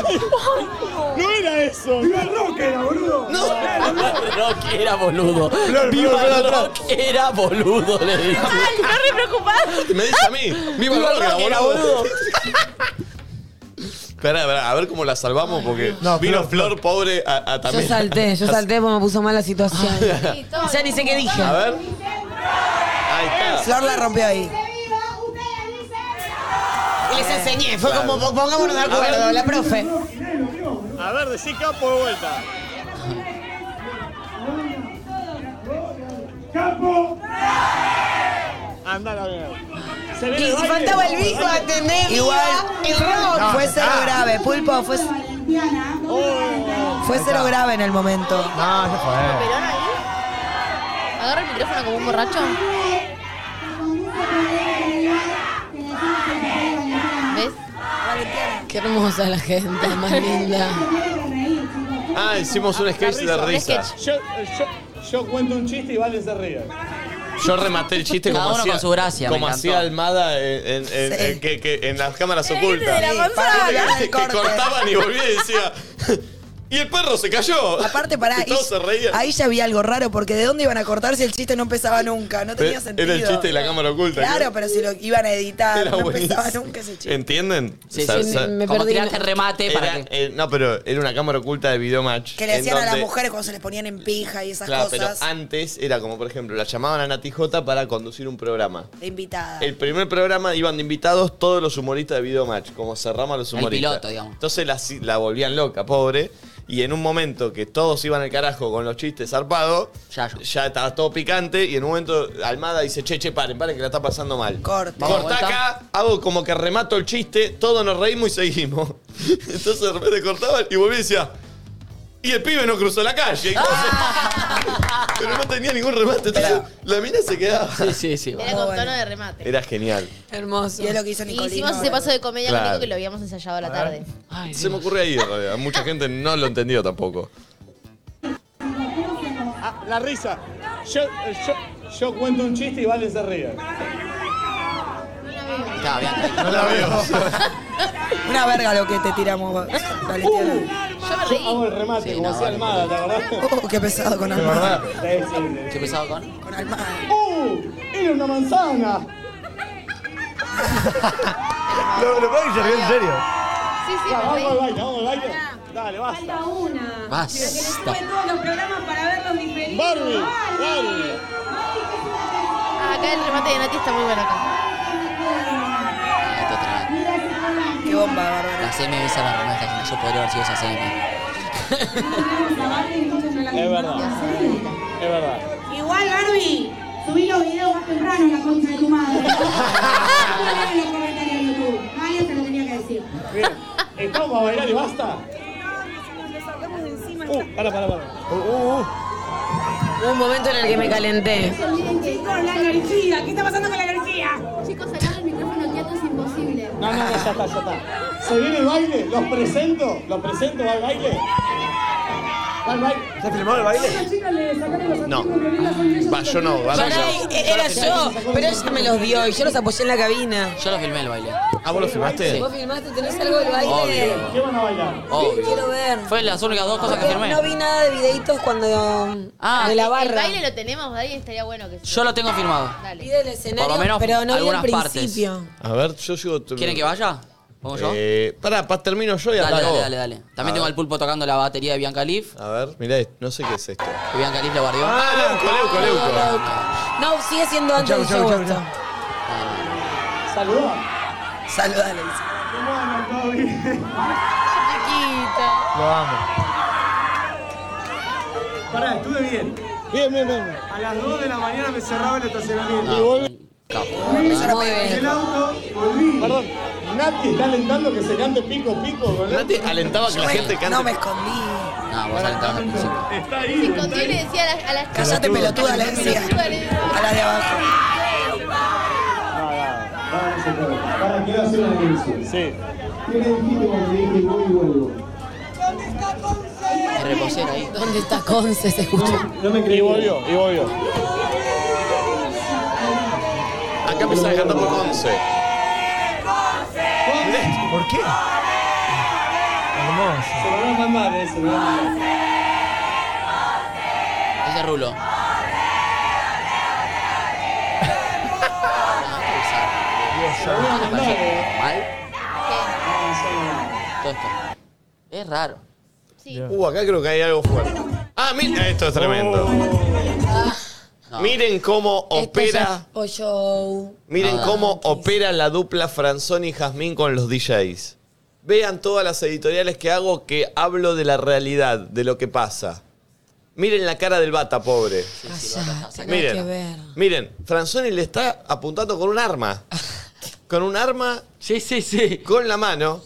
no era eso. Viva Rock era, boludo. No, Rock era boludo. Flor, Viva Flor, Flor, el rock era boludo, le dije. no re preocupada. Me dice a mí. Viva el rock, era boludo. Espera, espera, a ver cómo la salvamos porque vino Flor, pobre a, a Yo también. salté, yo salté porque me puso mal la situación. Ay. Ya ni sé qué dije. A ver. Ahí está. Flor la rompió ahí. Y les enseñé, fue Claro. como pongámonos de acuerdo, la profe. A ver, decí campo de vuelta. ¡Campo! Andá la verga. Se viene Y baile. faltaba el bico a tener Igual. el rock. No, fue cero ah. grave, Pulpo, fue, fue cero grave en el momento. No, ya Ah, fue. ¿Perón ahí? ¿Agarra el micrófono como un borracho? ¿Ves? Qué hermosa la gente, más linda. Ah, hicimos un sketch de risas. Yo, yo, yo cuento un chiste y Valen se ríe. Yo rematé el chiste Cada como uno hacía, con su gracia, me como encantó. hacía Almada en, en- en- en- que, que- en las cámaras ocultas. de la manzana, Viste del que corte. cortaban y volvía y decía. Y el perro se cayó. Aparte, pará, Y todos y- se reían. ahí ya había algo raro, porque ¿de dónde iban a cortar si el chiste no empezaba nunca? No tenía Era sentido. el chiste de la cámara oculta. Claro, que pero si lo iban a editar, Era no empezaba buenísimo. nunca ese chiste. ¿Entienden? Sí, sí, me Como perdí. tiraste remate Era- para que- eh, no, pero era una cámara oculta de Videomatch. Que le en hacían a las donde- mujeres cuando se les ponían en pija y esas Claro, cosas. pero antes era como, por ejemplo, la llamaban a Nati Jota para conducir un programa. De invitada. El primer programa iban de invitados todos los humoristas de Videomatch, como cerramos a los El humoristas. piloto, digamos. Entonces la, si- la volvían loca, pobre. Y en un momento que todos iban al carajo con los chistes zarpados, ya, estaba todo picante. Y en un momento Almada dice, che, che, paren, paren, que la está pasando mal. Corte. Cortá acá, hago como que remato el chiste, todos nos reímos y seguimos. Entonces de repente cortaban y volví y decía, y el pibe no cruzó la calle. Entonces- pero no tenía ningún remate. Entonces la mina se quedaba. Sí, sí, sí. Era con tono de remate. Era genial. Hermoso. Y es lo que hizo Y Nicolino. hicimos ese paso de comedia Claro. con Nico que lo habíamos ensayado a la tarde. se me ocurre ahí, en realidad. Mucha gente no lo entendió tampoco. Ah, la risa. Yo, yo, yo cuento un chiste y Valen se ríe. No la veo. Una verga lo que te tiramos, Valentiana. Yo me reí. Hago el remate, como hacía Almada, ¿te Uh. acordás? Oh, qué pesado con Almada. verdad. ¿Qué pesado con? Con Almada. ¡Uh! ¡Era una manzana! Lo, lo peor es que se rió en serio. Sí, sí, Vamos al me reí. baño, vamos al baño. Dale, basta. una. Basta. Pero que les fue todos los programas para verlos diferidos. Barbie, Barbie. Barbie. Ah, acá el remate de Nati está muy bueno acá. Qué bomba, Bárbara. La CM besa la remata, que yo podría haber sido esa CM. Es verdad. Es verdad. Igual, Barbie, subí los videos más temprano en la concha de tu madre. Ponelo en los comentarios de YouTube. Nadie te lo tenía que decir. Bien. Estamos a bailar y basta. Uh, para, para, para. Hubo un momento en el que me calenté. Chicos, la energía. ¿Qué está pasando con la energía? Chicos, sacar el micrófono quieto es imposible. No, no, no, ya está, ya está. Se viene el baile, los presento, los presento, va al baile. Va al baile. ¿Se filmó el baile? No. Va, yo no, va, Pará, yo. e- era yo, pero ella me los dio y yo los apoyé en la cabina. Yo lo filmé el baile. Ah, vos lo filmaste. ¿Vos filmaste? ¿Tenés algo del baile? Obvio. ¿Qué van a bailar? Obvio. Quiero ver. Fue las únicas dos cosas que Porque firmé. Este No vi nada de videitos cuando. de la El barra. baile lo tenemos, Dani, estaría bueno que Yo lo tengo firmado. Dale. Vi del escenario, Por lo menos pero no vi al algunas partes. principio. A ver, yo sigo. ¿Quieren que vaya? ¿Vamos yo? Eh, pará, pa- termino yo y Dale, arranco. dale, dale, dale. También A tengo ver. al pulpo tocando la batería de Bianca Leaf. A ver, mirá, esto, no sé qué es esto. Que Bianca Leaf la guardió. Ah, Leuco, Leuco, Leuco. No, sigue siendo antes del show esto. Saludó. Saludale. ¿Cómo andan? ¿Todo bien? Chiquita. Lo amo. Pará, estuve bien. Bien, bien, bien. A las 2 de la mañana me cerraba el estacionamiento. No. Y volví. Muy en el bien. auto, volví. Perdón. Nati está alentando que se cante pico pico, boludo. Nati alentaba que la gente cante. No me escondí. No, vos alentabas al principio. Está Se ahí. está escondió y ahí. le decía a las. A las Cállate, pelotuda, le decía. Pelotuda, le decía. A la de abajo. No, no, no, no se puede. Para, quiero hacer una denuncia. Sí. ¿Qué le dijiste cuando le dije voy y vuelvo? Es reposera ahí. ¿Dónde está Conce? Se escucha. No me creí. Y volvió, y volvió. Acá empezás a cantar por 11. ¿Por qué? hermoso. Se lo van a mamar, eh, se lo van a mamar. Es de Rulo. Dios, ¿Mal? yo- Todo esto. Es raro. Uh, acá creo que hay algo fuerte. Ah, mira, esto es tremendo. Ah. Miren cómo opera, O show. miren Ah. cómo opera la dupla Franzoni y Jazmín con los DJs. Vean todas las editoriales que hago que hablo de la realidad, de lo que pasa. Miren la cara del bata, pobre. Miren. que ver. Miren, Franzoni le está apuntando con un arma. Con un arma. Sí, sí, sí. Con la mano.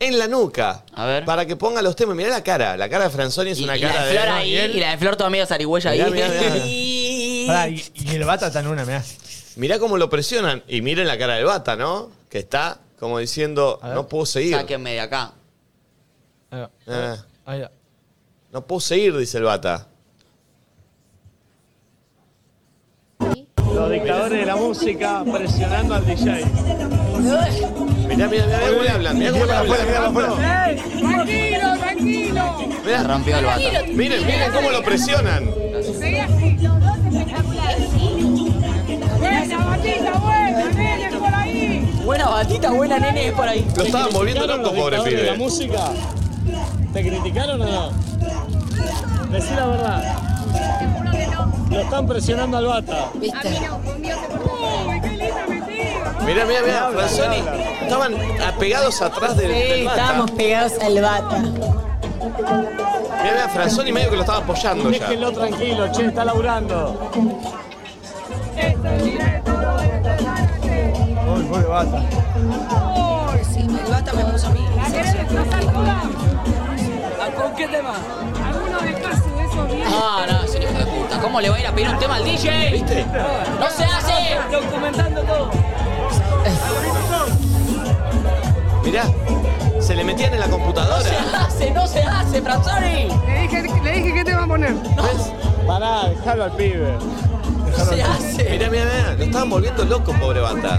En la nuca. A ver. Para que ponga los temas. Mirá la cara. La cara de Franzoni es una y cara la de Flor ahí, y la de Flor toda medio zarigüeya ahí. Mirá, mirá, mirá. Pará, y, y el bata está en una, mirá. Mirá cómo lo presionan. Y miren la cara del bata, ¿no? Que está como diciendo, no puedo seguir. Sáquenme de acá. Eh, no puedo seguir, dice el bata. Los dictadores de la música presionando al DJ. Mirá, mirá, mirá cómo le hablan. Mirá cómo le hablan. Tranquilo, tranquilo. Mirá. Rompió el vato. Miren, miren cómo lo presionan. Buena batita, buena, nene, por ahí. Buena batita, buena nene, por ahí. Lo estaban volviendo loco, pobre de la pibe. música? ¿Te criticaron o no? Decí la verdad. Lo están presionando al bata. Mirá, mirá, mirá. Franzoni. Estaban apegados atrás del, del bata. estábamos pegados al bata. Mirá, mirá, Franzoni medio que lo estaba apoyando ya. Déjenlo tranquilo, che, está laburando. Uy, pobre bata. Sí, el bata me puso a mí. ¿La querés desplazar toda? ¿Con qué tema? Alguno de paso, de esos bien. No, Ah, no, es un hijo de puta. ¿Cómo le va a ir a pedir un tema al DJ? ¿Viste? ¡No se hace! Documentando todo. Mirá, se le metían en la computadora. hace, no se hace, Franzoni! Le dije, le dije qué tema poner. Pará, dejalo al pibe. se hace. Mirá, mirá, mirá, lo estaban volviendo loco, pobre bata.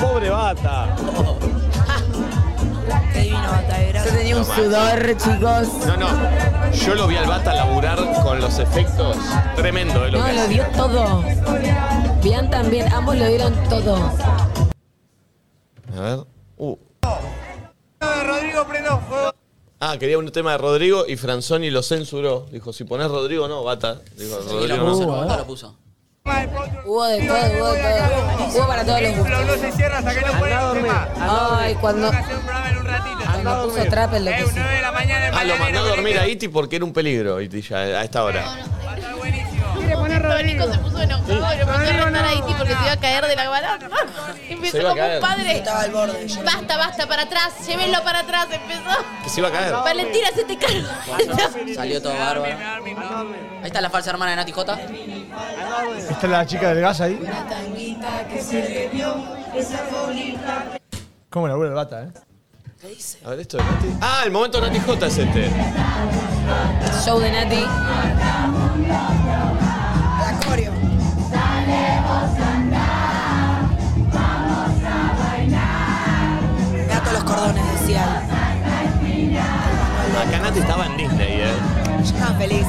Pobre bata. Qué divino bata, de Yo tenía un No, sudor, chicos. No, no, yo lo vi al bata laburar con los efectos. Tremendo, ¿eh? Lo No, que lo hacía. dio todo. Bien también, ambos lo dieron todo. A ver. Uh. Rodrigo prendo fuego. Ah, quería un tema de Rodrigo y Franzoni lo censuró. Dijo, si ponés Rodrigo, no, bata. Dijo, Y Rodrigo lo ¿eh? puso, lo no. puso, lo puso. Hubo de todo, hubo de todo. Hubo para todos los gustos. No se cierra hasta que no Andá a dormir. Ay, cuando. Cuando puso trap en lo que sí. Ah, lo mandó a dormir a Iti porque era un peligro, Iti, ya, a esta hora. Quiere poner Rodrigo. se puso enojado, le puso a retar a Iti porque se iba a caer de la barata. Empezó iba a como caer. un padre. Estaba al borde. Basta, basta, para atrás, llévenlo para atrás, empezó. Que se iba a caer. Valentina, se te cargo. Salió todo bárbaro. Ahí está la falsa hermana de Nati J. Ah, Está la chica del gas ahí. ¿Cómo la el bata, eh? A ver, esto de Nati. Ah, el momento Nati J es este. Show de Nati. La coreo. Gato los cordones, decía. Acá Nati estaba en Disney, ¿eh? Yo estaba feliz.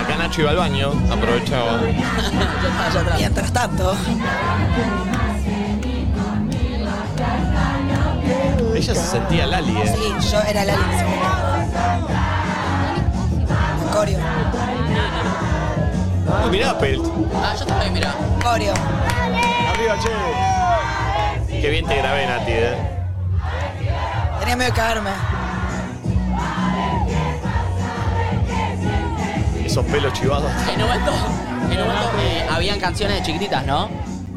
Acá Nacho iba al baño, aprovechaba. Mientras tanto. Ella se sentía Lali, ¿eh? Sí, yo era la Lali. Corio. Uy, mirá, Pelt. Ah, yo también, mirá. Corio. Arriba, che. Qué bien te grabé, Nati, ¿eh? Tenía miedo de caerme. Esos pelos chivados. En un momento, en un momento eh, habían canciones de chiquititas, ¿no?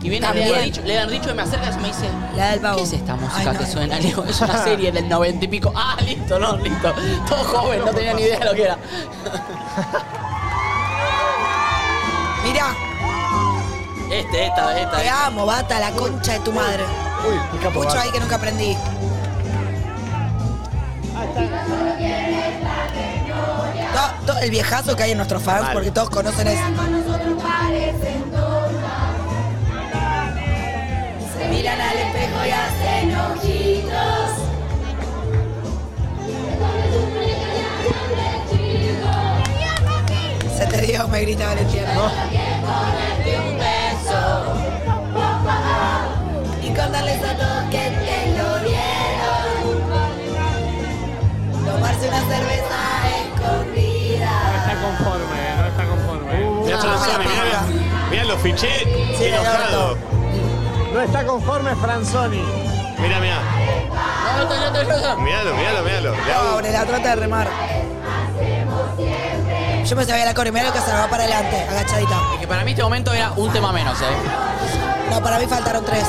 Y viene También. le han dicho, le han dicho y me acercas y me dice, La del pavo. ¿qué es esta Ay, música no, eh. que no. suena? Le digo, es una serie del noventa y pico. Ah, listo, no, listo. Todo joven, no tenía ni idea de lo que era. Mirá, Este, esta, esta. te esta. amo, bata, la concha de tu madre. Uy, capo. Mucho bata. ahí que nunca aprendí. To- to- el viejazo que hay en nuestros fans, Mal. porque todos conocen eso. Miran al espejo y hacen me gritaba Letiana. Y contarles a todos que te lo dieron. Tomarse una cerveza escondida. está conforme, no está conforme. Mirá, solo sabe, mirá, mirá. Mirá, lo fiché enojado. No está conforme Franzoni. Mirá, mirá. Míralo, míralo, míralo. Le hago- Pobre, la trata de remar. Yo me sabía la core, mirá lo que se nos va para adelante, agachadita. Que para mí este momento era un tema menos, ¿eh? No, para mí faltaron tres.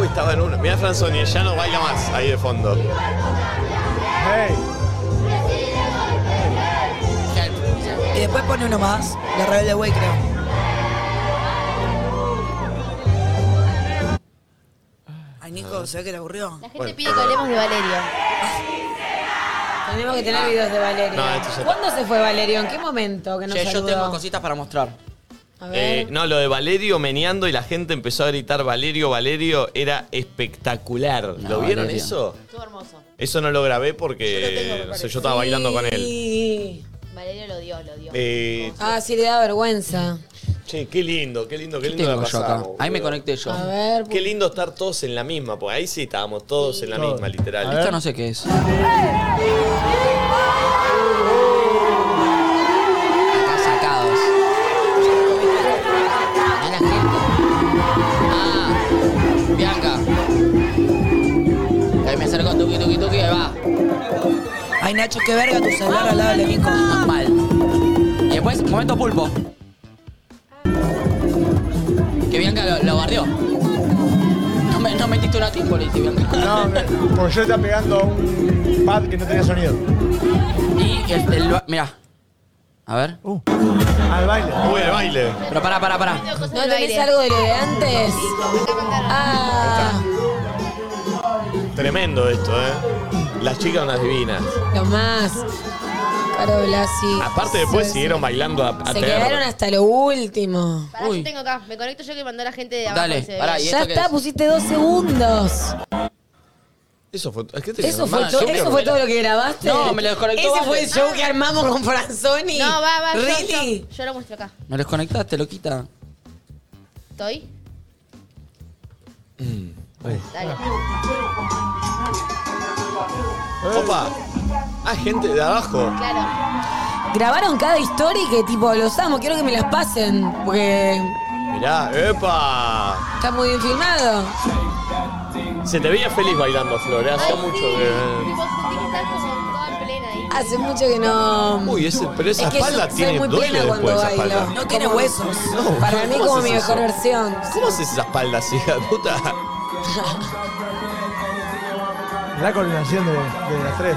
Uy, estaba en uno. Mirá Franzoni, ya no baila más ahí de fondo. Y después pone uno más, la rebelde güey, creo. Ay, Nico, se ve que le aburrió. La gente pide que hablemos de Valerio. Tenemos que tener videos de Valerio. No, esto ya está. ¿Cuándo se fue Valerio? ¿En qué momento que nos Che, yo saludó? tengo cositas para mostrar. A Eh, no, lo de Valerio meneando y la gente empezó a gritar Valerio, Valerio era espectacular. ¿Lo vieron Valerio. eso? Estuvo hermoso. Eso no lo grabé porque no sé, yo estaba bailando con él. Sí. Valerio lo dio, lo dio. Eh, Ah, sí, le da vergüenza. che, qué lindo, qué lindo, qué ¿Qué lindo la tengo yo acá? pasamos. Ahí me boludo. conecté yo. A ver, Qué lindo estar todos en la misma, pues ahí sí estábamos todos en la Todos. misma, literal. A ver. Esto no sé qué es. Acá sacados. Mirá la gente. Ah, Bianca. Ahí me acerco tuki tuki tuki, ahí va. Ay, Nacho, qué verga tu celular al lado de Nico. Ah, Mal. Y después, momento pulpo. Que Bianca lo, lo bardeó. No, me- no metiste una tímpoli, Bianca. No, me- porque yo estaba pegando a un pad que no tenía sonido. Y el, el ba- mirá. A ver. Al baile. Uy, el baile. Pero pará, pará, pará. ¿No tenés algo de lo de antes? Ah, Tremendo esto, ¿eh? Las chicas unas divinas. lo más. Caro Blasi. Aparte después Se- siguieron bailando a, a Se tener- quedaron hasta lo último. Pará, yo tengo acá. Me conecto yo que mandó la gente de abajo. Dale, y se ve. pará, ¿y Ya esto qué está, es? pusiste dos segundos. Eso fue, ¿qué te Eso fue, Mal, to- yo eso creo fue que- todo lo que grabaste. No, me lo desconectó Ese Vale. fue el show que armamos con Franzoni. No, va, va. yo- Really? Yo, yo lo muestro acá. Me desconectaste, loquita. ¿Estoy? Dale. Opa. Ah, gente de abajo. Grabaron cada historia y que tipo, los amo, quiero que me las pasen. Porque Mirá, epa. está muy bien filmado. Se te veía feliz bailando, Flor. ¿eh? Hacía mucho que... Vos sentís que estás como toda plena ahí. Hace mucho que no. Uy, ese- pero esa Es que espalda yo soy tiene muy duele plena después, cuando esa espalda. bailo. No tiene Como- huesos. No, Para mí, ¿cómo como mi haces mejor eso? versión. ¿Cómo haces esa espalda así, hija de puta? La coordinación de, de las tres.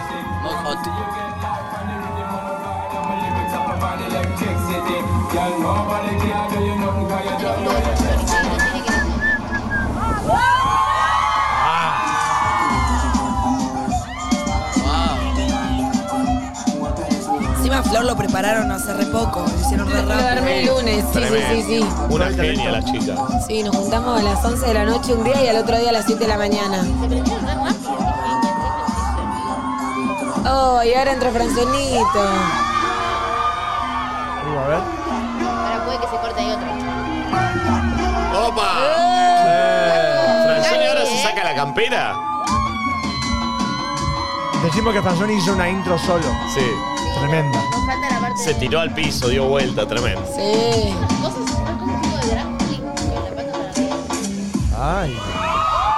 Encima Flor lo prepararon hace re poco, lo hicieron re rápido. Darme el lunes, sí, sí, sí, sí. Una genia la chica. Sí, nos juntamos a las 11 de la noche un día y al otro día a las 7 de la mañana. Oh, y ahora entró Franzonito. Digo, Uh, a ver. Ahora puede que se corte ahí otro. Eh. ¡Opa! Franzoni ahora se saca la campera. Decimos que Franzoni hizo una intro solo. Sí. Tremenda. Nos falta la parte Se tiró al piso, dio vuelta, tremendo. Sí. Cosas, cosas tipo ah, de drag queen, con la pata para arriba. Ay.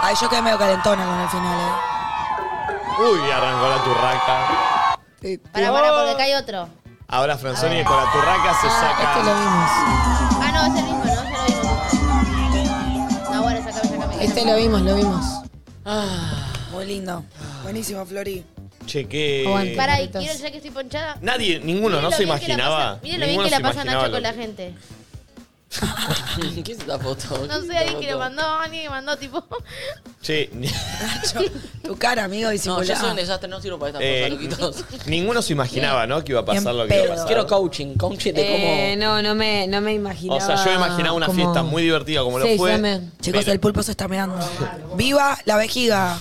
Ay, yo quedé medio calentona con el final, Uy, arrancó la turraca. eh. Para, para, porque acá hay otro. Ahora Ah. Franzoni con la turraca se saca. este Ah, no, es el mismo, ¿no? Ya lo vimos. No, bueno, sacame, sacame. Este lo vimos, lo vimos. Muy lindo. Buenísimo, Flori. Che, qué- Para, y quiero, ya que estoy ponchada. Nadie, ninguno, miren no lo se bien que la imaginaba. pasa- Miren lo bien Ninguno que la se pasa imaginaba Nacho con lo- la gente. ¿Qué es esta foto? No sé, alguien que lo mandó, alguien que mandó, tipo. Che, Tu cara, amigo, No, yo soy un disimulada. desastre, no sirvo para estas eh, cosas, loquitos. ninguno se imaginaba, ¿no? Que iba a pasar lo que iba a pasar. Quiero coaching, coaching de cómo. Eh, no, no me, no me imaginaba. o sea, yo imaginaba una como- fiesta muy divertida como Sí, lo fue. ya me- Chicos, Pero- el pulpo se está meando. ¡Viva la vejiga!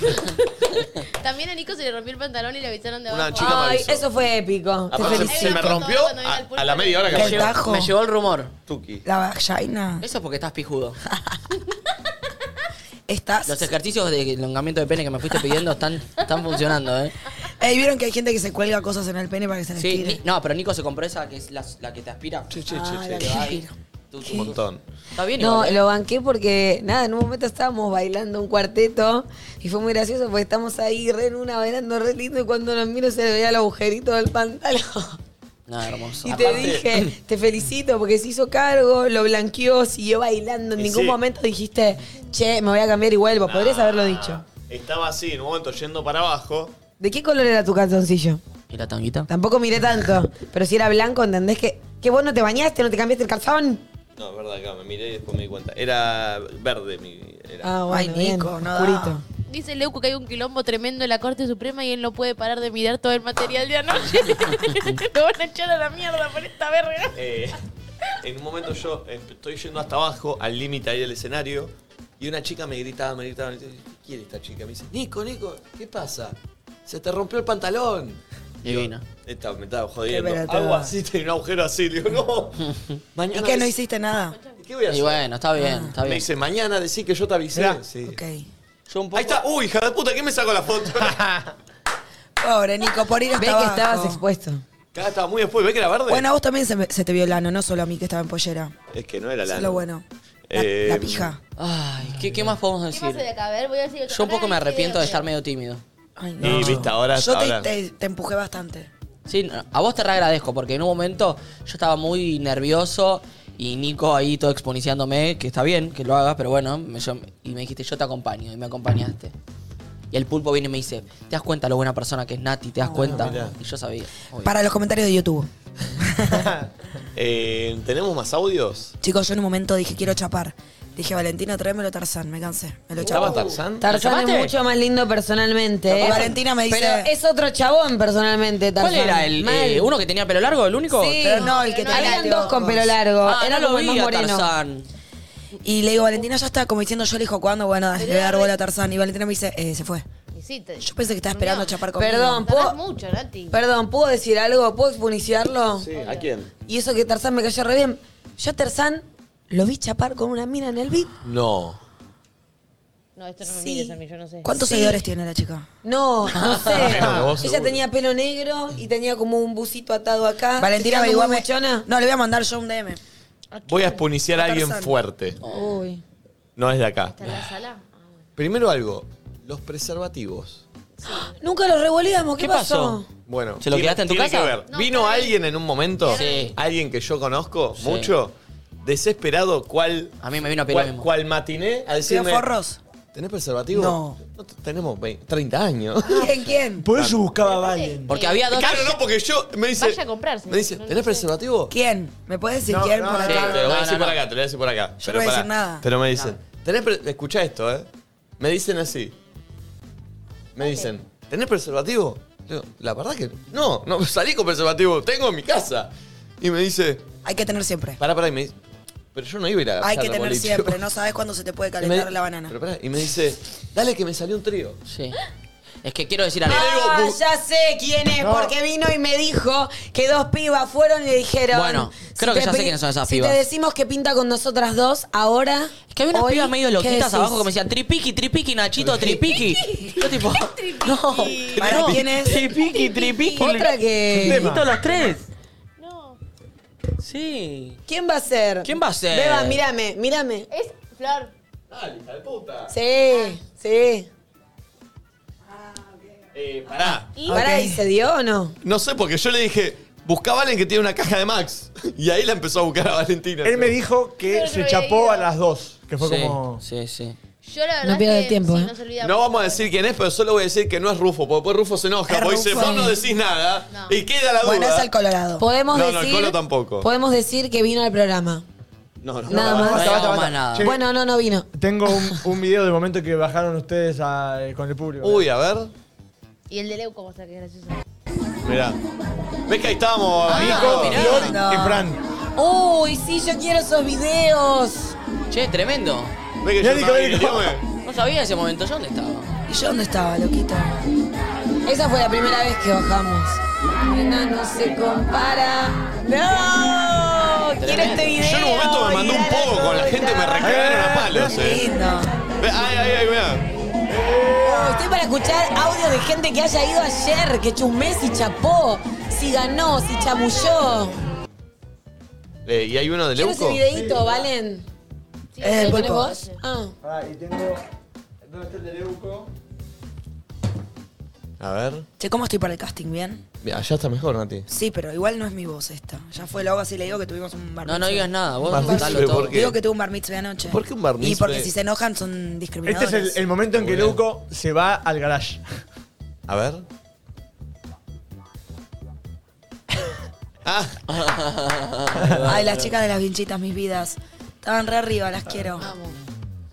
También a Nico se le rompió el pantalón y le avisaron de Una abajo. chica me Ay, avisó. eso fue épico. Te Aparte, se- felicito. se me rompió a, a la media hora que Qué apareció. tajo. Me llegó el rumor. Tuki. La vagina. Eso es porque estás pijudo. Estás. Los ejercicios de elongamiento de pene que me fuiste pidiendo están, están funcionando, ¿eh? Ey, ¿vieron que hay gente que se cuelga cosas en el pene para que se les Sí, tire? Ni- no, pero Nico se compró esa que es la, la que te aspira. Sí, sí, Ah, la que aspira. Un montón. Está bien, No, igual, ¿eh? lo banqué porque, nada, en un momento estábamos bailando un cuarteto y fue muy gracioso porque estamos ahí re en una bailando re lindo y cuando nos miro se le veía el agujerito del pantalón. No, hermoso. Y te dije, te felicito porque se hizo cargo, lo blanqueó, siguió bailando. En Y ningún sí. momento dijiste, che, me voy a cambiar y vuelvo. Podrías haberlo dicho. Estaba así, en un momento yendo para abajo. ¿De qué color era tu calzoncillo? ¿Y la tanguita? Tampoco miré tanto. Pero si era blanco, ¿entendés que, que vos no te bañaste, no te cambiaste el calzón? No, es verdad, acá me miré y después me di cuenta. Era verde mi. Era. Ah, bueno, Ay, bien, Nico, no da. oscurito. Ah, Dice Leuco que hay un quilombo tremendo en la Corte Suprema y él no puede parar de mirar todo el material de anoche. Lo van a echar a la mierda por esta verga. Eh, en un momento yo eh, estoy yendo hasta abajo, al límite ahí del escenario, y una chica me gritaba, me gritaba, me gritaba, ¿qué quiere esta chica? Me dice, Nico, Nico, ¿qué pasa? Se te rompió el pantalón. Divina. Esta me estaba jodiendo. Qué pelota. Algo así, tenía un agujero así. Le digo, no. ¿Y Mañana qué? ¿No decí- hiciste nada? ¿Qué voy a hacer? Y bueno, está bien, está Me bien. dice, mañana decí que yo te avisé. Mirá. Sí. Ok. Ahí está. Uy, hija de puta, ¿quién me sacó la foto? Acá Pobre Nico, por ir hasta Ve que abajo. estabas expuesto. estaba muy después. ¿Ves que era verde? Bueno, a vos también se, me- se te vio el ano, no solo a mí que estaba en pollera. Es que no era Eso la... es lo bueno. La, Eh, la pija. Ay, ¿qué, qué más podemos ¿Qué más decir? se de acá? A ver, voy a decir Yo un poco me arrepiento de estar medio tímido. Ay, Y viste, ahora... Yo te, ahora- te- te empujé bastante. Sí, no, a vos te reagradezco porque en un momento yo estaba muy nervioso y Nico ahí todo exponiciándome, que está bien que lo hagas, pero bueno, me- yo- y me dijiste, yo te acompaño y me acompañaste. Y el pulpo viene y me dice, ¿te das cuenta lo buena persona que es Nati? Ah, ¿Te das cuenta? y yo sabía. obvio. Para los comentarios de YouTube. Eh, ¿Tenemos más audios? Chicos, yo en un momento dije, quiero chapar. Dije, Valentino, tráemelo Tarzán. Me cansé. Me lo chapó. ¿Estaba Tarzán? Tarzán ¿Lo es llamaste? mucho más lindo personalmente. Y ¿eh? Valentina me dice- Pero es otro chabón personalmente, Tarzán. ¿Cuál era? ¿El, Mal. eh, ¿Uno que tenía pelo largo? ¿El único? Sí. Pero no, el que tenía Habían anteojos. dos con pelo largo. Ah, era no como lo el vi más a moreno. Tarzán. Y le digo, Valentina ya está, como diciendo, yo le dijo, ¿cuándo? Bueno, dale, le voy a dar bola a Tarzán. Y Valentina me dice, eh, se fue. Yo pensé que estaba esperando chapar conmigo. Perdón, Tardás ¿puedo, mucho, Nati. perdón, ¿puedo decir algo? ¿Puedo expuniciarlo? Sí. ¿A quién? Y eso que Tarzán me cayó re bien. Yo a Tarzán lo vi chapar con una mina en el beat. No. No, esto no me Sí. mires a mí, yo no sé. ¿Cuántos Sí. seguidores tiene la chica? No, no sé. Menos que vos, Ella seguro. tenía pelo negro y tenía como un busito atado acá. Valentina, Te quedando muy averiguame. buchona. No, le voy a mandar yo un DM. Voy a expuniciar a alguien Tarzán. fuerte. Uy. No es de acá. ¿Está en la sala? Ah, bueno. Primero algo, los preservativos. Nunca lo revoleamos. ¿Qué, ¿Qué pasó? Bueno, ¿Se lo tiene- quedaste en tu tiene casa? que ver. No, Vino claro. alguien en un momento, Sí. alguien que yo conozco Sí. mucho, desesperado, cual, A mí me vino a pelo cual, mismo. cual matiné a ¿Tiene decirme, forros? ¿tenés preservativo? No. t- tenemos 20, 30 años. ¿Quién? ¿Quién? Por eso buscaba a Valen. Porque había dos... Claro, no, porque yo me dice, Vaya a comprarse. me dice, No, no ¿tenés sé. preservativo? ¿Quién? ¿Me puedes decir No, quién? no, por no, acá? te lo voy a No, decir no, por no. acá, te lo voy a decir por acá. Yo no voy a pará. decir nada. Pero me dicen, tenés pre- escuchá esto, ¿eh? Me dicen así. Me dicen, ¿tenés preservativo? Le digo, la verdad que no, no salí con preservativo, tengo en mi casa. Y me dice, Hay que tener siempre. pará, pará, y me dice, pero yo no iba a ir a Hay agarrar que la tener boliche. siempre. No sabes cuándo se te puede Y me- calentar la banana. Pero pará, y me dice, dale que me salió un trío. Sí. Es que quiero decir algo. Ah, bu- ya sé quién es, No. porque vino y me dijo que dos pibas fueron y le dijeron. Bueno, creo que te ya sé pi- quiénes son esas si pibas. te decimos que pinta con nosotras dos, ahora. Es que había unas hoy, pibas medio ¿qué loquitas decís? abajo que me decían tripiqui, tripiqui, Nachito, tripiqui. Yo tipo, no, ¿Para no, quién es? Tripiqui, tripiqui. Otra que- Necesito los tres. No. Sí. ¿Quién va a ser? ¿Quién va a ser? Beba, mírame, mírame. Es Flor. Dale, hija de puta. Sí, sí. Eh, pará. Y Pará, Ok. ¿y se dio o no? No sé, porque yo le dije, buscá a Valen que tiene una caja de Max. Y ahí la empezó a buscar a Valentina. Él me dijo que Pero se no chapó había a ido. las dos. Que fue sí, como. sí, sí. yo la verdad No pierdo que el tiempo, sí, ¿eh? nos olvidamos. No vamos a decir quién es, pero solo voy a decir que no es Rufo, porque después Rufo se enoja, Es porque dice, Rufo. vos no decís nada, No. y queda la duda. Bueno, es el Colorado. Podemos No, no, el decir. Colo tampoco. Podemos decir que vino al programa. No, no, Nada no. más. No basta, digamos basta. más nada. Che, Bueno, no, no vino. Tengo un, un video del momento que bajaron ustedes a- eh, con el público. Uy, a ver. Y el de Leuco, ¿cómo está? Qué gracioso. Mirá. ¿Ves que ahí estábamos, Nico? mirá. Flor No. y Fran. Uy, sí, yo quiero esos videos. Che, tremendo. ¿Ves que Mirá, yo Nico, no- Nico. Dígame. No sabía ese momento, yo dónde estaba. ¿Y yo dónde estaba, loquito? Esa fue la primera vez que bajamos. Nena, no se compara. ¡No! Quiero este video. Yo en un momento me mandé un poco con la gente, me recagaron a palos, eh. Lindo. Ve, Ay, ay, ay, mirá. Oh, Estoy para escuchar audio de gente que haya ido ayer, que chumé si chapó, si ganó, si chamulló. Eh, y hay uno de Quiero Leuco. ese videito, Valen. Eh, ¿Lo voy tenés por- vos? Ah. Pará, y tengo. ¿Dónde está el de Leuco? A ver. Che, ¿cómo estoy para el casting? ¿Bien? Mira, allá está mejor, Nati. Sí, pero igual no es mi voz esta. Ya fue la voz así le digo que tuvimos un bar No, no mitzvah. digas nada, vos Bar contalo mitzvah, todo. ¿por qué? Digo que tuve un bar mitzvah anoche. ¿Por qué un bar Y mitzvah? porque si se enojan son Este discriminadores. es el, el momento en que Leuco se va al garage. A ver. Ay, las chicas de las vinchitas, mis vidas. Estaban re arriba, las quiero.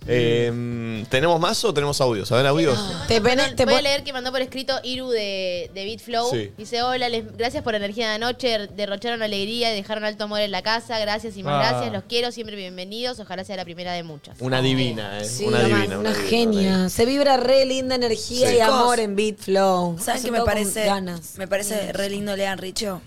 Eh, ¿Tenemos más o tenemos audios? ¿Saben audios? Te pone- te Voy a pon- leer que mandó por escrito Iru de, de BeatFlow. Sí. Dice, hola, les, gracias por la energía de anoche, derrocharon alegría y dejaron alto amor en la casa. Gracias y más Ah. gracias, los quiero, siempre bienvenidos. Ojalá sea la primera de muchas. Una divina, ¿eh? Sí, una mamá, divina. una divina. genia. Se vibra re linda energía Sí. y Chicos, amor en BeatFlow. ¿Saben Hace qué me todo con parece? ganas. Mm. Me parece re lindo Lean Richo.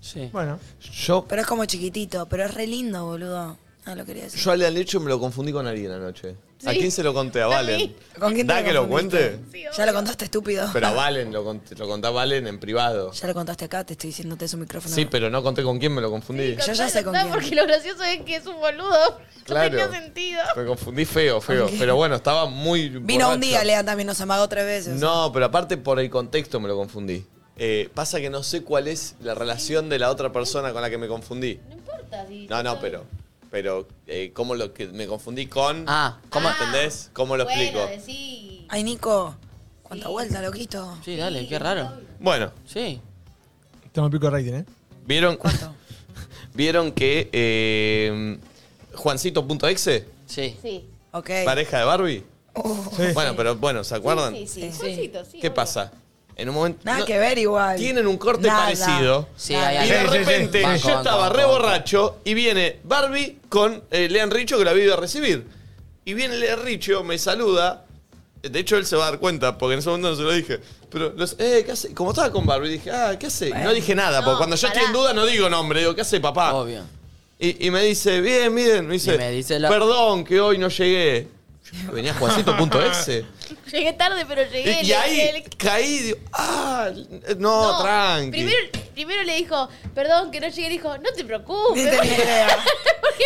Sí. Bueno. Yo, Pero es como chiquitito, pero es re lindo, boludo. Ah, lo quería decir. yo al de Alecho me lo confundí con Ariel anoche. ¿A Sí. quién se lo conté? ¿A A Valen? mí. ¿Con quién te ¿Da lo que lo confundiste? cuente? Ya lo contaste, estúpido. Pero a Valen, lo, cont lo conté a Valen en privado. Ya lo contaste acá, te estoy diciéndote su micrófono. Sí, pero no conté con quién me lo confundí. Yo ya sé con Contá, quién. Porque lo gracioso es que es un boludo. Claro. No tenía sentido. Me confundí feo, feo. Pero bueno, estaba muy. Vino borracho. un día, Lean también nos amagó tres veces. No, pero aparte por el contexto me lo confundí. Eh, pasa que no sé cuál es la relación de la otra persona con la que me confundí. No importa. no, no, pero. Pero, eh, ¿cómo lo que me confundí con? Ah, ¿cómo entendés? ¿Cómo Ah, lo explico? Ay, Nico, cuánta vuelta, loquito. Sí, dale, qué raro. Bueno, Sí. Estamos pico de rating, ¿eh? ¿vieron? ¿Vieron que eh, Juancito.exe? Sí. Sí. Ok. ¿Pareja de Barbie? Sí. Bueno, pero bueno, ¿se acuerdan? Sí, sí, sí. ¿Qué pasa? En un momento. Nada no- que ver igual. Tienen un corte parecido. Sí, hay y algo. de Sí, sí, sí. repente Banco, yo banco, estaba banco, re banco. borracho y viene Barbie con eh, Lean Richo que la había ido a recibir. Y viene Lean Richo, me saluda. De hecho, él se va a dar cuenta, porque en ese momento no se lo dije. Pero, los, eh, ¿qué hace? Como estaba con Barbie, dije, ah, ¿qué hace? Y no dije nada, porque cuando yo estoy en duda no digo nombre, digo, ¿qué hace papá? Obvio. Y, y me dice, bien, bien, me dice, Y me dice la- perdón que hoy no llegué. Venía Juancito.exe. Llegué tarde, pero llegué. y, y Le- ahí le- caí, digo, ah, no, tranqui. Primero, primero le dijo, perdón, que no llegué. Le dijo, no te preocupes. porque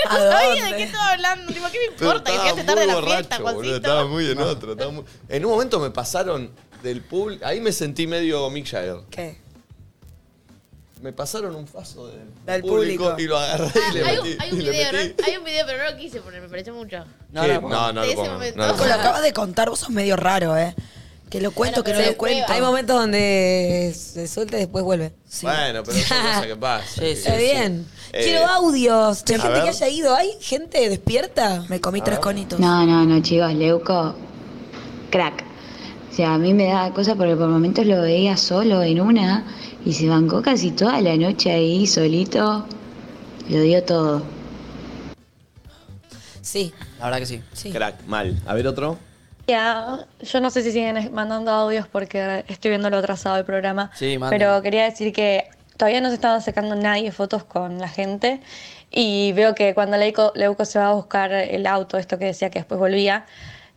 no ¿A sabía de dónde? qué estaba hablando. Tipo, ¿qué me Pero importa? Que estaba llegaste tarde a muy la borracho, fiesta, boludo, Juancito. Estaba muy en otro. estaba muy- En un momento me pasaron del público. Ahí me sentí medio Mick Jagger. ¿Qué? Me pasaron un faso de- del, Del público, público. y lo agarré y le Ah, Hay metí. un, hay un y le video, metí. ¿no? Hay un video, pero no lo quise poner, me pareció mucho. ¿Qué? No, no, De lo ese pongan, momento. no lo Nico, lo pongan. acabas de contar, vos sos medio raro, ¿eh? Que lo cuento, que no lo cuento. Hay momentos donde se suelta y después vuelve. Bueno, pero son cosas que pasan. Sí, Está bien. Eh, Quiero audios de a gente que ver. haya ido. ¿Hay gente despierta? Me comí tres conitos. No, no, no, chicos, Leuco, crack. O sea, a mí me daba cosa porque por momentos lo veía solo en una y se bancó casi toda la noche ahí solito. Lo dio todo. Sí. La verdad que sí. Crack, mal. A ver otro. Ya, yo no sé si siguen mandando audios porque estoy viendo lo atrasado del programa, Sí, manden. pero quería decir que todavía no se estaban sacando nadie fotos con la gente y veo que cuando Leuco, Leuco se va a buscar el auto, esto que decía que después volvía,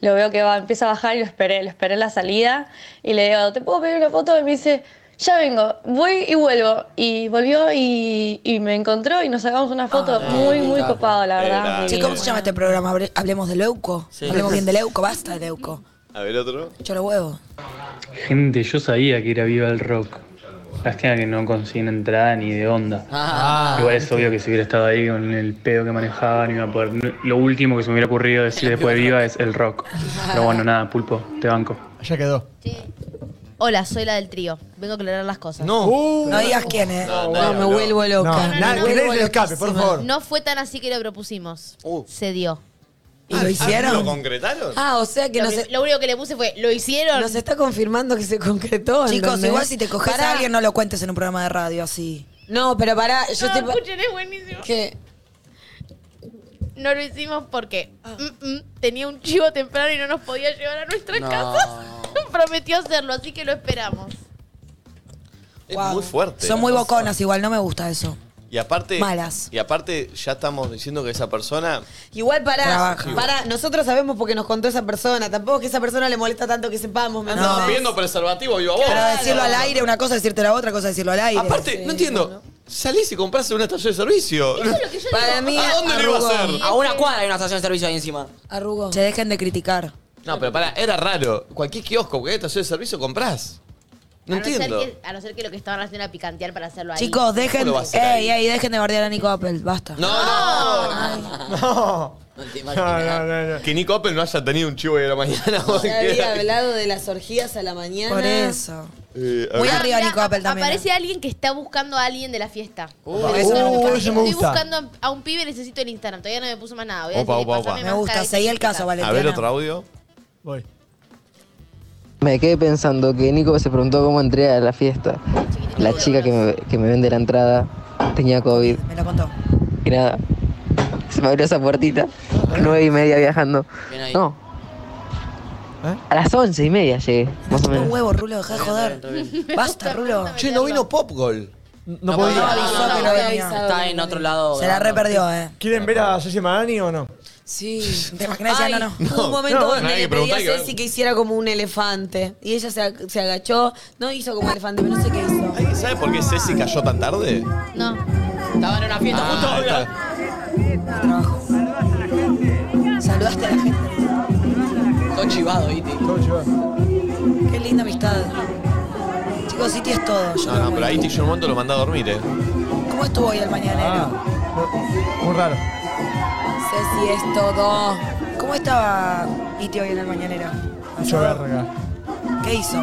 lo veo que va, empieza a bajar y lo esperé, lo esperé en la salida y le digo, ¿te puedo pedir una foto? Y me dice, ya vengo, voy y vuelvo. Y volvió y, y me encontró y nos sacamos una foto muy, muy copado, la verdad. Che, ¿cómo se llama este programa? Hable- Hablemos de Leuco. Hablemos bien de Leuco, basta de Leuco. A ver otro. Yo lo huevo. Gente, yo sabía que era Viva el Rock. Lástima que no consiguen entrada ni de onda. Ah. Igual Pues es obvio que si hubiera estado ahí con el pedo que manejaban, iba a poder. Lo último que se me hubiera ocurrido decir después de Viva es el rock. Pero bueno, nada, pulpo, te banco. Ya quedó. Hola, soy la del trío. Vengo a aclarar las cosas. No. Uh. No digas quién, ¿eh? No, Ah, No, me vuelvo loca. No, Me nada, que nadie vuelvo se escape, por loquísima. favor. No fue tan así que lo propusimos. Se dio. ¿Y lo hicieron? ah, ¿Lo concretaron? Ah, o sea que Lo, nos, e- que- lo único que le puse fue, ¿lo hicieron? nos está confirmando que se concretó. Chicos, ¿entendés? igual si te coges Pará. a alguien, no lo cuentes en un programa de radio así. No, pero pará, yo no, estoy. escuchen, es buenísimo. ¿Qué? no lo hicimos porque mm, mm, tenía un chivo temprano y no nos podía llevar a nuestras No. casas. Prometió hacerlo, así que lo esperamos. Es muy fuerte. Son muy boconas, igual no me gusta eso. Y aparte, Malas. y aparte ya estamos diciendo que esa persona Igual para, Trabaja. para nosotros sabemos porque nos contó esa persona. Tampoco es que esa persona le molesta tanto que sepamos. ¿me anda entendés? pidiendo preservativo viva voz. Pero decirlo al aire, una cosa es decirte la otra, cosa es decirlo al aire. Aparte, no entiendo. Salís y compras en una estación de servicio. Para mí, ¿A dónde arrugó. lo iba a hacer? A una cuadra hay una estación de servicio ahí encima. Arrugó. Se dejen de criticar. No, pero pará, era raro. Cualquier kiosco, cualquier estación de servicio comprás. No a, no ser entiendo. que, a no ser que lo que estaban haciendo era picantear para hacerlo ahí. Chicos, dejen, ¿Cómo lo va a hacer ey, ey, dejen de bardear a Nico Apple, basta. No, no. Ah. No. No, no, no, Que Nico Apple no haya tenido un chivo hoy de la mañana. Se había hablado de las orgías a la mañana. Por eso. Eh, a Muy ver. arriba Nico Apple también. eh. Aparece alguien que está buscando a alguien de la fiesta. Uh, Pero eso no me lo gusta. busqué. eso me Estoy gusta. buscando a, a un pibe, necesito el Instagram. Todavía no me puso más nada. Voy a Opa, decir, opa, opa. pásame Me más gusta, cara seguí el chiquita. caso, A ver otro audio. Me quedé pensando que Nico se preguntó cómo entré a la fiesta. La chica que me, que me vende la entrada tenía COVID. Me lo contó. Y nada, se me abrió esa puertita. Nueve y media viajando. Bien ahí. No. A las once y media llegué, más o Un menos. huevo, Rulo, deja de joder. Basta, Rulo. Che, no vino Popgol. No podía. no, no, avisó no, que no, eh. no no, venía. Está en otro lado. Se la grabando. reperdió, eh. ¿Quieren ver a Ceci Magani o no? Sí, te imaginas, Ay, no, no. no. Hubo un momento No, donde nadie le que pedí preguntá a que Ceci que hiciera como un elefante. Y ella se, ag- se agachó, no hizo como elefante, pero no sé qué hizo. ¿Alguien sabe por qué Ceci cayó tan tarde? No. Estaban en una fiesta Ah, justo ahora. está. Saludaste a la gente. Todo chivado, ¿viste? Qué linda amistad. Chicos, City es todo. Yo No, lo no, pero amo. ahí Tillo Monto lo mandó a dormir, eh. ¿Cómo estuvo hoy el Ah. mañanero? Ah. Muy raro. Ceci es todo. ¿Cómo estaba Iti hoy en el mañanero? Mucho verga. ¿Qué hizo?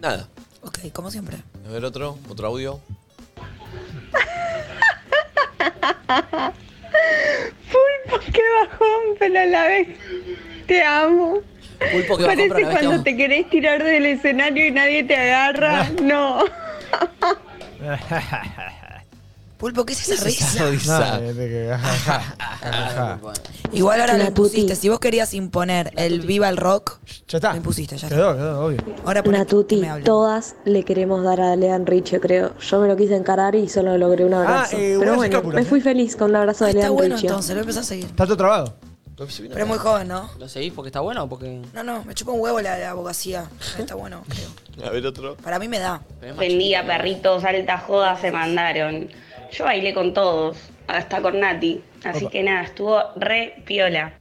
Nada. Ok, como siempre. A ver otro, otro audio. Pulpo, qué bajón, pero a la vez te amo. Pulpo, qué bajón, Parece pero a la vez te cuando amo. te querés tirar del escenario y nadie te agarra. No. Pulpo, ¿qué es esa risa? Nada, es de que- Ajá. Igual ahora lo pusiste. Si vos querías imponer el Viva el Rock, ya está. Me pusiste, ya Quedó, quedó, obvio. Ahora Natuti, me Ah, hablen. todas le queremos dar a Lean Richie, creo. Yo me lo quise encarar y solo logré Ah, un abrazo. eh, Pero buenas bueno, escápulas, me ¿eh? fui feliz con un abrazo de Está Lean bueno Richie. entonces, lo empezás a seguir. Está todo trabado. Pero es muy joven, ¿no? ¿Lo seguís porque está bueno o porque.? No, no, me chupa un huevo la, la abogacía. Está bueno, creo. A ver otro. Para mí me da. Buen día, perritos, alta joda se mandaron. Yo bailé con todos, hasta con Nati. Así Opa. que nada, estuvo re piola.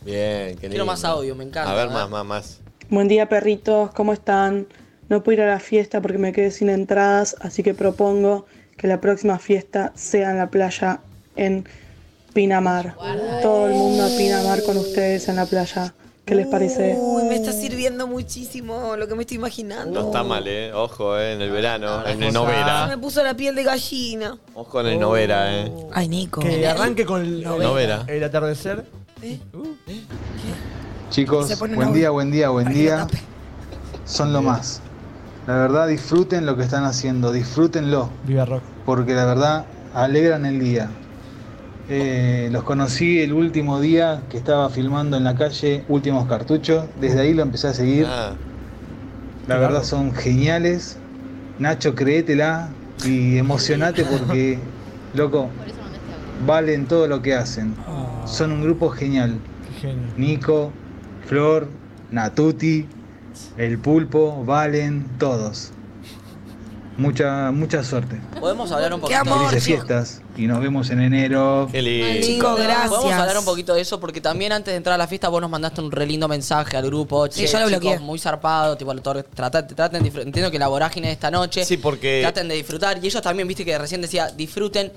Bien, qué lindo. Quiero más audio, me encanta. A ver, más, más, más. Buen día, perritos, ¿cómo están? No puedo ir a la fiesta porque me quedé sin entradas, así que propongo que la próxima fiesta sea en la playa en Pinamar. Todo el mundo a Pinamar con ustedes en la playa. ¿Qué les parece? Uy, me está sirviendo muchísimo lo que me estoy imaginando. No Uh. está mal, eh. Ojo, eh, en Ah, el verano, en el cosa- Me novera. puso la piel de gallina. Ojo en el novera, eh. Ay, Nico. Que arranque con el, Novela. el atardecer. Chicos, Se pone buen una- día, buen día, buen día. Son lo más. La verdad, disfruten lo que están haciendo, disfrútenlo, Viva Rock. porque la verdad alegran el día. Eh, los conocí el último día que estaba filmando en la calle Últimos Cartuchos, desde ahí lo empecé a seguir. Ah, La verdad son geniales. Nacho, créetela y emocionate porque, loco, valen todo lo que hacen. Son un grupo genial. Genio. Nico, Flor, Natuti, El Pulpo, Valen, todos. Mucha, mucha suerte. ¿Podemos hablar un poquito? Felices fiestas y nos vemos en enero. Chicos, gracias. Podemos hablar un poquito de eso porque también antes de entrar a la fiesta vos nos mandaste un re lindo mensaje al grupo. Sí, Che, yo lo chicos, bloqueé. Muy zarpado, tipo, lo tor- tratate- traten de disfr- entiendo que la vorágine de esta noche. Sí, porque- Traten de disfrutar. Y ellos también, viste que recién decía, disfruten.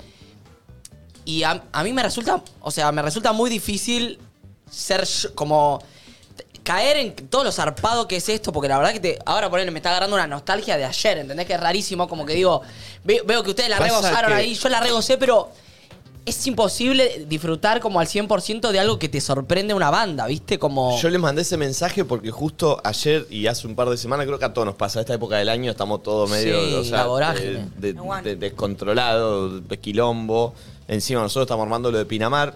Y a, a mí me resulta, o sea, me resulta muy difícil ser yo- como t- caer en todo lo zarpado que es esto, porque la verdad que te, ahora ponele, me está agarrando una nostalgia de ayer, ¿entendés? Que es rarísimo, como que digo, ve- veo que ustedes la Pasa regozaron que- ahí, yo la regocé, pero es imposible disfrutar como al 100% de algo que te sorprende una banda, ¿viste? Como... Yo les mandé ese mensaje porque justo ayer y hace un par de semanas, creo que a todos nos pasa, esta época del año estamos todos medio Sí, o sea, la vorágine. de- de- de- descontrolados, de quilombo. Encima nosotros estamos armando lo de Pinamar.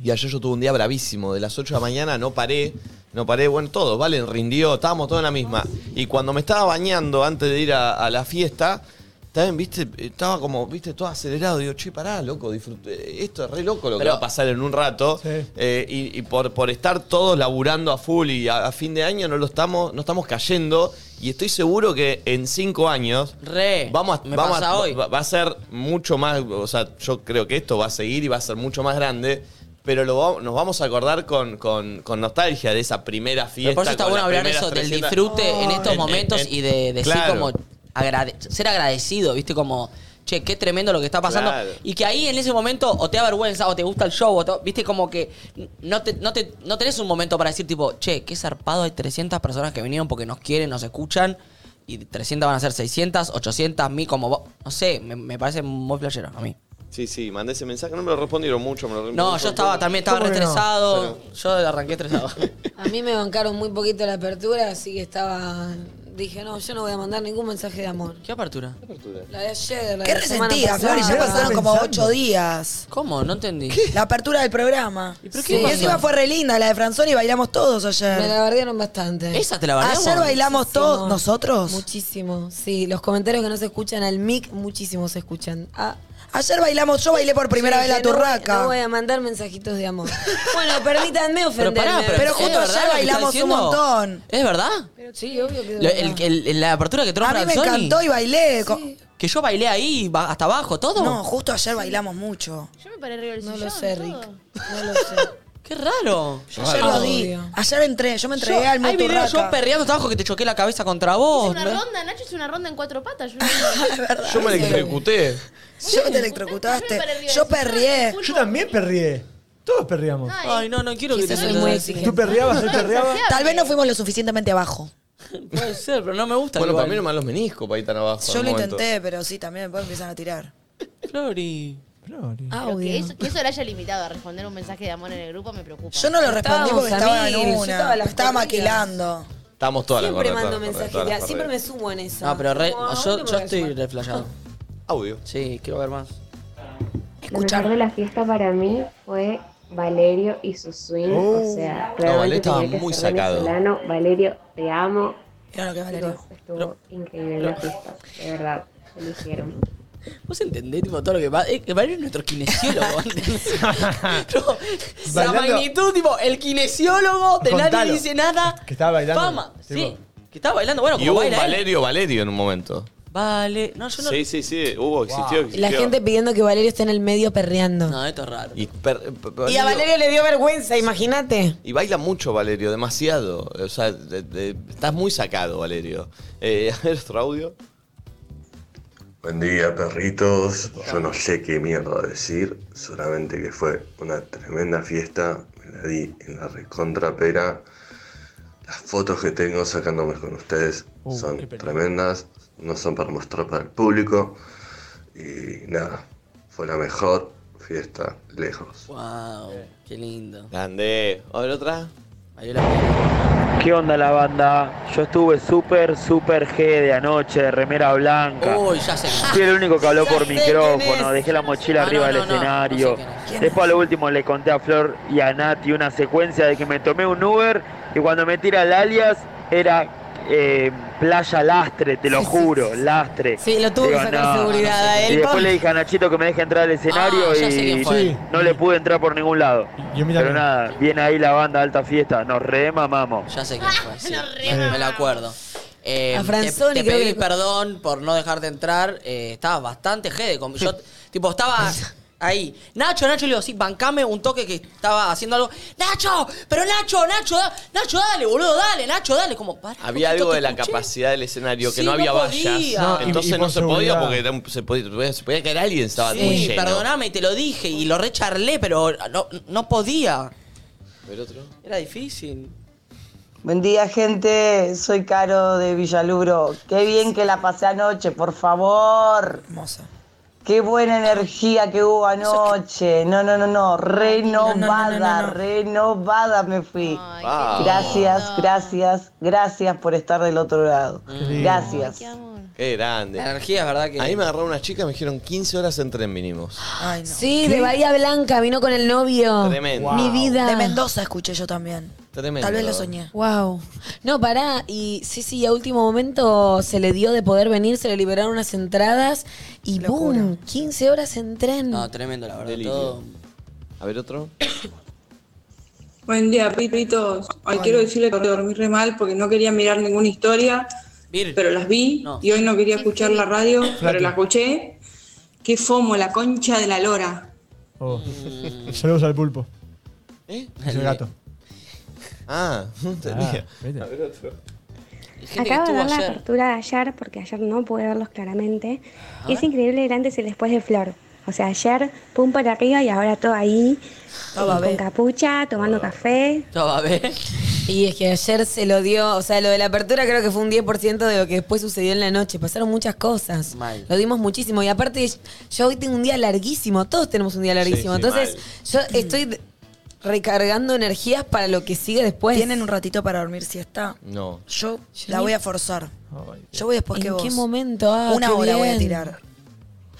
Y ayer yo tuve un día bravísimo. De las 8 de la mañana no paré. No paré, bueno, todo, Valen rindió, estábamos todos en la misma. Y cuando me estaba bañando antes de ir a, a la fiesta, también, viste, estaba como, viste, todo acelerado. Digo, che, pará, loco, disfruté. Esto es re loco lo que Pero- va a pasar en un rato. Eh, y y por, por estar todos laburando a full y a, a fin de año no lo estamos, no estamos cayendo. Y estoy seguro que en cinco años Re. vamos a, Eh, me vamos pasa a- hoy. va- va a ser mucho más, o sea, yo creo que esto va a seguir y va a ser mucho más grande. Pero lo, va- nos vamos a acordar con, con- con nostalgia de esa primera fiesta. Pero por eso está con las bueno hablar de primeras eso, 300. del disfrute en estos En- en- momentos en- y de decir claro. como agrade- ser agradecido, ¿viste? Como, che, qué tremendo lo que está pasando. Claro. Y que ahí en ese momento o te da vergüenza o te gusta el show, o te- ¿viste? Como que no, te, no, te- no tenés un momento para decir tipo, che, qué zarpado, hay 300 personas que vinieron porque nos quieren, nos escuchan. Y 300 van a ser 600, 800, 1000, como vos. No sé, me, me parece muy flashero a mí. Sí, sí, mandé ese mensaje, no me lo respondieron mucho. Me lo No, yo estaba también, estaba re estresado. Yo arranqué estresado. A mí me bancaron muy poquito la apertura, así que estaba. Dije, no, yo no voy a mandar ningún mensaje de amor. ¿Qué apertura? La de ayer, la Qué de la semana resentida, pasada. Flores, ya pasaron como ocho días. ¿Cómo? No entendí. La apertura del programa. pero Sí, qué pasó? encima fue re linda, la de Franzoni, y bailamos todos ayer. Me la bardearon bastante. ¿Esa te la bardeamos? Ayer bailamos Muchísimo. todos, nosotros. Muchísimo, sí. Los comentarios que no se escuchan al mic, muchísimo se escuchan. Ah. Ayer bailamos, yo bailé por primera Yo vez la dije, no voy- turraca. No voy a mandar mensajitos de amor. bueno, permítanme ofenderme. Eh, Pero justo ¿es verdad ayer lo que está bailamos un diciendo? montón. ¿Es verdad? Pero sí, obvio que. Lo- el- el- el- la apertura que trajo A mí me Franzoni, encantó y bailé. co- Que yo bailé ahí, ba- hasta abajo, todo. No, justo ayer bailamos mucho. Yo me paré arriba del No sillón. lo sé, todo. Rick. No lo sé. Qué raro. Yo ayer lo di. Ayer entré, yo me entregué Yo- al Hay mundo videos yo perreando hasta abajo que te choqué la cabeza contra vos. Una ¿no? ronda, Nacho hizo una ronda en cuatro patas. Yo, Yo me electrocuté. Yo te electrocutaste. Yo perrié. Yo también perrié. Todos perriamos. Ay, no, no quiero que te Quizás soy sientas muy así. exigente. Tú perreabas, él perreaba. Tal vez no fuimos lo suficientemente abajo. Puede ser, pero no me gusta. Bueno, igual. para mí no me dan los meniscos para ir tan abajo. Yo lo intenté, pero sí, también después empiezan a tirar. Flori. Pero que, eso, que eso le haya limitado a responder un mensaje de amor en el grupo me preocupa. Yo no lo respondí Estábamos porque a estaba en mil, yo una. estaba a las estaba corridas. maquilando. Estamos todas Siempre las mando mensajes. de- Siempre me sumo en eso. No, Ah, pero re- Como, ¿a yo, dónde yo me voy a estoy sumar? reflejado. Audio. Sí, quiero ver más. Lo mejor de la fiesta para mí fue Valerio y su swing. Oh. o sea, No, Valerio realmente estaba tenía que muy ser sacado. venezolano. Valerio, te amo. Mira lo que es Valerio. Chicos, Estuvo increíble la fiesta, de verdad. Lo hicieron. Vos entendés tipo, todo lo que va. Eh, que Valerio es nuestro kinesiólogo. ¿entendés? No, la Bailando- magnitud, tipo, el kinesiólogo de nadie Contalo. dice nada. Que estaba bailando. Fama. Sí. Tipo, Que estaba bailando, bueno, Y como hubo un baila. él. Valerio, Valerio en un momento. Vale. No, yo no. Sí, sí, sí, hubo, existió, existió. La gente pidiendo que Valerio esté en el medio perreando. No, esto es raro. Y, per- per- Y a Valerio le dio vergüenza, imagínate. y baila mucho, Valerio, demasiado. O sea, de- de- estás muy sacado, Valerio. Eh, a ver, otro audio. Buen día, perritos. Yo no sé qué mierda decir, solamente que fue una tremenda fiesta. Ah, Me la di en la recontra pera. Las fotos que tengo sacándome con ustedes Uh, son qué pena. tremendas, no son para mostrar para el público. Y nada, fue la mejor fiesta lejos. Wow, qué lindo. Grande. A ver, otra. ¿Qué onda la banda? Yo estuve súper, súper G de anoche, remera blanca. Uh, Uy, ya sé. Fui el único que habló por sé quién micrófono, es. dejé la mochila Ah, arriba no, del no, no, escenario. no sé quién es. Después a lo último le conté a Flor y a Nati una secuencia de que me tomé un Uber y cuando me tira el alias era eh, Playa Lastre, te lo juro, Lastre. Sí, lo tuvo que sacar seguridad a él, Y después pobre. le dije a Nachito que me deje entrar al escenario Ah, ya sé y quién fue. Sí. no le pude entrar por ningún lado. mira Pero que- nada, viene ahí la banda Alta Fiesta, nos remamamos. Ya sé quién fue. sí. me la acuerdo. Eh, A Franzoni te, te creo pedí que- perdón por no dejarte entrar. eh, estabas bastante jede. como Yo, tipo, estaba ahí. Nacho, Nacho, le digo, sí, bancame un toque que estaba haciendo algo. ¡Nacho! Pero Nacho, Nacho, da- Nacho, dale, boludo, dale, Nacho, dale. Como, para. Había poquito, algo te de la escuché. capacidad del escenario, que Sí, no no había podía. vallas. No, y- Entonces y no por se podía seguridad. porque era un- se, podía, se podía caer alguien, estaba muy Sí, lleno. perdoname, te lo dije y lo recharlé, pero no, no podía. Pero otro. Era difícil. Buen día, gente. Soy Caro de Villalubro. Qué bien que la pasé anoche, por favor. Hermosa. Qué buena energía que hubo anoche. No, no, no, no. Renovada, renovada me fui. qué Ah. Gracias, lindo. gracias, gracias por estar del otro lado. lindo. Gracias. Ay, qué Qué grande. La energía es verdad que. A mí me agarraron unas chicas y me dijeron 15 horas en tren vinimos. Ah. Ay, no. Sí, de Bahía Blanca, vino con el novio. Tremendo. Mi vida. De Mendoza escuché yo también. Tremendo. Tal vez lo soñé. Wow. No, pará. Y sí, sí, a último momento se le dio de poder venir, se le liberaron unas entradas y ¡boom! 15 horas en tren. No, tremendo, la verdad. Delirio. Todo. A ver otro. Buen día, pipitos. Hoy quiero decirle que dormí re mal porque no quería mirar ninguna historia, pero las vi y hoy no quería escuchar la radio, pero la escuché. Qué fomo, la concha de la lora. Oh. Saludos al pulpo. ¿Eh? Es el gato. Ah, no entendía. viste. A ver otro. Acabo de ver la apertura de ayer porque ayer no pude verlos claramente. A es ver. increíble el antes y el después de Flor. O sea, ayer pum para arriba y ahora todo ahí Todo Ah, va a con ver. capucha, tomando café. Todo va a ver. Y es que ayer se lo dio, o sea, lo de la apertura creo que fue un 10% de lo que después sucedió en la noche. Pasaron muchas cosas. Mal. Lo dimos muchísimo. Y aparte, yo hoy tengo un día larguísimo. Todos tenemos un día larguísimo. sí, Entonces, yo estoy recargando energías para lo que sigue después. ¿Tienen un ratito para dormir siesta? No. Yo la voy a forzar. Yo voy después que ¿En vos. qué momento? Ah, Una qué hora voy a bien. tirar.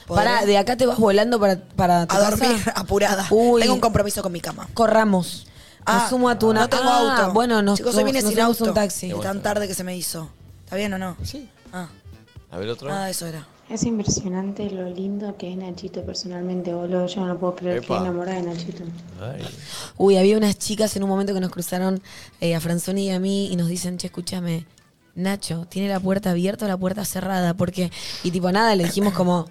¿Podré? Pará, de acá te vas volando para, para tu A dormir casa. apurada. Uy. Tengo un compromiso con mi cama. Corramos. Ah, me sumo a tu No tengo Ah, auto. Bueno, nos, Chicos, hoy vine nos sin tomamos auto. un taxi. De tan tarde que se me hizo. ¿Está bien o no? Sí. Ah, A ver otro. nada de eso era. Es impresionante lo lindo que es Nachito personalmente, boludo. Yo no puedo creer Epa. que enamorada de Nachito. Uy, había unas chicas en un momento que nos cruzaron eh, a Franzoni y a mí y nos dicen, che, escúchame, Nacho, ¿tiene la puerta abierta o la puerta cerrada? Porque, y tipo, nada, le dijimos como,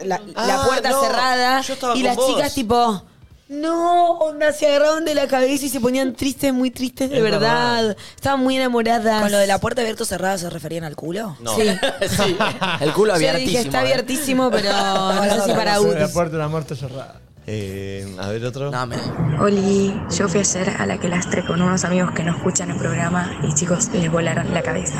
la, la Ah, puerta no, cerrada yo estaba y con las vos. chicas tipo, no, onda, se agarraron de la cabeza y se ponían tristes, muy tristes de Es verdad. verdad. Estaban muy enamoradas. ¿Con lo de la puerta abierta o cerrada se referían al culo? No. Sí. Sí. El culo Yo le abiertísimo. dije, está eh. abiertísimo, pero no sé si para La útil. puerta de la muerte cerrada. Eh, a ver otro. No, Oli, yo fui ayer a la que lastre con unos amigos que no escuchan el programa y chicos les volaron la cabeza.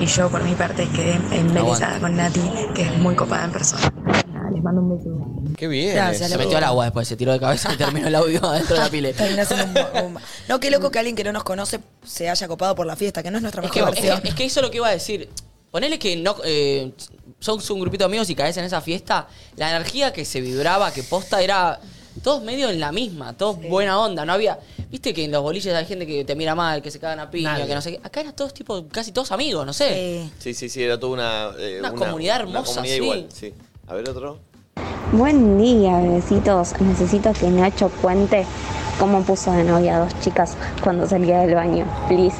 Y yo por mi parte quedé embelesada con Nati, que es muy copada en persona. Nada, Les mando un beso. Qué bien. eh. Gracias, le eso. metió al agua después, se tiró de cabeza y terminó el audio adentro de la pileta. Terminás en un bo- bomba. No, qué loco que alguien que no nos conoce se haya copado por la fiesta, que no es nuestra Es que, mejor es versión. que- es que eso es lo que iba a decir. Ponele que no eh, sos un grupito de amigos y caes en esa fiesta, la energía que se vibraba, que posta era todos medio en la misma, todos buena onda, no había, viste que en los bolillos hay gente que te mira mal, que se cagan a piña, Nadie. que no sé qué. Acá eran todos tipo casi todos amigos, no Eh, sé. Sí, sí, sí, era toda una. eh, Una comunidad hermosa, comunidad sí. igual, sí. A ver otro. Buen día, bebecitos. Necesito que Nacho cuente cómo puso de novia a dos chicas cuando salía del baño. Please.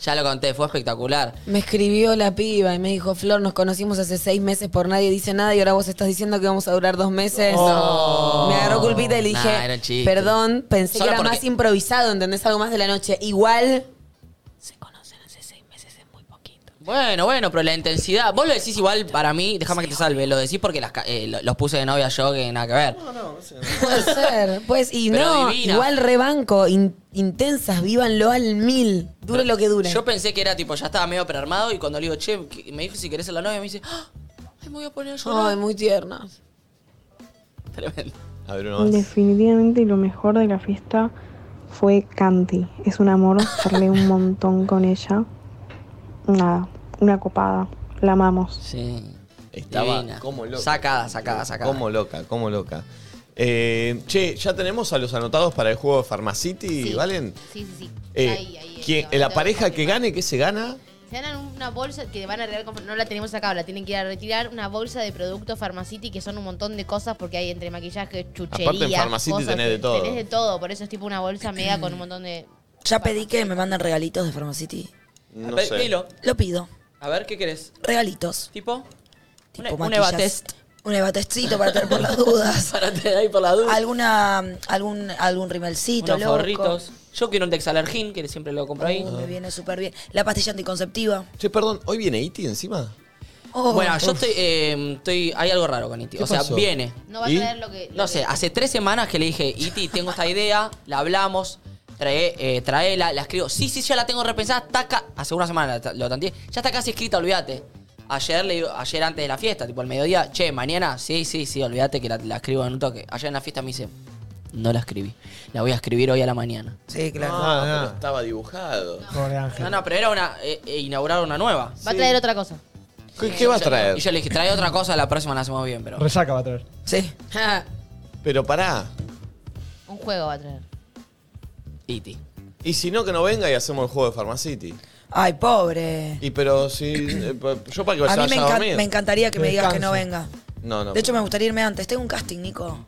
Ya lo conté, fue espectacular. Me escribió la piba y me dijo, Flor, nos conocimos hace seis meses por nadie dice nada y ahora vos estás diciendo que vamos a durar dos meses. No. Me agarró culpita y le Nah, dije, era un chiste. perdón, pensé Solo que era porque- más improvisado, ¿entendés? Algo más de la noche. Igual... Bueno, bueno, pero la intensidad, vos lo decís igual para mí, déjame que te salve, lo decís porque las ca- eh, lo- los puse de novia yo que nada que ver. Puede ser, pues, y Pero no, divina. igual rebanco, in- intensas, vívanlo al mil, dure lo que dure. Yo pensé que era tipo, ya estaba medio prearmado y cuando le digo, che, que- me dijo si querés ser la novia, me dice, "Ah, ay, me voy a poner a llorar. Ay, muy tierna. Tremendo. A ver uno más. Definitivamente lo mejor de la fiesta fue Candy. Es un amor, charlé un montón con ella. Nada, una copada. La amamos. Sí. Estaba Divina. como loca. Sacada, sacada, sacada. Como loca, como loca. Eh, che, ya tenemos a los anotados para el juego de Pharmacity, ¿valen? Sí, sí, sí. Eh, Ahí, ahí, quien- ahí, la ahí, Ah, pareja que gane, ¿qué se gana? Se ganan una bolsa que van a regalar, con- no la tenemos acá, la tienen que ir a retirar, una bolsa de productos Pharmacity que son un montón de cosas porque hay entre maquillaje, chuchería. Aparte en Pharmacity cosas, tenés de todo. Tenés de todo, por eso es tipo una bolsa mega con un montón de... Ya pedí que me manden regalitos de Pharmacity. No Pe- Dilo. Lo pido. A ver, ¿qué querés? Regalitos. ¿Tipo? Tipo un maquillas. evatest. Un evatestcito para tener por las dudas. para tener ahí por las dudas. Alguna, algún, algún rimelcito, Unos loco. forritos. Yo quiero un Dexalergin, que siempre lo compro ahí. Uh, me viene súper bien. La pastilla anticonceptiva. Che, perdón, ¿hoy viene Iti encima? Oh. Bueno, yo Uf. estoy, eh, estoy. Hay algo raro con Iti. ¿Qué O sea, pasó? viene. No va ¿Y? ah, a traer lo que... No sé, hace tres semanas que le dije, Iti, tengo esta idea, la hablamos, trae, eh, traela, la escribo. Sí, sí, ya la tengo repensada, está ca- Hace una semana la- lo tanteé, ya está casi escrita, olvídate. Ayer, le digo- ayer antes de la fiesta, tipo al mediodía, che, mañana, sí, sí, sí, olvídate que la, la escribo en un toque. Ayer en la fiesta me dice, no la escribí, la voy a escribir hoy a la mañana. Sí, claro. Ah, pero estaba dibujado. No, no, pero era una, eh, eh, inaugurar una nueva. Va a traer otra cosa. ¿Qué, qué va a Yo- traer? Y yo le dije, trae otra cosa, la próxima la hacemos bien, pero. Resaca va a traer. Sí. Pero pará. Un juego va a traer. Iti. Y si no, que no venga y hacemos el juego de Pharmacity. Ay, pobre. Y pero si. eh, pa- yo para que A se mí vaya me, encan- a dormir. me encantaría que me digas que no venga. No, no. De hecho, me gustaría irme antes. Tengo un casting, Nico.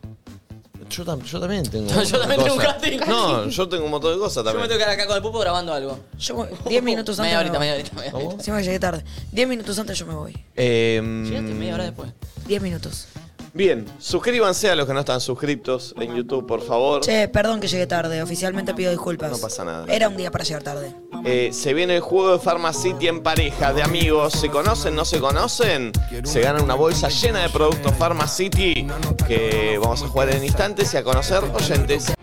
yo, tam- yo también tengo. Yo un montón de también tengo un cosas. casting. No, yo tengo un montón de cosas Yo me también. tengo que quedar acá con el pupo grabando algo. Yo 10 minutos antes. Media horita, me voy. media horita, media horita. Encima llegué tarde. 10 minutos antes yo me voy. Eh, Llegaste media hora después. 10 minutos. Bien, suscríbanse a los que no están suscriptos en YouTube, por favor. Che, perdón que llegué tarde. Oficialmente pido disculpas. No pasa nada. Era un día para llegar tarde. Eh, se viene el juego de Pharmacity en pareja, de amigos. ¿Se conocen? ¿No se conocen? Se ganan una bolsa llena de productos Pharmacity que vamos a jugar en instantes y a conocer oyentes.